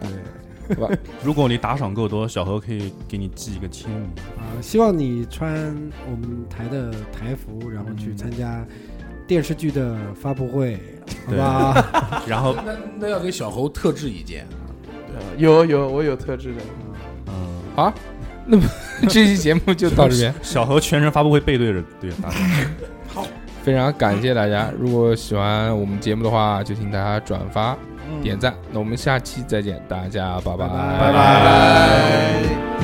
S5: 如果你打赏够多，小何可以给你寄一个签名。
S2: 啊，希望你穿我们台的台服，然后去参加电视剧的发布会，好
S5: 对
S2: 吧？
S5: 然后，
S7: 那那要给小猴特制一件，
S4: 有有我有特制的，
S5: 嗯，
S1: *laughs* 这期节目就到这边，
S5: 小何全程发布会背对着对着打赏。
S1: 非常感谢大家。如果喜欢我们节目的话，就请大家转嗯发、点赞。那我们下期再见，大家拜拜
S2: 拜拜
S4: 拜。